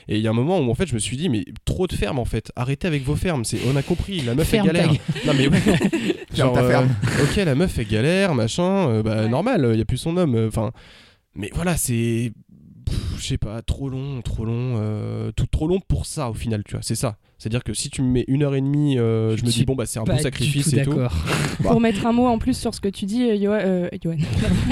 Et il y a un moment où en fait, je me suis dit, mais trop de fermes en fait. Arrêtez avec vos fermes. C'est, on a compris, la meuf Ferme est galère. tag. Non mais ouais. Ferme ta ferme. ok, la meuf est galère, machin. euh, bah normal, il y a plus son homme. euh, Enfin, mais voilà, c'est pff, je sais pas, trop long, trop long, euh, tout trop long pour ça au final, tu vois. C'est ça. C'est-à-dire que si tu me mets une heure et demie, euh, je me dis suis bon bah c'est un pas bon du sacrifice tout et tout. d'accord. Bah, Pour mettre un mot en plus sur ce que tu dis, euh, Yoa- euh, Yoann,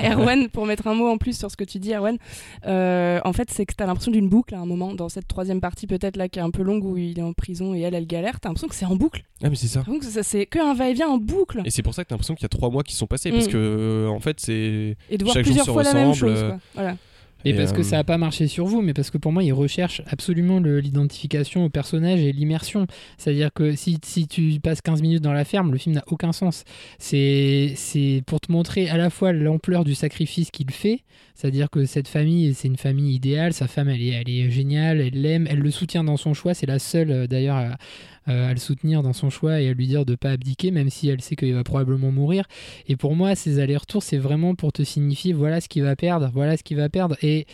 Erwan, pour mettre un mot en plus sur ce que tu dis, Erwan, euh, en fait, c'est que t'as l'impression d'une boucle à un moment, dans cette troisième partie peut-être là qui est un peu longue où il est en prison et elle, elle galère, t'as l'impression que c'est en boucle. Ah mais c'est ça. T'as l'impression que ça, c'est que un va-et-vient en Ah. boucle. Et c'est pour ça que t'as l'impression qu'il y a trois mois qui sont passés parce Mm. que euh, en fait c'est Et de voir chaque plusieurs jour se fois la même ressemble, chose, euh, quoi. Voilà. Et, et, parce que euh, ça a pas marché sur vous, mais parce que pour moi, ils recherchent absolument le- l'identification au personnage et l'immersion. C'est-à-dire que si, si tu passes 15 minutes dans la ferme, le film n'a aucun sens. C'est c'est pour te montrer à la fois l'ampleur du sacrifice qu'il fait, c'est-à-dire que cette famille, c'est une famille idéale, sa femme, elle est, elle est géniale, elle l'aime, elle le soutient dans son choix, c'est la seule euh, d'ailleurs à, euh, à le soutenir dans son choix et à lui dire de pas abdiquer, même si elle sait qu'il va probablement mourir. Et pour moi, ces allers-retours, c'est vraiment pour te signifier voilà ce qu'il va perdre, voilà ce qu'il va perdre. Et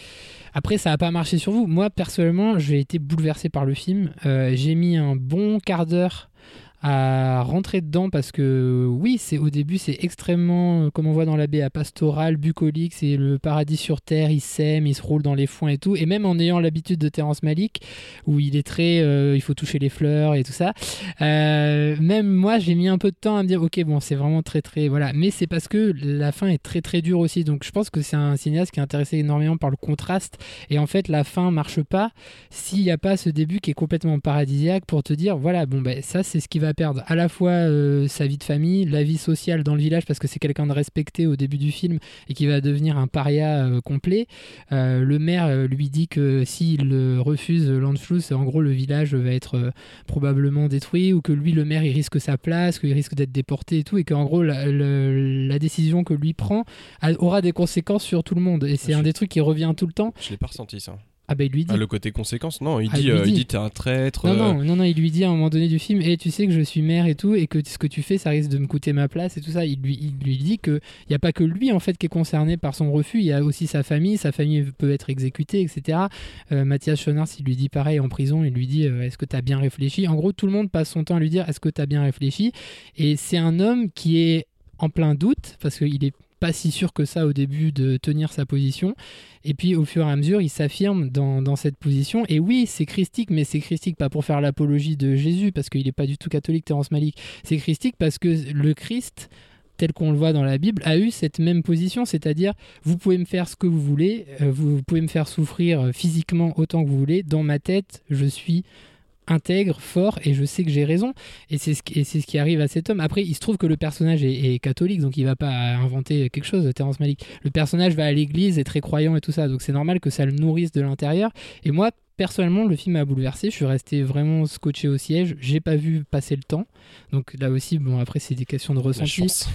après, ça n'a pas marché sur vous. Moi, personnellement, j'ai été bouleversé par le film. Euh, j'ai mis un bon quart d'heure à rentrer dedans parce que oui c'est au début c'est extrêmement euh, comme on voit dans la BA pastoral bucolique c'est le paradis sur terre il sème il se roule dans les foins et tout et même en ayant l'habitude de Terrence Malick où il est très euh, il faut toucher les fleurs et tout ça euh, même moi j'ai mis un peu de temps à me dire ok bon c'est vraiment très très voilà mais c'est parce que la fin est très très dure aussi donc je pense que c'est un cinéaste qui est intéressé énormément par le contraste et en fait la fin marche pas s'il n'y a pas ce début qui est complètement paradisiaque pour te dire voilà bon ben ça c'est ce qu'il va perdre à la fois euh, sa vie de famille la vie sociale dans le village parce que c'est quelqu'un de respecté au début du film et qui va devenir un paria euh, complet Euh, le maire euh, lui dit que s'il euh, refuse euh, Landschluss en gros le village va être euh, probablement détruit ou que lui le maire il risque sa place qu'il risque d'être déporté et tout et qu'en gros la, le- la décision que lui prend a- aura des conséquences sur tout le monde et c'est un des trucs qui revient tout le temps euh, je l'ai pas ressenti ça. ah ben il lui dit Ah, le côté conséquence, non, il Ah, dit lui euh, il dit. dit t'es un traître. non, euh, non, non, non, il lui dit à un moment donné du film, et tu sais que je suis mère et tout, et que ce que tu fais, ça risque de me coûter ma place et tout ça. Il lui, il lui dit que il n'y a pas que lui en fait qui est concerné par son refus, il y a aussi sa famille, sa famille peut être exécutée, etc. Euh, Mathias Schoenaerts, il lui dit pareil en prison, il lui dit euh, est-ce que tu as bien réfléchi En gros, tout le monde passe son temps à lui dire est-ce que tu as bien réfléchi Et c'est un homme qui est en plein doute parce qu'il est pas si sûr que ça au début de tenir sa position. Et puis au fur et à mesure, il s'affirme dans, dans cette position. Et oui, c'est christique, mais c'est christique pas pour faire l'apologie de Jésus, parce qu'il n'est pas du tout catholique, Terence Malik. C'est christique parce que le Christ, tel qu'on le voit dans la Bible, a eu cette même position, c'est-à-dire vous pouvez me faire ce que vous voulez, euh, vous pouvez me faire souffrir euh, physiquement autant que vous voulez, dans ma tête, je suis intègre, fort, et je sais que j'ai raison. Et c'est ce, qui- et c'est ce qui arrive à cet homme. Après, il se trouve que le personnage est, est catholique, donc il va pas inventer quelque chose, Terence Malick. Le personnage va à l'église, est très croyant et tout ça, donc c'est normal que ça le nourrisse de l'intérieur. Et moi, personnellement, le film m'a bouleversé. Je suis resté vraiment scotché au siège. J'ai pas vu passer le temps. Donc là aussi, bon, après, c'est des questions de ressenti. chance.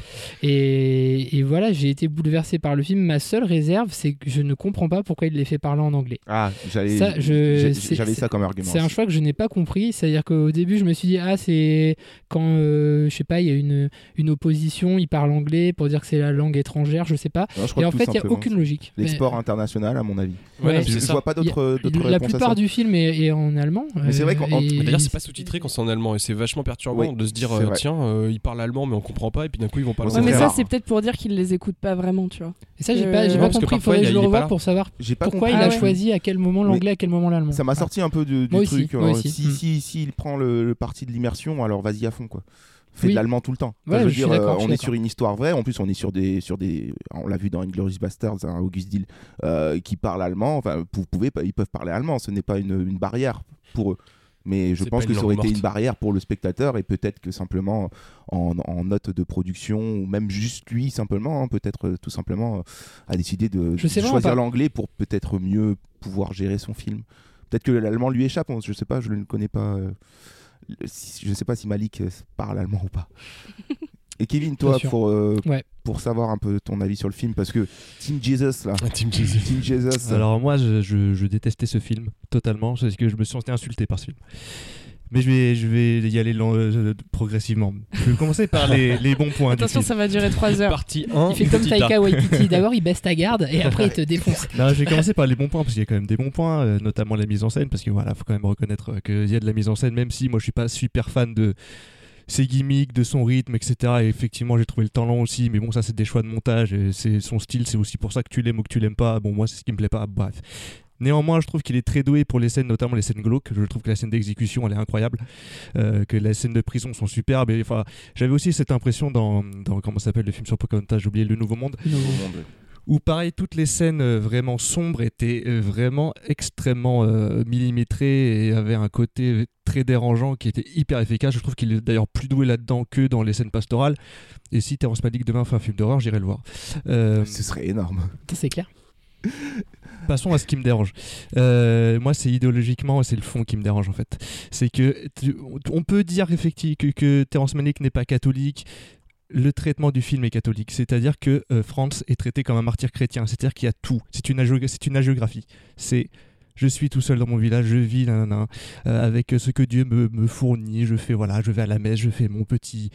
Et, et voilà, j'ai été bouleversé par le film. Ma seule réserve, c'est que je ne comprends pas pourquoi il les fait parler en anglais. Ah, j'allais. Ça, je- j'ai- c'est- J'avais c'est- ça comme argument. C'est un choix que je n'ai pas compris. C'est-à-dire qu'au début, je me suis dit, ah, c'est quand, euh, je sais pas, il y a une, une opposition, il parle anglais pour dire que c'est la langue étrangère, je sais pas. Non, je crois Et en que fait, tout il n'y a simplement, aucune c'est logique. Mais- L'export international, à mon avis. Ouais, non, mais je, c'est je ça. vois pas d'autres Il y a- d'autres La réponses à plupart ça. du film est, est en allemand. Mais c'est vrai qu'en- euh, et- Mais D'ailleurs, c'est pas sous-titré quand c'est en allemand et c'est vachement perturbant Oui, de se dire c'est euh, vrai. tiens, euh, ils parlent allemand mais on comprend pas et puis d'un coup ils vont parler Ouais, en Ouais, mais anglais. ça, c'est peut-être pour dire qu'il les écoute pas vraiment, tu vois. Et ça, j'ai Euh, pas, j'ai Non, pas parce que compris. Il parfois, faudrait il que est- je le il est pas revois là. pour savoir J'ai pas pourquoi Ah il compris a non plus. choisi à quel moment l'anglais, à quel moment l'allemand. Ah. Ça m'a sorti un peu de- du Ah. Moi aussi, truc. moi alors, aussi. Si, Mm. si, si il prend le, le parti de l'immersion, alors vas-y à fond quoi. Fais Oui. de l'allemand tout le temps. Ouais, Enfin, je suis euh, d'accord, je suis on est d'accord. sur une histoire vraie. En plus, on est sur des, sur des, on l'a vu dans Inglourious Bastards, hein, August Dill, euh, qui parle allemand. Enfin, vous pouvez, pas- ils peuvent parler allemand. Ce n'est pas une, une barrière pour eux. Mais je C'est pense pas que une ça langue aurait été morte. une barrière pour le spectateur et peut-être que simplement en, en note de production ou même juste lui simplement, hein, peut-être euh, tout simplement euh, a décidé de, Je sais de vraiment choisir pas. l'anglais pour peut-être mieux pouvoir gérer son film. Peut-être que l'allemand lui échappe, on- je sais pas, je ne connais pas. euh, le- si- je sais pas si Malik euh, parle allemand ou pas. Et Kevin, toi, sûr. pour, euh, Ouais. pour savoir un peu ton avis sur le film, parce que Team Jesus, euh, là. Team Jesus. Team Jesus. Alors moi, je, je- je détestais ce film totalement. C'est ce que je me sentais insulté par ce film. Mais je vais, je vais y aller lent- euh, progressivement. Je vais commencer par les, les bons points. du Attention, film. ça va durer 3 heures. Partie Il fait comme Taika Waititi. D'abord, il baisse ta garde et après, il te défonce. Non, je vais commencer par les bons points parce qu'il y a quand même des bons points, euh, notamment la mise en scène, parce que voilà, faut quand même reconnaître euh, qu'il y a de la mise en scène, même si moi je suis pas super fan de ses gimmicks, de son rythme, etc. Et effectivement, j'ai trouvé le temps long aussi, mais bon, ça c'est des choix de montage, et c'est son style, c'est aussi pour ça que tu l'aimes ou que tu l'aimes pas. Bon, moi c'est ce qui me plaît pas. Bref. Néanmoins, je trouve qu'il est très doué pour les scènes, notamment les scènes glauques. Je trouve que la scène d'exécution, elle est incroyable. euh, que les scènes de prison sont superbes. Et, enfin, j'avais aussi cette impression dans, dans comment s'appelle le film sur Pocahontas, j'ai oublié le Nouveau Monde Non. où pareil toutes les scènes euh, vraiment sombres étaient euh, vraiment extrêmement euh, millimétrées et avaient un côté très dérangeant qui était hyper efficace. Je trouve qu'il est d'ailleurs plus doué là-dedans que dans les scènes pastorales. Et si Terrence Malick demain fait un film d'horreur, j'irai le voir. Euh, Ce serait énorme. C'est clair. Passons à ce qui me dérange. Euh, moi, c'est idéologiquement, c'est le fond qui me dérange en fait. C'est que tu- on peut dire effectivement que, que Terence Malick n'est pas catholique. Le traitement du film est catholique, c'est-à-dire que euh, France est traitée comme un martyr chrétien, c'est-à-dire qu'il y a tout. C'est une, agio- c'est une agiographie. C'est je suis tout seul dans mon village, je vis nanana, euh, avec ce que Dieu me, me fournit. Je fais voilà, je vais à la messe, je fais mon petit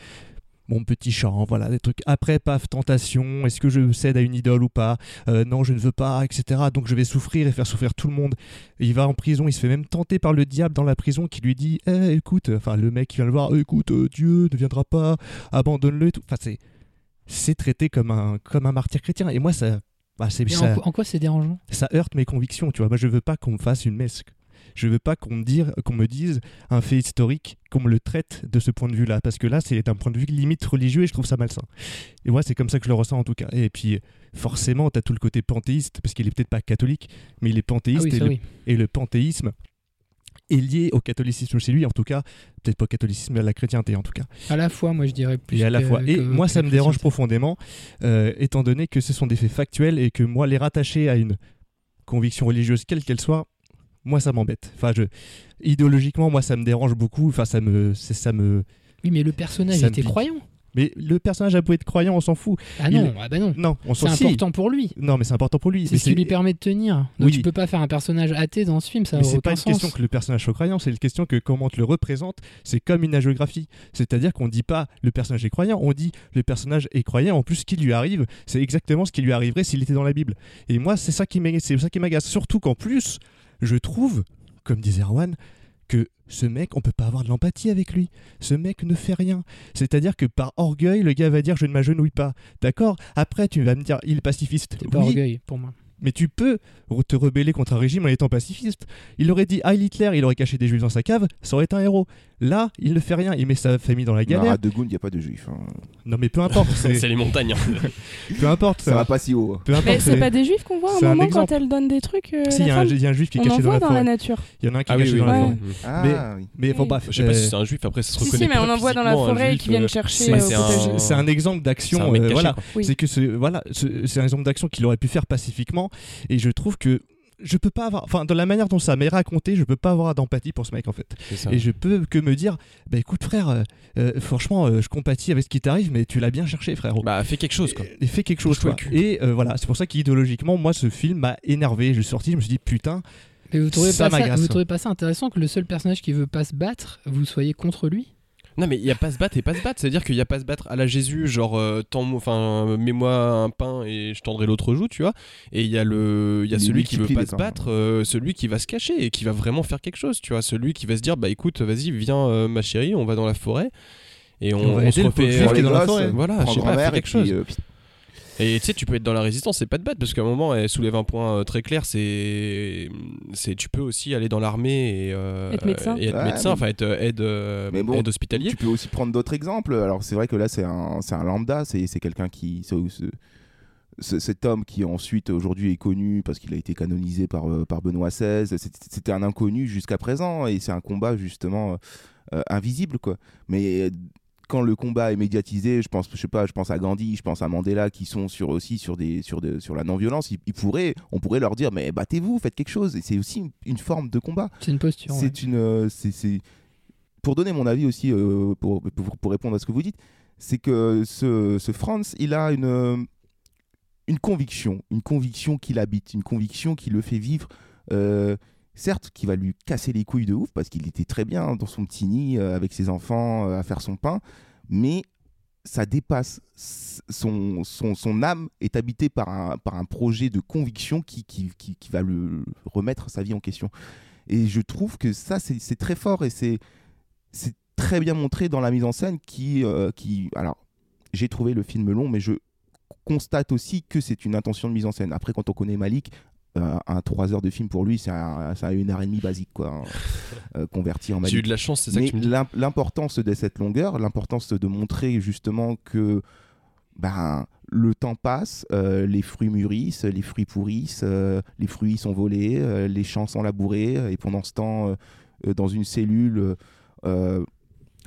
mon petit chant, voilà, des trucs. Après, paf, tentation, est-ce que je cède à une idole ou pas Euh, Non, je ne veux pas, etc. Donc je vais souffrir et faire souffrir tout le monde. Et il va en prison, il se fait même tenter par le diable dans la prison qui lui dit Eh, écoute, enfin le mec qui vient le voir, Eh, écoute, euh, Dieu ne viendra pas, abandonne-le et tout. Enfin, c'est, c'est traité comme un, comme un martyr chrétien. Et moi, ça. bah, c'est, Mais en ça- quoi- en quoi c'est dérangeant Ah ça heurte mes convictions, tu vois. Moi, je veux pas qu'on me fasse une messe. Je veux pas qu'on me, dire- qu'on me dise un fait historique, qu'on me le traite de ce point de vue-là. Parce que là, c'est un point de vue limite religieux et je trouve ça malsain. Et moi, c'est comme ça que je le ressens en tout cas. Et puis, forcément, t'as tout le côté panthéiste, parce qu'il est peut-être pas catholique, mais il est panthéiste. Ah oui, et, ça le, oui. et le panthéisme est lié au catholicisme chez lui, en tout cas. Peut-être pas au catholicisme, mais à la chrétienté en tout cas. À la fois, moi, je dirais plus. Et à la que- fois. Et que- moi, que ça me Christian. dérange profondément, euh, étant donné que ce sont des faits factuels et que moi, les rattacher à une conviction religieuse, quelle qu'elle soit, moi, ça m'embête. Enfin, je... idéologiquement, moi, ça me dérange beaucoup. Enfin, ça me, c'est- ça me. Oui, mais le personnage ça me était pique. croyant. Mais le personnage a beau être croyant, on s'en fout. Ah non, ah bah non. Non, on s'en C'est si. important pour lui. Non, mais c'est important pour lui. C'est Mais ce qui lui permet de tenir. Donc Oui. tu peux pas faire un personnage athée dans ce film, ça Mais n'a aucun c'est pas une sens. question que le personnage soit croyant, c'est une question que comment tu le représentes. C'est comme une agiographie. C'est-à-dire qu'on dit pas le personnage est croyant, on dit le personnage est croyant. En plus, ce qui lui arrive, c'est exactement ce qui lui arriverait s'il était dans la Bible. Et moi, c'est ça qui m'agace. c'est ça qui m'agace. Surtout qu'en plus, je trouve, comme disait Erwan, que ce mec, on peut pas avoir de l'empathie avec lui. Ce mec ne fait rien. C'est-à-dire que par orgueil, le gars va dire je ne m'agenouille pas. D'accord Après, tu vas me dire il est pacifiste. C'est pas Oui, orgueil pour moi. mais tu peux re- te rebeller contre un régime en étant pacifiste. Il aurait dit Heil Hitler, il aurait caché des juifs dans sa cave, ça aurait été un héros. Là, il ne fait rien, il met sa famille dans la Non, galère. à Degoun, il n'y a pas de juifs. hein. Non mais peu importe, c'est- C'est les montagnes. hein. peu importe. euh, Ça va pas si haut. Peu importe, Mais c'est pas des juifs qu'on voit à un c'est un moment quand exemple. elle donne des trucs. euh, Si, la il y a un- femme il y a un juif qui est On caché en dans voit la dans la forêt. nature. Il y en a un qui Ah est oui, caché oui, dans la oui. forêt. Ouais. Ah, mais, oui. mais bon, Oui. bref, Je sais pas euh, si c'est un juif, après ça se Si, reconnaît si, mais pas on en voit dans la physiquement, un forêt juif, qui viennent euh, chercher, mais euh, c'est au potager. un- c'est un exemple C'est un d'action mec euh, caché, voilà quoi. Oui. c'est que ce, voilà ce- c'est un exemple d'action qu'il aurait pu faire pacifiquement et je trouve que je peux pas avoir enfin dans la manière dont ça m'est raconté je peux pas avoir d'empathie pour ce mec en fait C'est ça. et je peux que me dire bah écoute frère euh, euh, franchement euh, je compatis avec ce qui t'arrive mais tu l'as bien cherché frère Bah, fais quelque chose, quoi. et fait quelque chose Bouge-toi quoi. le cul. et euh, voilà c'est pour ça qu'idéologiquement moi ce film m'a énervé je suis sorti je me suis dit putain Mais vous trouvez, ça pas ça, m'agace vous trouvez pas ça intéressant que le seul personnage qui veut pas se battre, vous soyez contre lui Non mais il y a pas se battre et pas se battre, c'est-à-dire qu'il y a pas se battre à la Jésus, genre euh, tends- enfin mets-moi un pain et je tendrai l'autre joue, tu vois. Et il y a le il y a Il celui qui veut multiplie pas les se pains. battre, euh, celui qui va se cacher et qui va vraiment faire quelque chose, tu vois, celui qui va se dire bah écoute, vas-y, viens euh, ma chérie, on va dans la forêt et on, on va aider se le refait pauvre qui est dans la Voilà, forêt. Voilà, je sais Prends pas, grand-mère fais et quelque puis, chose. euh, Et tu sais, tu peux être dans la résistance, c'est pas de battre, parce qu'à un moment, elle soulève un point euh, très clair, c'est, c'est, tu peux aussi aller dans l'armée et euh, Être médecin. et être Ouais, médecin, mais- enfin être euh, aide, euh, Mais bon, aide hospitalier. Tu peux aussi prendre d'autres exemples. Alors c'est vrai que là c'est un, c'est un lambda, c'est c'est quelqu'un qui... c'est- c'est- ce- cet homme qui ensuite aujourd'hui est connu parce qu'il a été canonisé par, euh, par Benoît XVI, c'est- c'était un inconnu jusqu'à présent et c'est un combat justement euh, euh, invisible quoi. Mais euh, quand le combat est médiatisé, je pense, je sais pas, je pense à Gandhi, je pense à Mandela, qui sont sur aussi sur des sur de, sur la non-violence, ils, ils pourraient, on pourrait leur dire, mais battez-vous, faites quelque chose. Et c'est aussi une, une forme de combat. C'est une posture. C'est une, euh, c'est- c'est- pour donner mon avis aussi, euh, pour, pour pour répondre à ce que vous dites, c'est que ce ce Franz, il a une euh, une conviction, une conviction qui l'habite, une conviction qui le fait vivre. euh, certes, qui va lui casser les couilles de ouf parce qu'il était très bien dans son petit nid euh, avec ses enfants euh, à faire son pain, mais ça dépasse S- son, son, son âme est habitée par un, par un projet de conviction qui, qui, qui, qui va le remettre sa vie en question. Et je trouve que ça, c'est c'est très fort et c'est c'est très bien montré dans la mise en scène qui, euh, qui alors j'ai trouvé le film long, mais je constate aussi que c'est une intention de mise en scène. Après, quand on connaît Malik, euh, un 3 heures de film pour lui, c'est un, c'est un une heure et demie basique, quoi, hein, euh, converti en Malik. J'ai eu de la chance, c'est ça que Mais tu me dis. l'im- L'importance de cette longueur, l'importance de montrer justement que ben, le temps passe, euh, les fruits mûrissent, les fruits pourrissent, euh, les fruits sont volés, euh, les champs sont labourés, euh, et pendant ce temps, euh, euh, dans une cellule, euh, euh,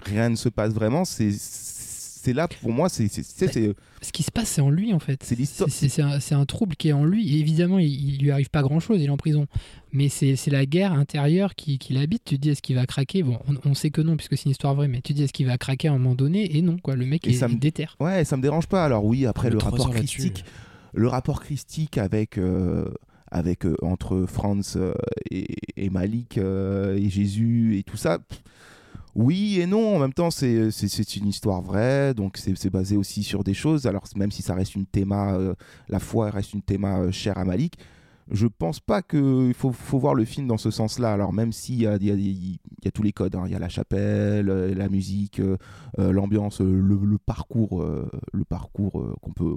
rien ne se passe vraiment. C'est- C'est là, pour moi, c'est... c'est- c'est- c'est- ce qui se passe, c'est en lui en fait. C'est- C'est c'est un, c'est un trouble qui est en lui. Et évidemment, il, il lui arrive pas grand chose, il est en prison. Mais c'est c'est la guerre intérieure qui, qui l'habite. Tu te dis, est-ce qu'il va craquer Bon, on, on sait que non, puisque c'est une histoire vraie, mais tu te dis, est-ce qu'il va craquer à un moment donné Et non, quoi. Le mec Et est, ça me il déterre. Ouais, ça me dérange pas. Alors oui, après Le le, trois rapport heures là-dessus. christique, euh. le rapport christique avec euh, avec euh, entre Franz euh, et, et Malik euh, et Jésus et tout ça. pff, Oui et non, en même temps c'est c'est- c'est une histoire vraie, donc c'est c'est basé aussi sur des choses. Alors même si ça reste une thème, la foi reste une thème chère à Malik, je pense pas qu'il faut, faut voir le film dans ce sens-là. Alors même s'il y a, il y a- il y a tous les codes, hein. il y a la chapelle, euh, la musique, euh, euh, l'ambiance, euh, le, le parcours, euh, le parcours euh, qu'on peut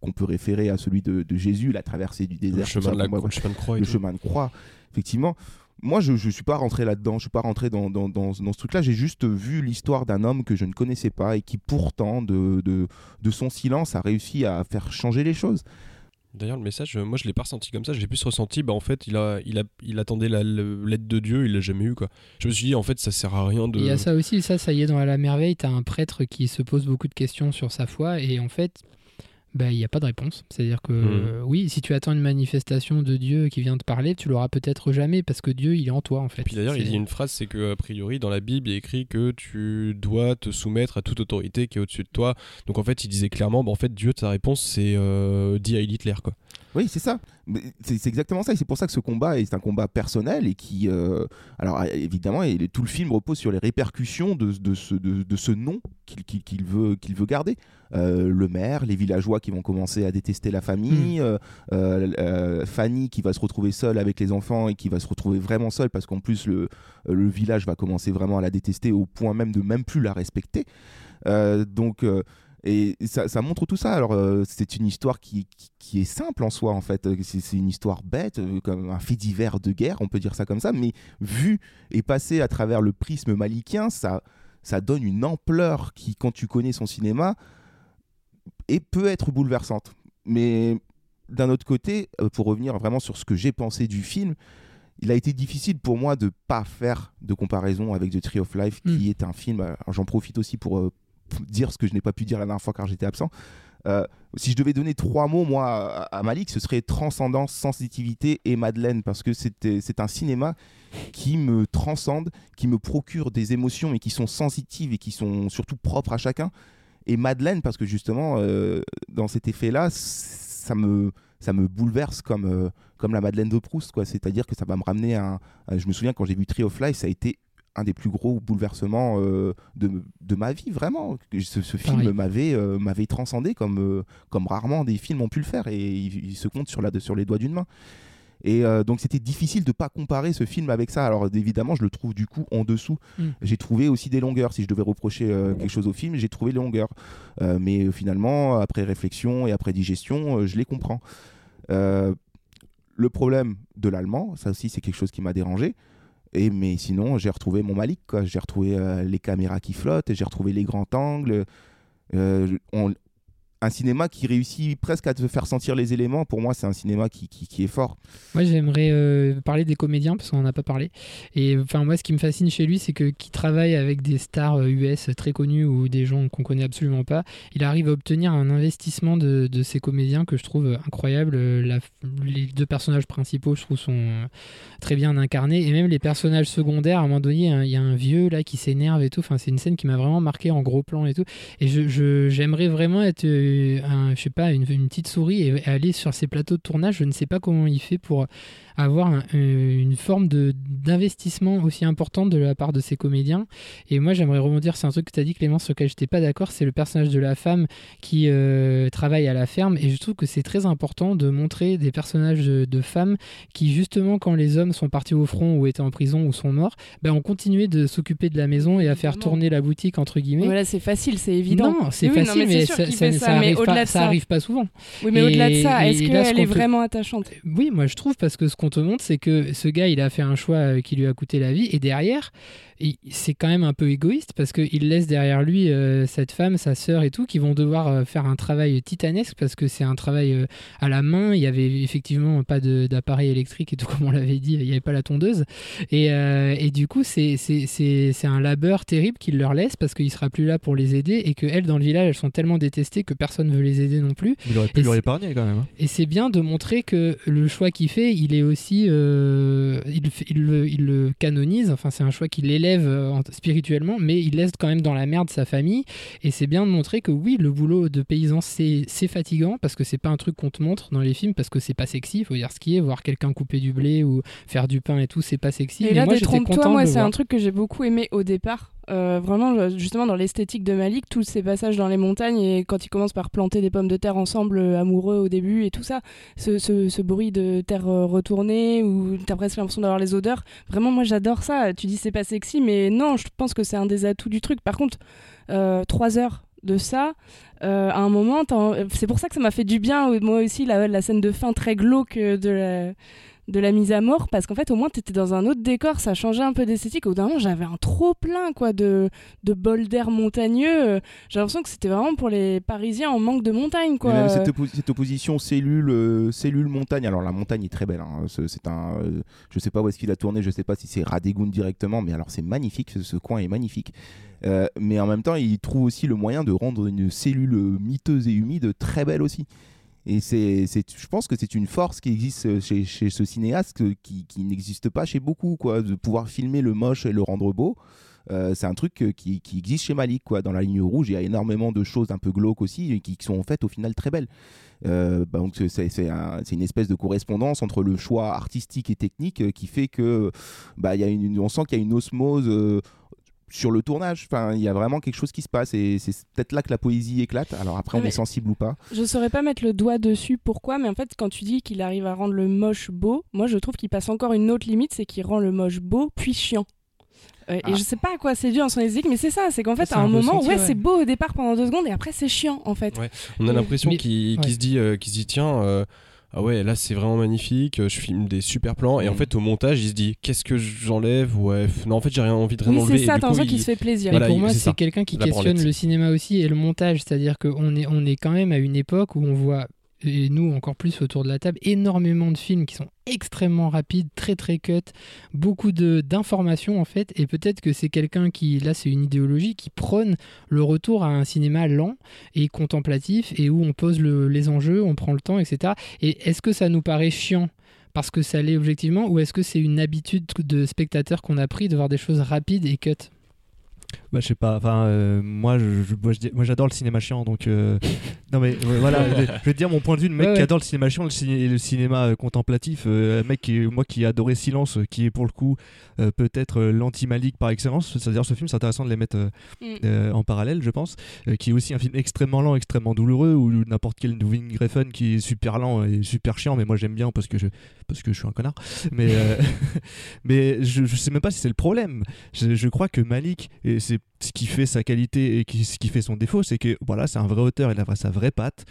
qu'on peut référer à celui de, de Jésus, la traversée du désert, tout chemin ça. de la- Bon, moi, le chemin de croix et le tout. chemin de croix, effectivement. Moi, je ne suis pas rentré là-dedans, je suis pas rentré dans, dans, dans, dans ce truc-là. J'ai juste vu l'histoire d'un homme que je ne connaissais pas et qui, pourtant, de, de, de son silence, a réussi à faire changer les choses. D'ailleurs, le message, euh, moi je l'ai pas ressenti comme ça, j'ai plus ressenti, bah en fait, il, a, il, a, il attendait la- le- l'aide de Dieu, il l'a jamais eu quoi. Je me suis dit, en fait, ça sert à rien de. Il y a ça aussi, ça, ça y est, dans la merveille, t'as un prêtre qui se pose beaucoup de questions sur sa foi et en fait, bah, il n'y a pas de réponse. C'est-à-dire que Mm. euh, oui, si tu attends une manifestation de Dieu qui vient te parler, tu l'auras peut-être jamais parce que Dieu, il est en toi en fait. Puis d'ailleurs, il C'est- y a une phrase, c'est que a priori dans la Bible, il est écrit que tu dois te soumettre à toute autorité qui est au-dessus de toi. Donc en fait, il disait clairement, bah en fait, Dieu, ta réponse, c'est euh, dit à Hitler quoi. Oui, c'est ça. Mais C'est c'est exactement ça. Et c'est pour ça que ce combat est un combat personnel et qui, euh, alors euh, évidemment, et tout le film repose sur les répercussions de, de ce, de, de ce nom qu'il qu'il- qu'il veut, qu'il veut garder. Euh, le maire, les villageois qui vont commencer à détester la famille, euh, euh, euh, Fanny qui va se retrouver seule avec les enfants et qui va se retrouver vraiment seule parce qu'en plus le, le village va commencer vraiment à la détester au point même de même plus la respecter. Euh, donc euh, et ça, ça montre tout ça. Alors, euh, c'est une histoire qui, qui, qui est simple en soi, en fait. Euh, C'est c'est une histoire bête, euh, comme un fait divers de guerre, on peut dire ça comme ça, mais vu et passé à travers le prisme malikien, ça, ça donne une ampleur qui, quand tu connais son cinéma, et peut être bouleversante. Mais d'un autre côté, euh, pour revenir vraiment sur ce que j'ai pensé du film, il a été difficile pour moi de pas faire de comparaison avec The Tree of Life, qui est un film. alors J'en profite aussi pour euh, p- dire ce que je n'ai pas pu dire la dernière fois car j'étais absent. Euh, si je devais donner trois mots, moi, à, à Malik, ce serait transcendance, sensitivité et Madeleine, parce que c'était- c'est un cinéma qui me transcende, qui me procure des émotions, mais qui sont sensitives et qui sont surtout propres à chacun et Madeleine parce que justement euh, dans cet effet là ça me ça me bouleverse comme euh, comme la Madeleine de Proust quoi c'est à dire que ça va me ramener à, un- à- je me souviens quand j'ai vu Tree of Life ça a été un des plus gros bouleversements euh, de, de ma vie vraiment Que ce, ce film Pareil. m'avait euh, m'avait transcendé comme euh, comme rarement des films ont pu le faire et il, il se compte sur la sur les doigts d'une main et euh, donc c'était difficile de pas comparer ce film avec ça. Alors évidemment, je le trouve du coup en dessous. Mm. J'ai trouvé aussi des longueurs. Si je devais reprocher euh, quelque chose au film, j'ai trouvé les longueurs. Euh, mais euh, finalement, après réflexion et après digestion, euh, je les comprends. Euh, le problème de l'allemand, ça aussi c'est quelque chose qui m'a dérangé. Et mais sinon, j'ai retrouvé mon Malik. quoi. J'ai retrouvé euh, les caméras qui flottent, j'ai retrouvé les grands angles. Euh, on- un cinéma qui réussit presque à te faire sentir les éléments, pour moi, c'est un cinéma qui, qui, qui est fort. Moi, j'aimerais euh, parler des comédiens parce qu'on n'en a pas parlé. Et enfin, moi, ce qui me fascine chez lui, c'est que qui travaille avec des stars euh, US très connues ou des gens qu'on connaît absolument pas, il arrive à obtenir un investissement de, de ces comédiens que je trouve incroyable. Euh, la- les deux personnages principaux, je trouve, sont euh, très bien incarnés. Et même les personnages secondaires, à un moment donné, hein, il y a un vieux là qui s'énerve et tout. Enfin, c'est une scène qui m'a vraiment marqué en gros plan et tout. Et je- je- j'aimerais vraiment être, euh, un- je sais pas, une, une petite souris et, et aller sur ces plateaux de tournage. Je ne sais pas comment il fait pour avoir un- euh, une forme de- d'investissement aussi importante de la part de ces comédiens. Et moi, j'aimerais rebondir sur un truc que tu as dit, Clément, sur lequel j'étais pas d'accord. C'est le personnage de la femme qui euh, travaille à la ferme. Et je trouve que c'est très important de montrer des personnages de, de femmes qui, justement, quand les hommes sont partis au front ou étaient en prison ou sont morts, ben, ont continué de s'occuper de la maison et à faire tourner la boutique, entre guillemets. Voilà, c'est facile, c'est évident. Non, c'est Oui, oui, non, facile, mais, c'est sûr ça, qu'il ça- fait ça arrive mais au-delà pas, de ça arrive pas souvent. Oui, mais Et- au-delà de ça, et est-ce là, ce qu'elle qu'on est te- vraiment attachante Oui, moi je trouve parce que ce qu'on te montre, c'est que ce gars, il a fait un choix euh, qui lui a coûté la vie, et derrière, il- c'est quand même un peu égoïste parce qu'il laisse derrière lui euh, cette femme, sa sœur et tout, qui vont devoir euh, faire un travail titanesque parce que c'est un travail euh, à la main. Il y avait effectivement pas de- d'appareil électrique et tout comme on l'avait dit, il n'y avait pas la tondeuse, et, euh, et du coup, c'est c'est- c'est- c'est un labeur terrible qu'il leur laisse parce qu'il sera plus là pour les aider et que elles dans le village, elles sont tellement détestées que personne veut les aider non plus. Il aurait pu Et leur c'est- épargner quand même. hein. et c'est bien de montrer que le choix qu'il fait, il est aussi. euh, il, fait- il le- il le canonise, enfin, c'est un choix qui l'élève euh, en- spirituellement, mais il laisse quand même dans la merde sa famille. Et c'est bien de montrer que oui, le boulot de paysan, c'est c'est fatigant, parce que c'est pas un truc qu'on te montre dans les films, parce que c'est pas sexy, faut dire ce qui est. Voir quelqu'un couper du blé ou faire du pain et tout, c'est pas sexy. Et mais là, moi, j'étais détrompe-toi, content moi, de le c'est un voir. truc que j'ai beaucoup aimé au départ. Euh, vraiment, je- justement, dans l'esthétique de Malik, tous ces passages dans les montagnes et quand ils commencent par planter des pommes de terre ensemble, euh, amoureux au début et tout ça, ce, ce- ce bruit de terre euh, retournée où t'as presque l'impression d'avoir les odeurs. Vraiment, moi, j'adore ça. Tu dis c'est pas sexy, mais non, je pense que c'est un des atouts du truc. Par contre, euh, trois heures de ça, euh, à un moment, t'en- c'est pour ça que ça m'a fait du bien, euh, moi aussi, la, la scène de fin très glauque euh, de la, de la mise à mort, parce qu'en fait, au moins, t'étais dans un autre décor, ça changeait un peu d'esthétique. Au bout d'un moment, j'avais un trop-plein quoi, de, de bols d'air montagneux. euh, J'ai l'impression que c'était vraiment pour les Parisiens en manque de montagne. Quoi. Et même cette, Euh, oppo- cette opposition cellule, euh, cellule montagne. Alors la montagne est très belle. hein. Ce- C'est un, euh, je sais pas où est-ce qu'il a tourné. Je sais pas si c'est Radégoun directement, mais alors c'est magnifique. Ce, ce coin est magnifique. Euh, mais en même temps, il trouve aussi le moyen de rendre une cellule euh, miteuse et humide très belle aussi. Et c'est, c'est- je pense que c'est une force qui existe euh, chez, chez ce cinéaste que- qui, qui n'existe pas chez beaucoup, quoi, de pouvoir filmer le moche et le rendre beau. Euh, c'est un truc euh, qui, qui existe chez Malik, quoi. Dans la ligne rouge, il y a énormément de choses un peu glauques aussi, et qui, qui sont en fait au final très belles. Euh, bah, donc c'est, c'est un- c'est une espèce de correspondance entre le choix artistique et technique euh, qui fait que, bah, il y a une, une- on sent qu'il y a une osmose. euh, sur le tournage, enfin, il y a vraiment quelque chose qui se passe et c'est peut-être là que la poésie éclate. Alors après, on Mais- est sensible ou pas. Je saurais pas mettre le doigt dessus pourquoi, mais en fait, quand tu dis qu'il arrive à rendre le moche beau, moi je trouve qu'il passe encore une autre limite, c'est qu'il rend le moche beau puis chiant. Euh, Ah. Et je sais pas à quoi c'est dû dans son esthétique, mais c'est ça, c'est qu'en fait, C'est à un, un moment, ressenti, ouais, ouais. c'est beau au départ pendant deux secondes et après c'est chiant en fait. Ouais, On a l'impression Mais- qu'il qu'il ouais. se dit, euh, qu'il se dit tiens, euh, ah ouais, là c'est vraiment magnifique, euh, je filme des super plans. Mm. Et en fait, au montage, il se dit qu'est-ce que j'enlève Ouais, f- non, en fait, j'ai rien envie de rien Oui, c'est enlever. Et ça, du t'as coup, l'impression qu'il il- se fait plaisir. Mais voilà, pour il- moi, ça, c'est quelqu'un qui la questionne branlette. le cinéma aussi et le montage. C'est-à-dire qu'on est, on est quand même à une époque où on voit, et nous encore plus autour de la table, énormément de films qui sont extrêmement rapides, très très cut, beaucoup de- d'informations en fait. Et peut-être que c'est quelqu'un qui, là, c'est une idéologie qui prône le retour à un cinéma lent et contemplatif et où on pose le- les enjeux, on prend le temps, etc. Et est-ce que ça nous paraît chiant parce que ça l'est objectivement, ou est-ce que c'est une habitude de spectateur qu'on a pris de voir des choses rapides et cut Bah, je sais pas, enfin, euh, moi, je, je- moi, je dis- moi, j'adore le cinéma chiant, donc. euh, non, mais euh, voilà, je, vais- je vais te dire mon point de vue, le mec Ouais, qui ouais. adore le cinéma chiant le ciné- et le cinéma euh, contemplatif, euh, mec qui, moi qui adorais Silence, euh, qui est pour le coup euh, peut-être euh, l'anti-Malik par excellence, c'est-à-dire ce film, c'est intéressant de les mettre euh, Mm. euh, en parallèle, je pense, euh, qui est aussi un film extrêmement lent, extrêmement douloureux, ou n'importe quel Wing Griffin qui est super lent et super chiant, mais moi j'aime bien parce que je, parce que je suis un connard. Mais, euh, mais je, je sais même pas si c'est le problème. Je, je crois que Malik, et c'est ce qui fait sa qualité et qui- ce qui fait son défaut, c'est que voilà, c'est un vrai auteur, il a sa vraie patte.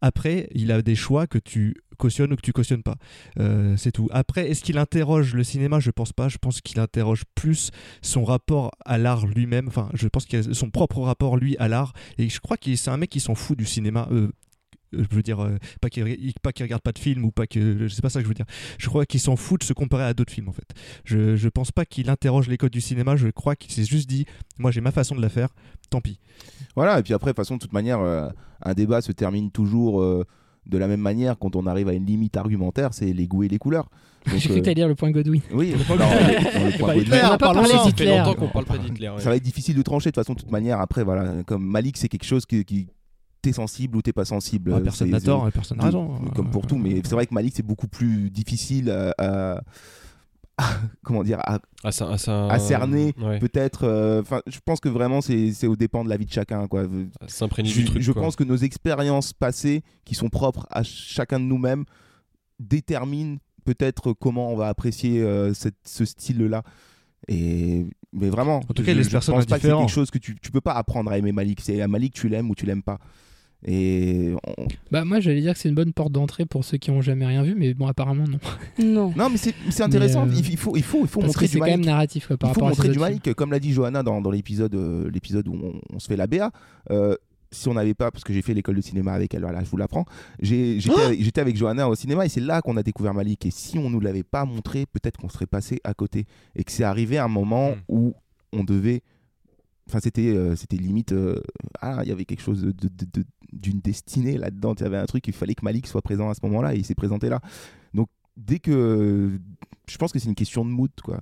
Après, il a des choix que tu cautionnes ou que tu cautionnes pas. Euh, c'est tout. Après, est-ce qu'il interroge le cinéma Je pense pas. Je pense qu'il interroge plus son rapport à l'art lui-même. Enfin, je pense qu'il a son propre rapport, lui, à l'art. Et je crois que c'est un mec qui s'en fout du cinéma. euh, euh, je veux dire, euh, pas qu'il pas qu'il regarde pas de film ou pas que. C'est pas ça que je veux dire. Je crois qu'il s'en fout de se comparer à d'autres films en fait. Je, je pense pas qu'il interroge les codes du cinéma, je crois qu'il s'est juste dit moi j'ai ma façon de la faire, tant pis. Voilà, et puis après, de toute façon, de toute manière, euh, un débat se termine toujours euh, de la même manière quand on arrive à une limite argumentaire, c'est les goûts et les couleurs. Donc, euh, J'ai cru que t'allais dire le point Godwin. Oui, Le point non, Godwin. non, le On point Godwin. va Bah, Hitler, on va pas parler d'Hitler. Ça fait longtemps qu'on parle pas d'Hitler, ouais. Ça va être difficile de trancher de toute façon, de toute manière. Après, voilà, comme Malik, c'est quelque chose qui. qui- T'es sensible ou t'es pas sensible. euh, Ouais, Ah, personne C'est- n'a tort, hein. c'est- personne n'a tout- raison. Comme pour tout, mais c'est vrai que Malik, c'est beaucoup plus difficile à. à- comment dire à, À ça- à ça- à cerner ouais. peut-être euh, enfin je pense que vraiment c'est c'est au dépend de la vie de chacun quoi s'imprégner je, du truc, je quoi. pense que nos expériences passées qui sont propres à chacun de nous-mêmes déterminent peut-être comment on va apprécier euh, cette- ce style là et mais vraiment en tout cas, il laisse personne pense pas que c'est indifférent. quelque chose que tu tu peux pas apprendre à aimer Malik c'est à Malik tu l'aimes ou tu l'aimes pas et on- Bah moi j'allais dire que c'est une bonne porte d'entrée pour ceux qui ont jamais rien vu, mais bon apparemment non. Non. Non, mais c'est c'est intéressant. Mais, euh, il, il faut, il faut, il faut parce montrer que du c'est quand Malik. même narratif, quoi, par il faut rapport à ces montrer du autres Malik, comme l'a dit Johanna dans, dans l'épisode, euh, l'épisode où on, on se fait la BA. euh, si on n'avait pas, parce que j'ai fait l'école de cinéma avec elle, voilà, je vous l'apprends. j'ai- Oh J'étais avec- j'étais avec Johanna au cinéma et c'est là qu'on a découvert Malik. Et si on nous l'avait pas montré, peut-être qu'on serait passé à côté. Et que c'est arrivé un moment où on devait. Enfin, c'était euh, c'était limite. euh, ah, il y avait quelque chose de- de- de- de- d'une destinée là-dedans. Il y avait un truc, il fallait que Malik soit présent à ce moment-là et il s'est présenté là. Donc, dès que. Je pense que c'est une question de mood, quoi.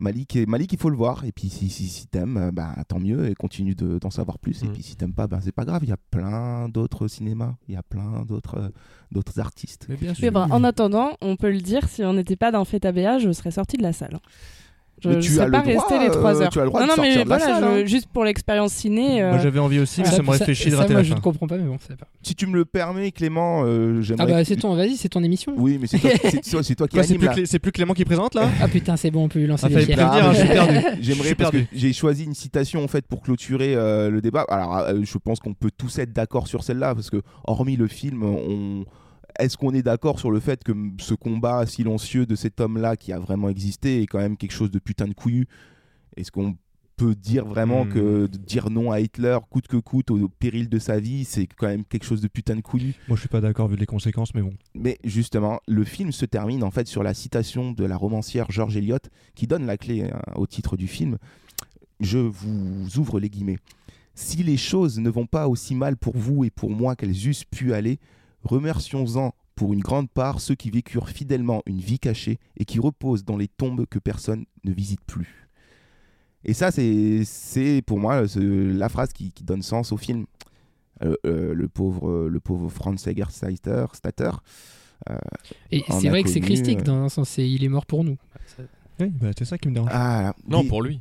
Malik, et- Malik, il faut le voir. Et puis, si, si, si t'aimes, euh, bah, tant mieux et continue de- d'en savoir plus. Et Mm. puis, si t'aimes pas, bah, c'est pas grave. Il y a plein d'autres cinémas, il y a plein d'autres euh, d'autres artistes. Mais bah, bon, en attendant, on peut le dire, si on n'était pas dans Fête ABA, je serais sorti de la salle. Je Mais ne tu serais as pas le droit, resté les 3 euh, heures. tu as le droit non, de non, mais sortir de la voilà, salle, je- hein. juste pour l'expérience ciné. euh, Moi, j'avais envie aussi, mais ça m'aurait fait chier de rater moi, la je fin. ne comprends pas, mais bon, c'est pas. Si tu me le permets, Clément, euh, Ah j'aimerais. bah que- c'est ton, vas-y, c'est ton émission. Oui, mais c'est toi, c'est toi- c'est toi qui Quoi, c'est anime plus, là. Clé- c'est plus Clément qui présente là Ah putain, c'est bon, on peut lui lancer Ah, des fallait pierres. prévenir, hein, j'ai perdu. Je J'aimerais suis parce que perdu. j'ai choisi une citation en fait pour clôturer euh, le débat. Alors, euh, je pense qu'on peut tous être d'accord sur celle-là parce que, hormis le film, on est-ce qu'on est, d'accord sur le fait que m- ce combat silencieux de cet homme-là qui a vraiment existé est quand même quelque chose de putain de couillu Est-ce qu'on peut dire vraiment Hmm. que de dire non à Hitler coûte que coûte au péril de sa vie, c'est quand même quelque chose de putain de couillu Moi je suis pas d'accord vu les conséquences, mais bon. mais justement, le film se termine en fait sur la citation de la romancière George Eliot qui donne la clé hein, au titre du film. Je vous ouvre les guillemets. Si les choses ne vont pas aussi mal pour vous et pour moi qu'elles eussent pu aller, remercions-en pour une grande part ceux qui vécurent fidèlement une vie cachée et qui reposent dans les tombes que personne ne visite plus. Et ça, c'est- c'est pour moi ce- la phrase qui, qui donne sens au film. Euh, euh, le, pauvre, le pauvre Franz Egerstatter. Statter, euh, Et on c'est a vrai que c'est connu, christique euh, dans un sens, c'est il est mort pour nous. Oui, bah, c'est ça qui me dérange. Ah, là. Non, Mais- pour Oh, lui.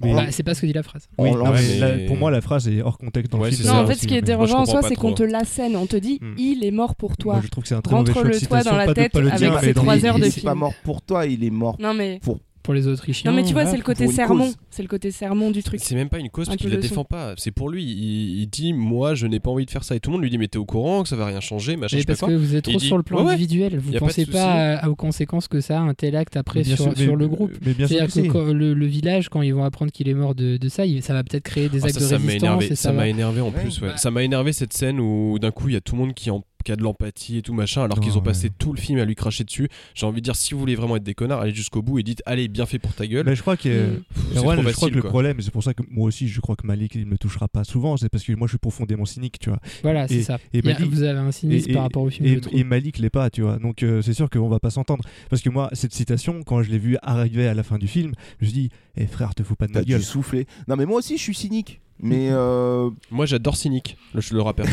Bah, c'est pas ce que dit la phrase. Oui, On non, lance- mais la- pour moi la phrase est hors contexte dans Ouais, le film. c'est Non, ça en fait, aussi, ce qui est mais- dérangeant Moi, en je soi, comprends c'est pas qu'on te trop. l'assène. On te dit, il est mort pour toi. Moi, je trouve que c'est un très mauvais choix de Rentre-le-toi citation, dans la pas de tête Bah, pas le dire, avec mais ces dans 3 heures il de est pas film. mort pour toi, il est mort Non, mais- pour pour les Autrichiens. Non, mais tu vois, c'est le Pour côté une sermon. cause. C'est le côté sermon du truc. C'est même pas une cause Un peu parce qu'il la de son. défend pas. C'est pour lui. Il, il dit Moi, je n'ai pas envie de faire ça. Et tout le monde lui dit Mais t'es au courant que ça va rien changer, machin. Mais je sais pas parce quoi. que vous êtes Et trop il dit, sur le plan Ouais, ouais, individuel, vous y a pas de pensez souci. pas, à- aux conséquences que ça a un tel acte après Mais bien sur, sûr- mais- sur le groupe. mais bien sûr C'est-à-dire que que si. quand le, le village, quand ils vont apprendre qu'il est mort de, de ça, il- ça va peut-être créer des Ah, actes ça, de ça m'a résistance. énervé, et ça va- m'a énervé en plus. ouais. Ça m'a énervé cette scène où d'un coup il y a tout le monde qui, en- qui a de l'empathie et tout machin, alors qu'ils ont passé tout le film à lui cracher dessus. J'ai envie de dire si vous voulez vraiment être des connards, allez jusqu'au bout et dites allez bien fait pour ta gueule. Mais je crois que, Hmm. Pff, Mm. c'est euh, Erwan, je trop crois facile, que le quoi. problème, et c'est pour ça que moi aussi je crois que Malik il me touchera pas souvent, c'est parce que moi je suis profondément cynique, tu vois. Voilà, c'est Et- ça. et Il y a- Malik- vous avez un cynisme et- par rapport au film, et- je trouve. Et Malik l'est pas, tu vois. Donc euh, c'est sûr qu'on va pas s'entendre. Parce que moi, cette citation, quand je l'ai vue arriver à la fin du film, je me suis dit, eh frère, te fous pas de T'as notre gueule. dû souffler. Non, mais moi aussi, je suis cynique. Mais euh, moi j'adore Cynic, le- je le rappelle.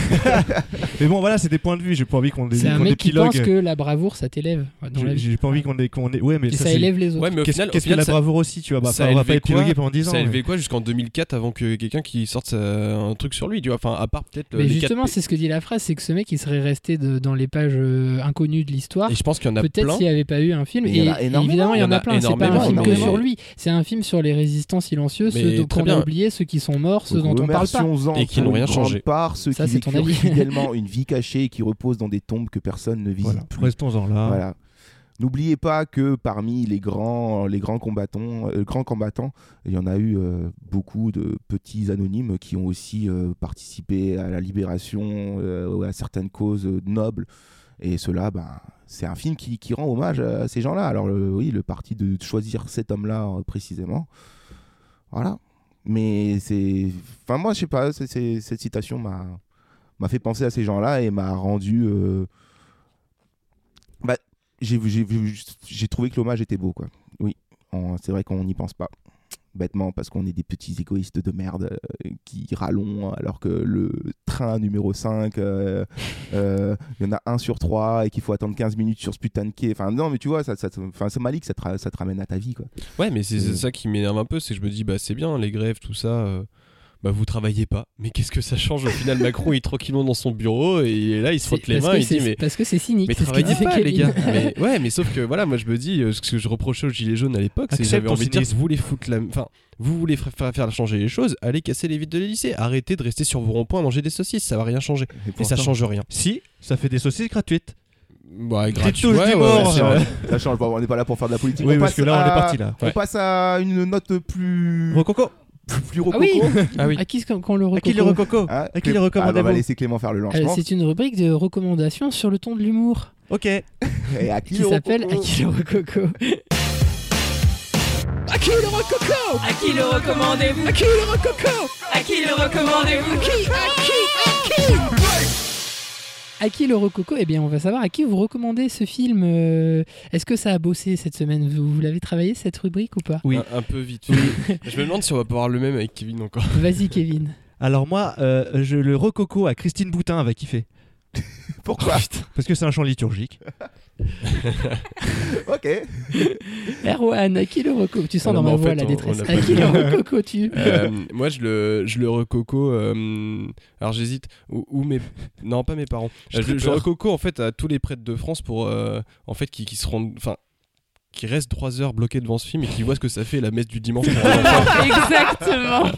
Mais bon, voilà, c'est des points de vue. J'ai pas envie qu'on dé- C'est un qu'on mec qui pense dépilogue. que la bravoure, ça t'élève dans la J'ai vie. j'ai pas envie qu'on ait. qu'on ait- Ouais, mais Et ça c'est- élève les autres. Ouais, mais au Qu'est-ce final, au qu'est-ce que final, la ça- bravoure aussi, tu vois bah, ça enfin, On va élevé pas épiloguer quoi pendant 10 ans. Ça a hein, mais- élevé quoi jusqu'en 2004 avant que quelqu'un qui sorte sa- un truc sur lui, tu vois Enfin, à part peut-être. euh, Mais les justement, quatre- c'est ce que dit la phrase, c'est que ce mec, il serait resté de- dans les pages euh, inconnues de l'histoire. Et je pense qu'il y en a Peut-être plein. s'il n'y avait pas eu un film. Mais Et, il y en a et énormément. évidemment, il y en a plein. C'est pas un film énormément, que mais- sur lui. C'est un film sur les résistants silencieux, Mais ceux dont- très qu'on a bien. oublié, ceux qui sont morts, ceux dont on parle pas. Remercions-en Et qui n'ont pour rien une grande changé. part ceux Ça, qui c'est ton vécurent avis. fidèlement une vie cachée et qui reposent dans des tombes que personne ne visite. Voilà, plus. restons-en là. Voilà. N'oubliez pas que parmi les grands, les grands combattants, euh, grands combattants, il y en a eu euh, beaucoup de petits anonymes qui ont aussi euh, participé à la libération, euh, à certaines causes euh, nobles. Et cela, ben, c'est un film qui, qui rend hommage à ces gens-là. Alors le- oui, le parti de choisir cet homme-là euh, précisément, voilà. Mais c'est. Enfin, moi, je sais pas, c'est- c'est- cette citation m'a m'a fait penser à ces gens-là et m'a rendu. euh, Bah, j'ai j'ai- j'ai trouvé que l'hommage était beau, quoi. Oui, On- c'est vrai qu'on n'y pense pas. Bêtement, parce qu'on est des petits égoïstes de merde euh, qui râlons alors que le train numéro 5, euh, euh, il y en a un sur trois et qu'il faut attendre 15 minutes sur ce putain de quai. Enfin, non, mais tu vois, ça, ça, ça- enfin, c'est Malik, ça te, ra- ça te ramène à ta vie, quoi. Ouais, mais c'est Mm. c'est ça qui m'énerve un peu, c'est que je me dis, bah c'est bien, les grèves, tout ça. euh, Bah vous travaillez pas, mais qu'est-ce que ça change au final Macron il est tranquillement dans son bureau et il est là, il se frotte les parce mains, que il dit c'est- mais parce que c'est cynique, Mais c'est ce qu'il travaillez dit, pas les Kevin. gars. Mais- ouais, mais sauf que voilà, moi je me dis euh, ce que je reprochais aux gilets jaunes à l'époque, c'est que Accepte j'avais ton envie de dire cynisme. vous voulez foutre la, enfin vous voulez fa- fa- faire changer les choses, allez casser les vitres de les lycées, arrêtez de rester sur vos ronds-points à manger des saucisses, ça va rien changer et, pourtant- ça change rien. Si, ça fait des saucisses gratuites. Bah, Des touches du Ça bord. change. Ça change, bon, on n'est pas là pour faire de la politique. Oui, on parce passe que là, on est à- parti, là. On Ouais. passe à une note Hmm. plus. Rococo Plus Ah rococo. oui, À qui qu'on qu'on le recommande Ah, À qui le Clé- recommandez-vous Ah, bah, On va laisser Clément faire le Euh, lancement. C'est une rubrique de recommandations sur le ton de l'humour. Ok. Et à qui Qui le s'appelle rococo Akil Rococo. À qui le rococo À qui le recommandez-vous À qui le rococo À qui le recommandez-vous À qui À qui À qui À qui le rococo Eh bien, on va savoir à qui vous recommandez ce film. euh, Est-ce que ça a bossé cette semaine Vous, vous l'avez travaillé cette rubrique ou pas Un, un peu vite. fait. je me demande si on va pouvoir le même avec Kevin encore. Vas-y, Kevin. Alors moi, euh, je le recoco à Christine Boutin va kiffer. Pourquoi Parce que c'est un chant liturgique. Ok. Erwan, à qui le rococo Tu sens Ah non, dans ma mais en voix fait, la on- détresse. on l'a À pas qui dit. le rococo tu Euh, Moi, je le, je le recoco. euh, alors, j'hésite. Ou, ou mes. Non, pas mes parents. J'ai Euh, très Je, je peur. recoco, en fait, à tous les prêtres de France pour. euh, en fait, qui, qui se rendent. Enfin. Qui restent 3 heures bloqués devant ce film et qui voient ce que ça fait la messe du dimanche. pour les enfants. Exactement.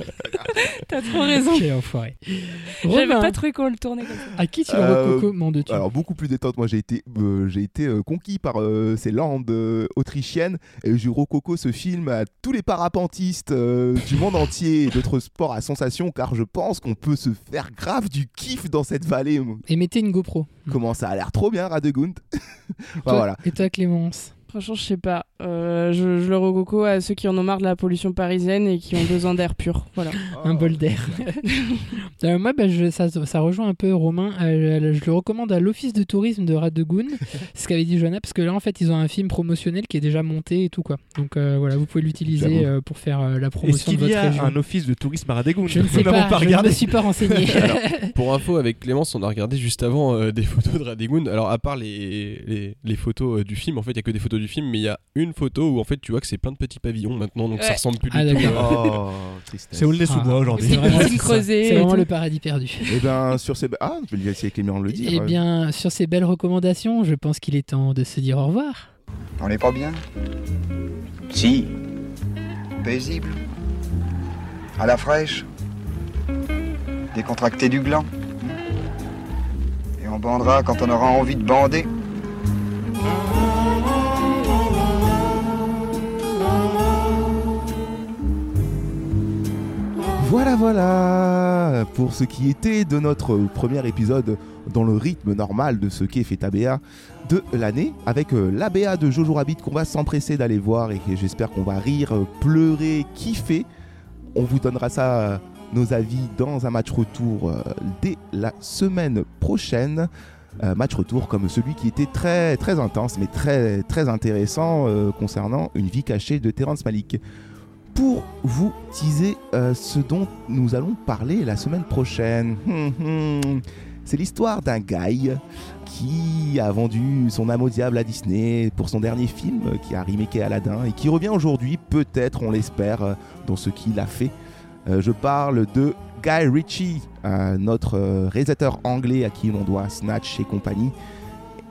T'as trop raison. Quel enfoiré. J'avais Romain. pas trouvé qu'on le tournait comme ça. À qui tu le Euh, recommandes-tu Alors beaucoup plus détente, moi j'ai été, euh, j'ai été euh, conquis par euh, ces landes euh, autrichiennes et je rococo ce film à tous les parapentistes euh, du monde entier et d'autres sports à sensation car je pense qu'on peut se faire grave du kiff dans cette vallée. Et mettez une GoPro. Comment ça a l'air trop bien Radegund Enfin, Toi- voilà. Et toi, Clémence Franchement, je sais pas. Euh, je, je le recoco à ceux qui en ont marre de la pollution parisienne et qui ont besoin d'air pur. Voilà. un Oh. bol d'air. Euh, moi, bah, je- ça, ça rejoint un peu Romain. Euh, je le recommande à l'office de tourisme de Radegoun. C'est ce qu'avait dit Johanna, parce que là, en fait, ils ont un film promotionnel qui est déjà monté et tout quoi. Donc euh, voilà, vous pouvez l'utiliser J'avoue. euh, pour faire euh, la Est-ce promotion de qu'il y votre a région. un office de tourisme à Radégoun Je ne sais Nous n'avons pas, je ne me suis pas renseigné. Alors, pour info, avec Clémence, on a regardé juste avant euh, des photos de Radegoun. Alors, à part les, les, les photos euh, du film, en fait, il y a que des photos du film, mais il y a une photo où en fait, tu vois que c'est plein de petits pavillons maintenant, donc ça Ouais. ressemble plus Ah, du tout. Oh, euh, tristesse. C'est Aulnay-sous-Bois aujourd'hui. hein? C'est vraiment- piscine creusée c'est et vraiment tout. le paradis perdu. Et ben sur ces ah je vais laisser Clément le dire. Eh bien, sur ces belles recommandations, je pense qu'il est temps de se dire au revoir. On n'est pas bien Si. Paisible. À la fraîche. Décontracté du gland. Et on bandera quand on aura envie de bander. Voilà, voilà pour ce qui était de notre premier épisode dans le rythme normal de ce qu'est FETABA de l'année, avec euh, l'ABA de Jojo Rabbit qu'on va s'empresser d'aller voir et que j'espère qu'on va rire, euh, pleurer, kiffer. On vous donnera ça, euh, nos avis, dans un match retour euh, dès la semaine prochaine. Euh, match retour comme celui qui était très très intense mais très très intéressant euh, concernant une vie cachée de Terrence Malik. pour vous teaser euh, ce dont nous allons parler la semaine prochaine. Hum, hum. C'est l'histoire d'un gars qui a vendu son âme au diable à Disney pour son dernier film euh, qui a remaké Aladdin et qui revient aujourd'hui, peut-être, on l'espère, euh, dans ce qu'il a fait. Euh, je parle de Guy Ritchie, euh, notre euh, réalisateur anglais à qui l'on doit Snatch et compagnie.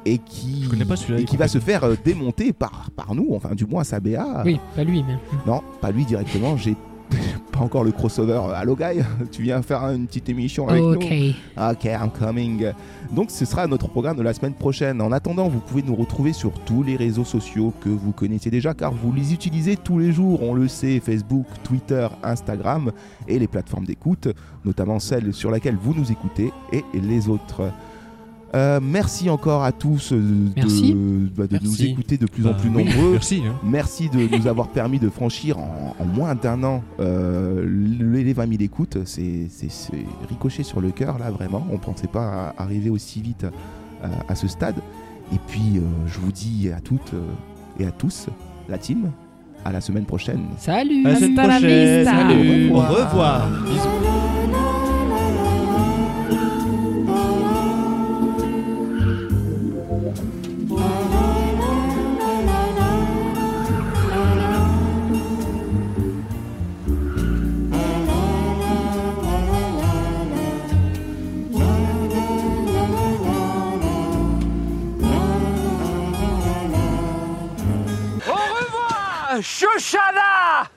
Et qui, pas celui-là, et et qui va se faire euh, démonter par, par nous, enfin du moins sa BA. Oui, pas lui, mais. Non, pas lui directement, j'ai pas encore le crossover. euh, Allo guy, tu viens faire une petite émission avec Oh, Ok. nous Ok, I'm coming. Donc ce sera notre programme de la semaine prochaine. En attendant, vous pouvez nous retrouver sur tous les réseaux sociaux que vous connaissez déjà car vous les utilisez tous les jours, on le sait, Facebook, Twitter, Instagram et les plateformes d'écoute, notamment celle sur laquelle vous nous écoutez et les autres. Euh, merci encore à tous euh, de, Merci. bah, de nous Merci. écouter de plus en Bah, plus oui, nombreux. merci, hein. Merci de nous avoir permis de franchir en, en moins d'un an euh, les les 20 000 écoutes. C'est c'est- c'est ricoché sur le cœur, là, vraiment. On pensait pas à- arriver aussi vite euh, à ce stade. Et puis, euh, je vous dis à toutes euh, et à tous, la team, à la semaine prochaine. Salut À Ah, la semaine Hasta la prochaine. vista. Salut. Au revoir. Au revoir, Shoshana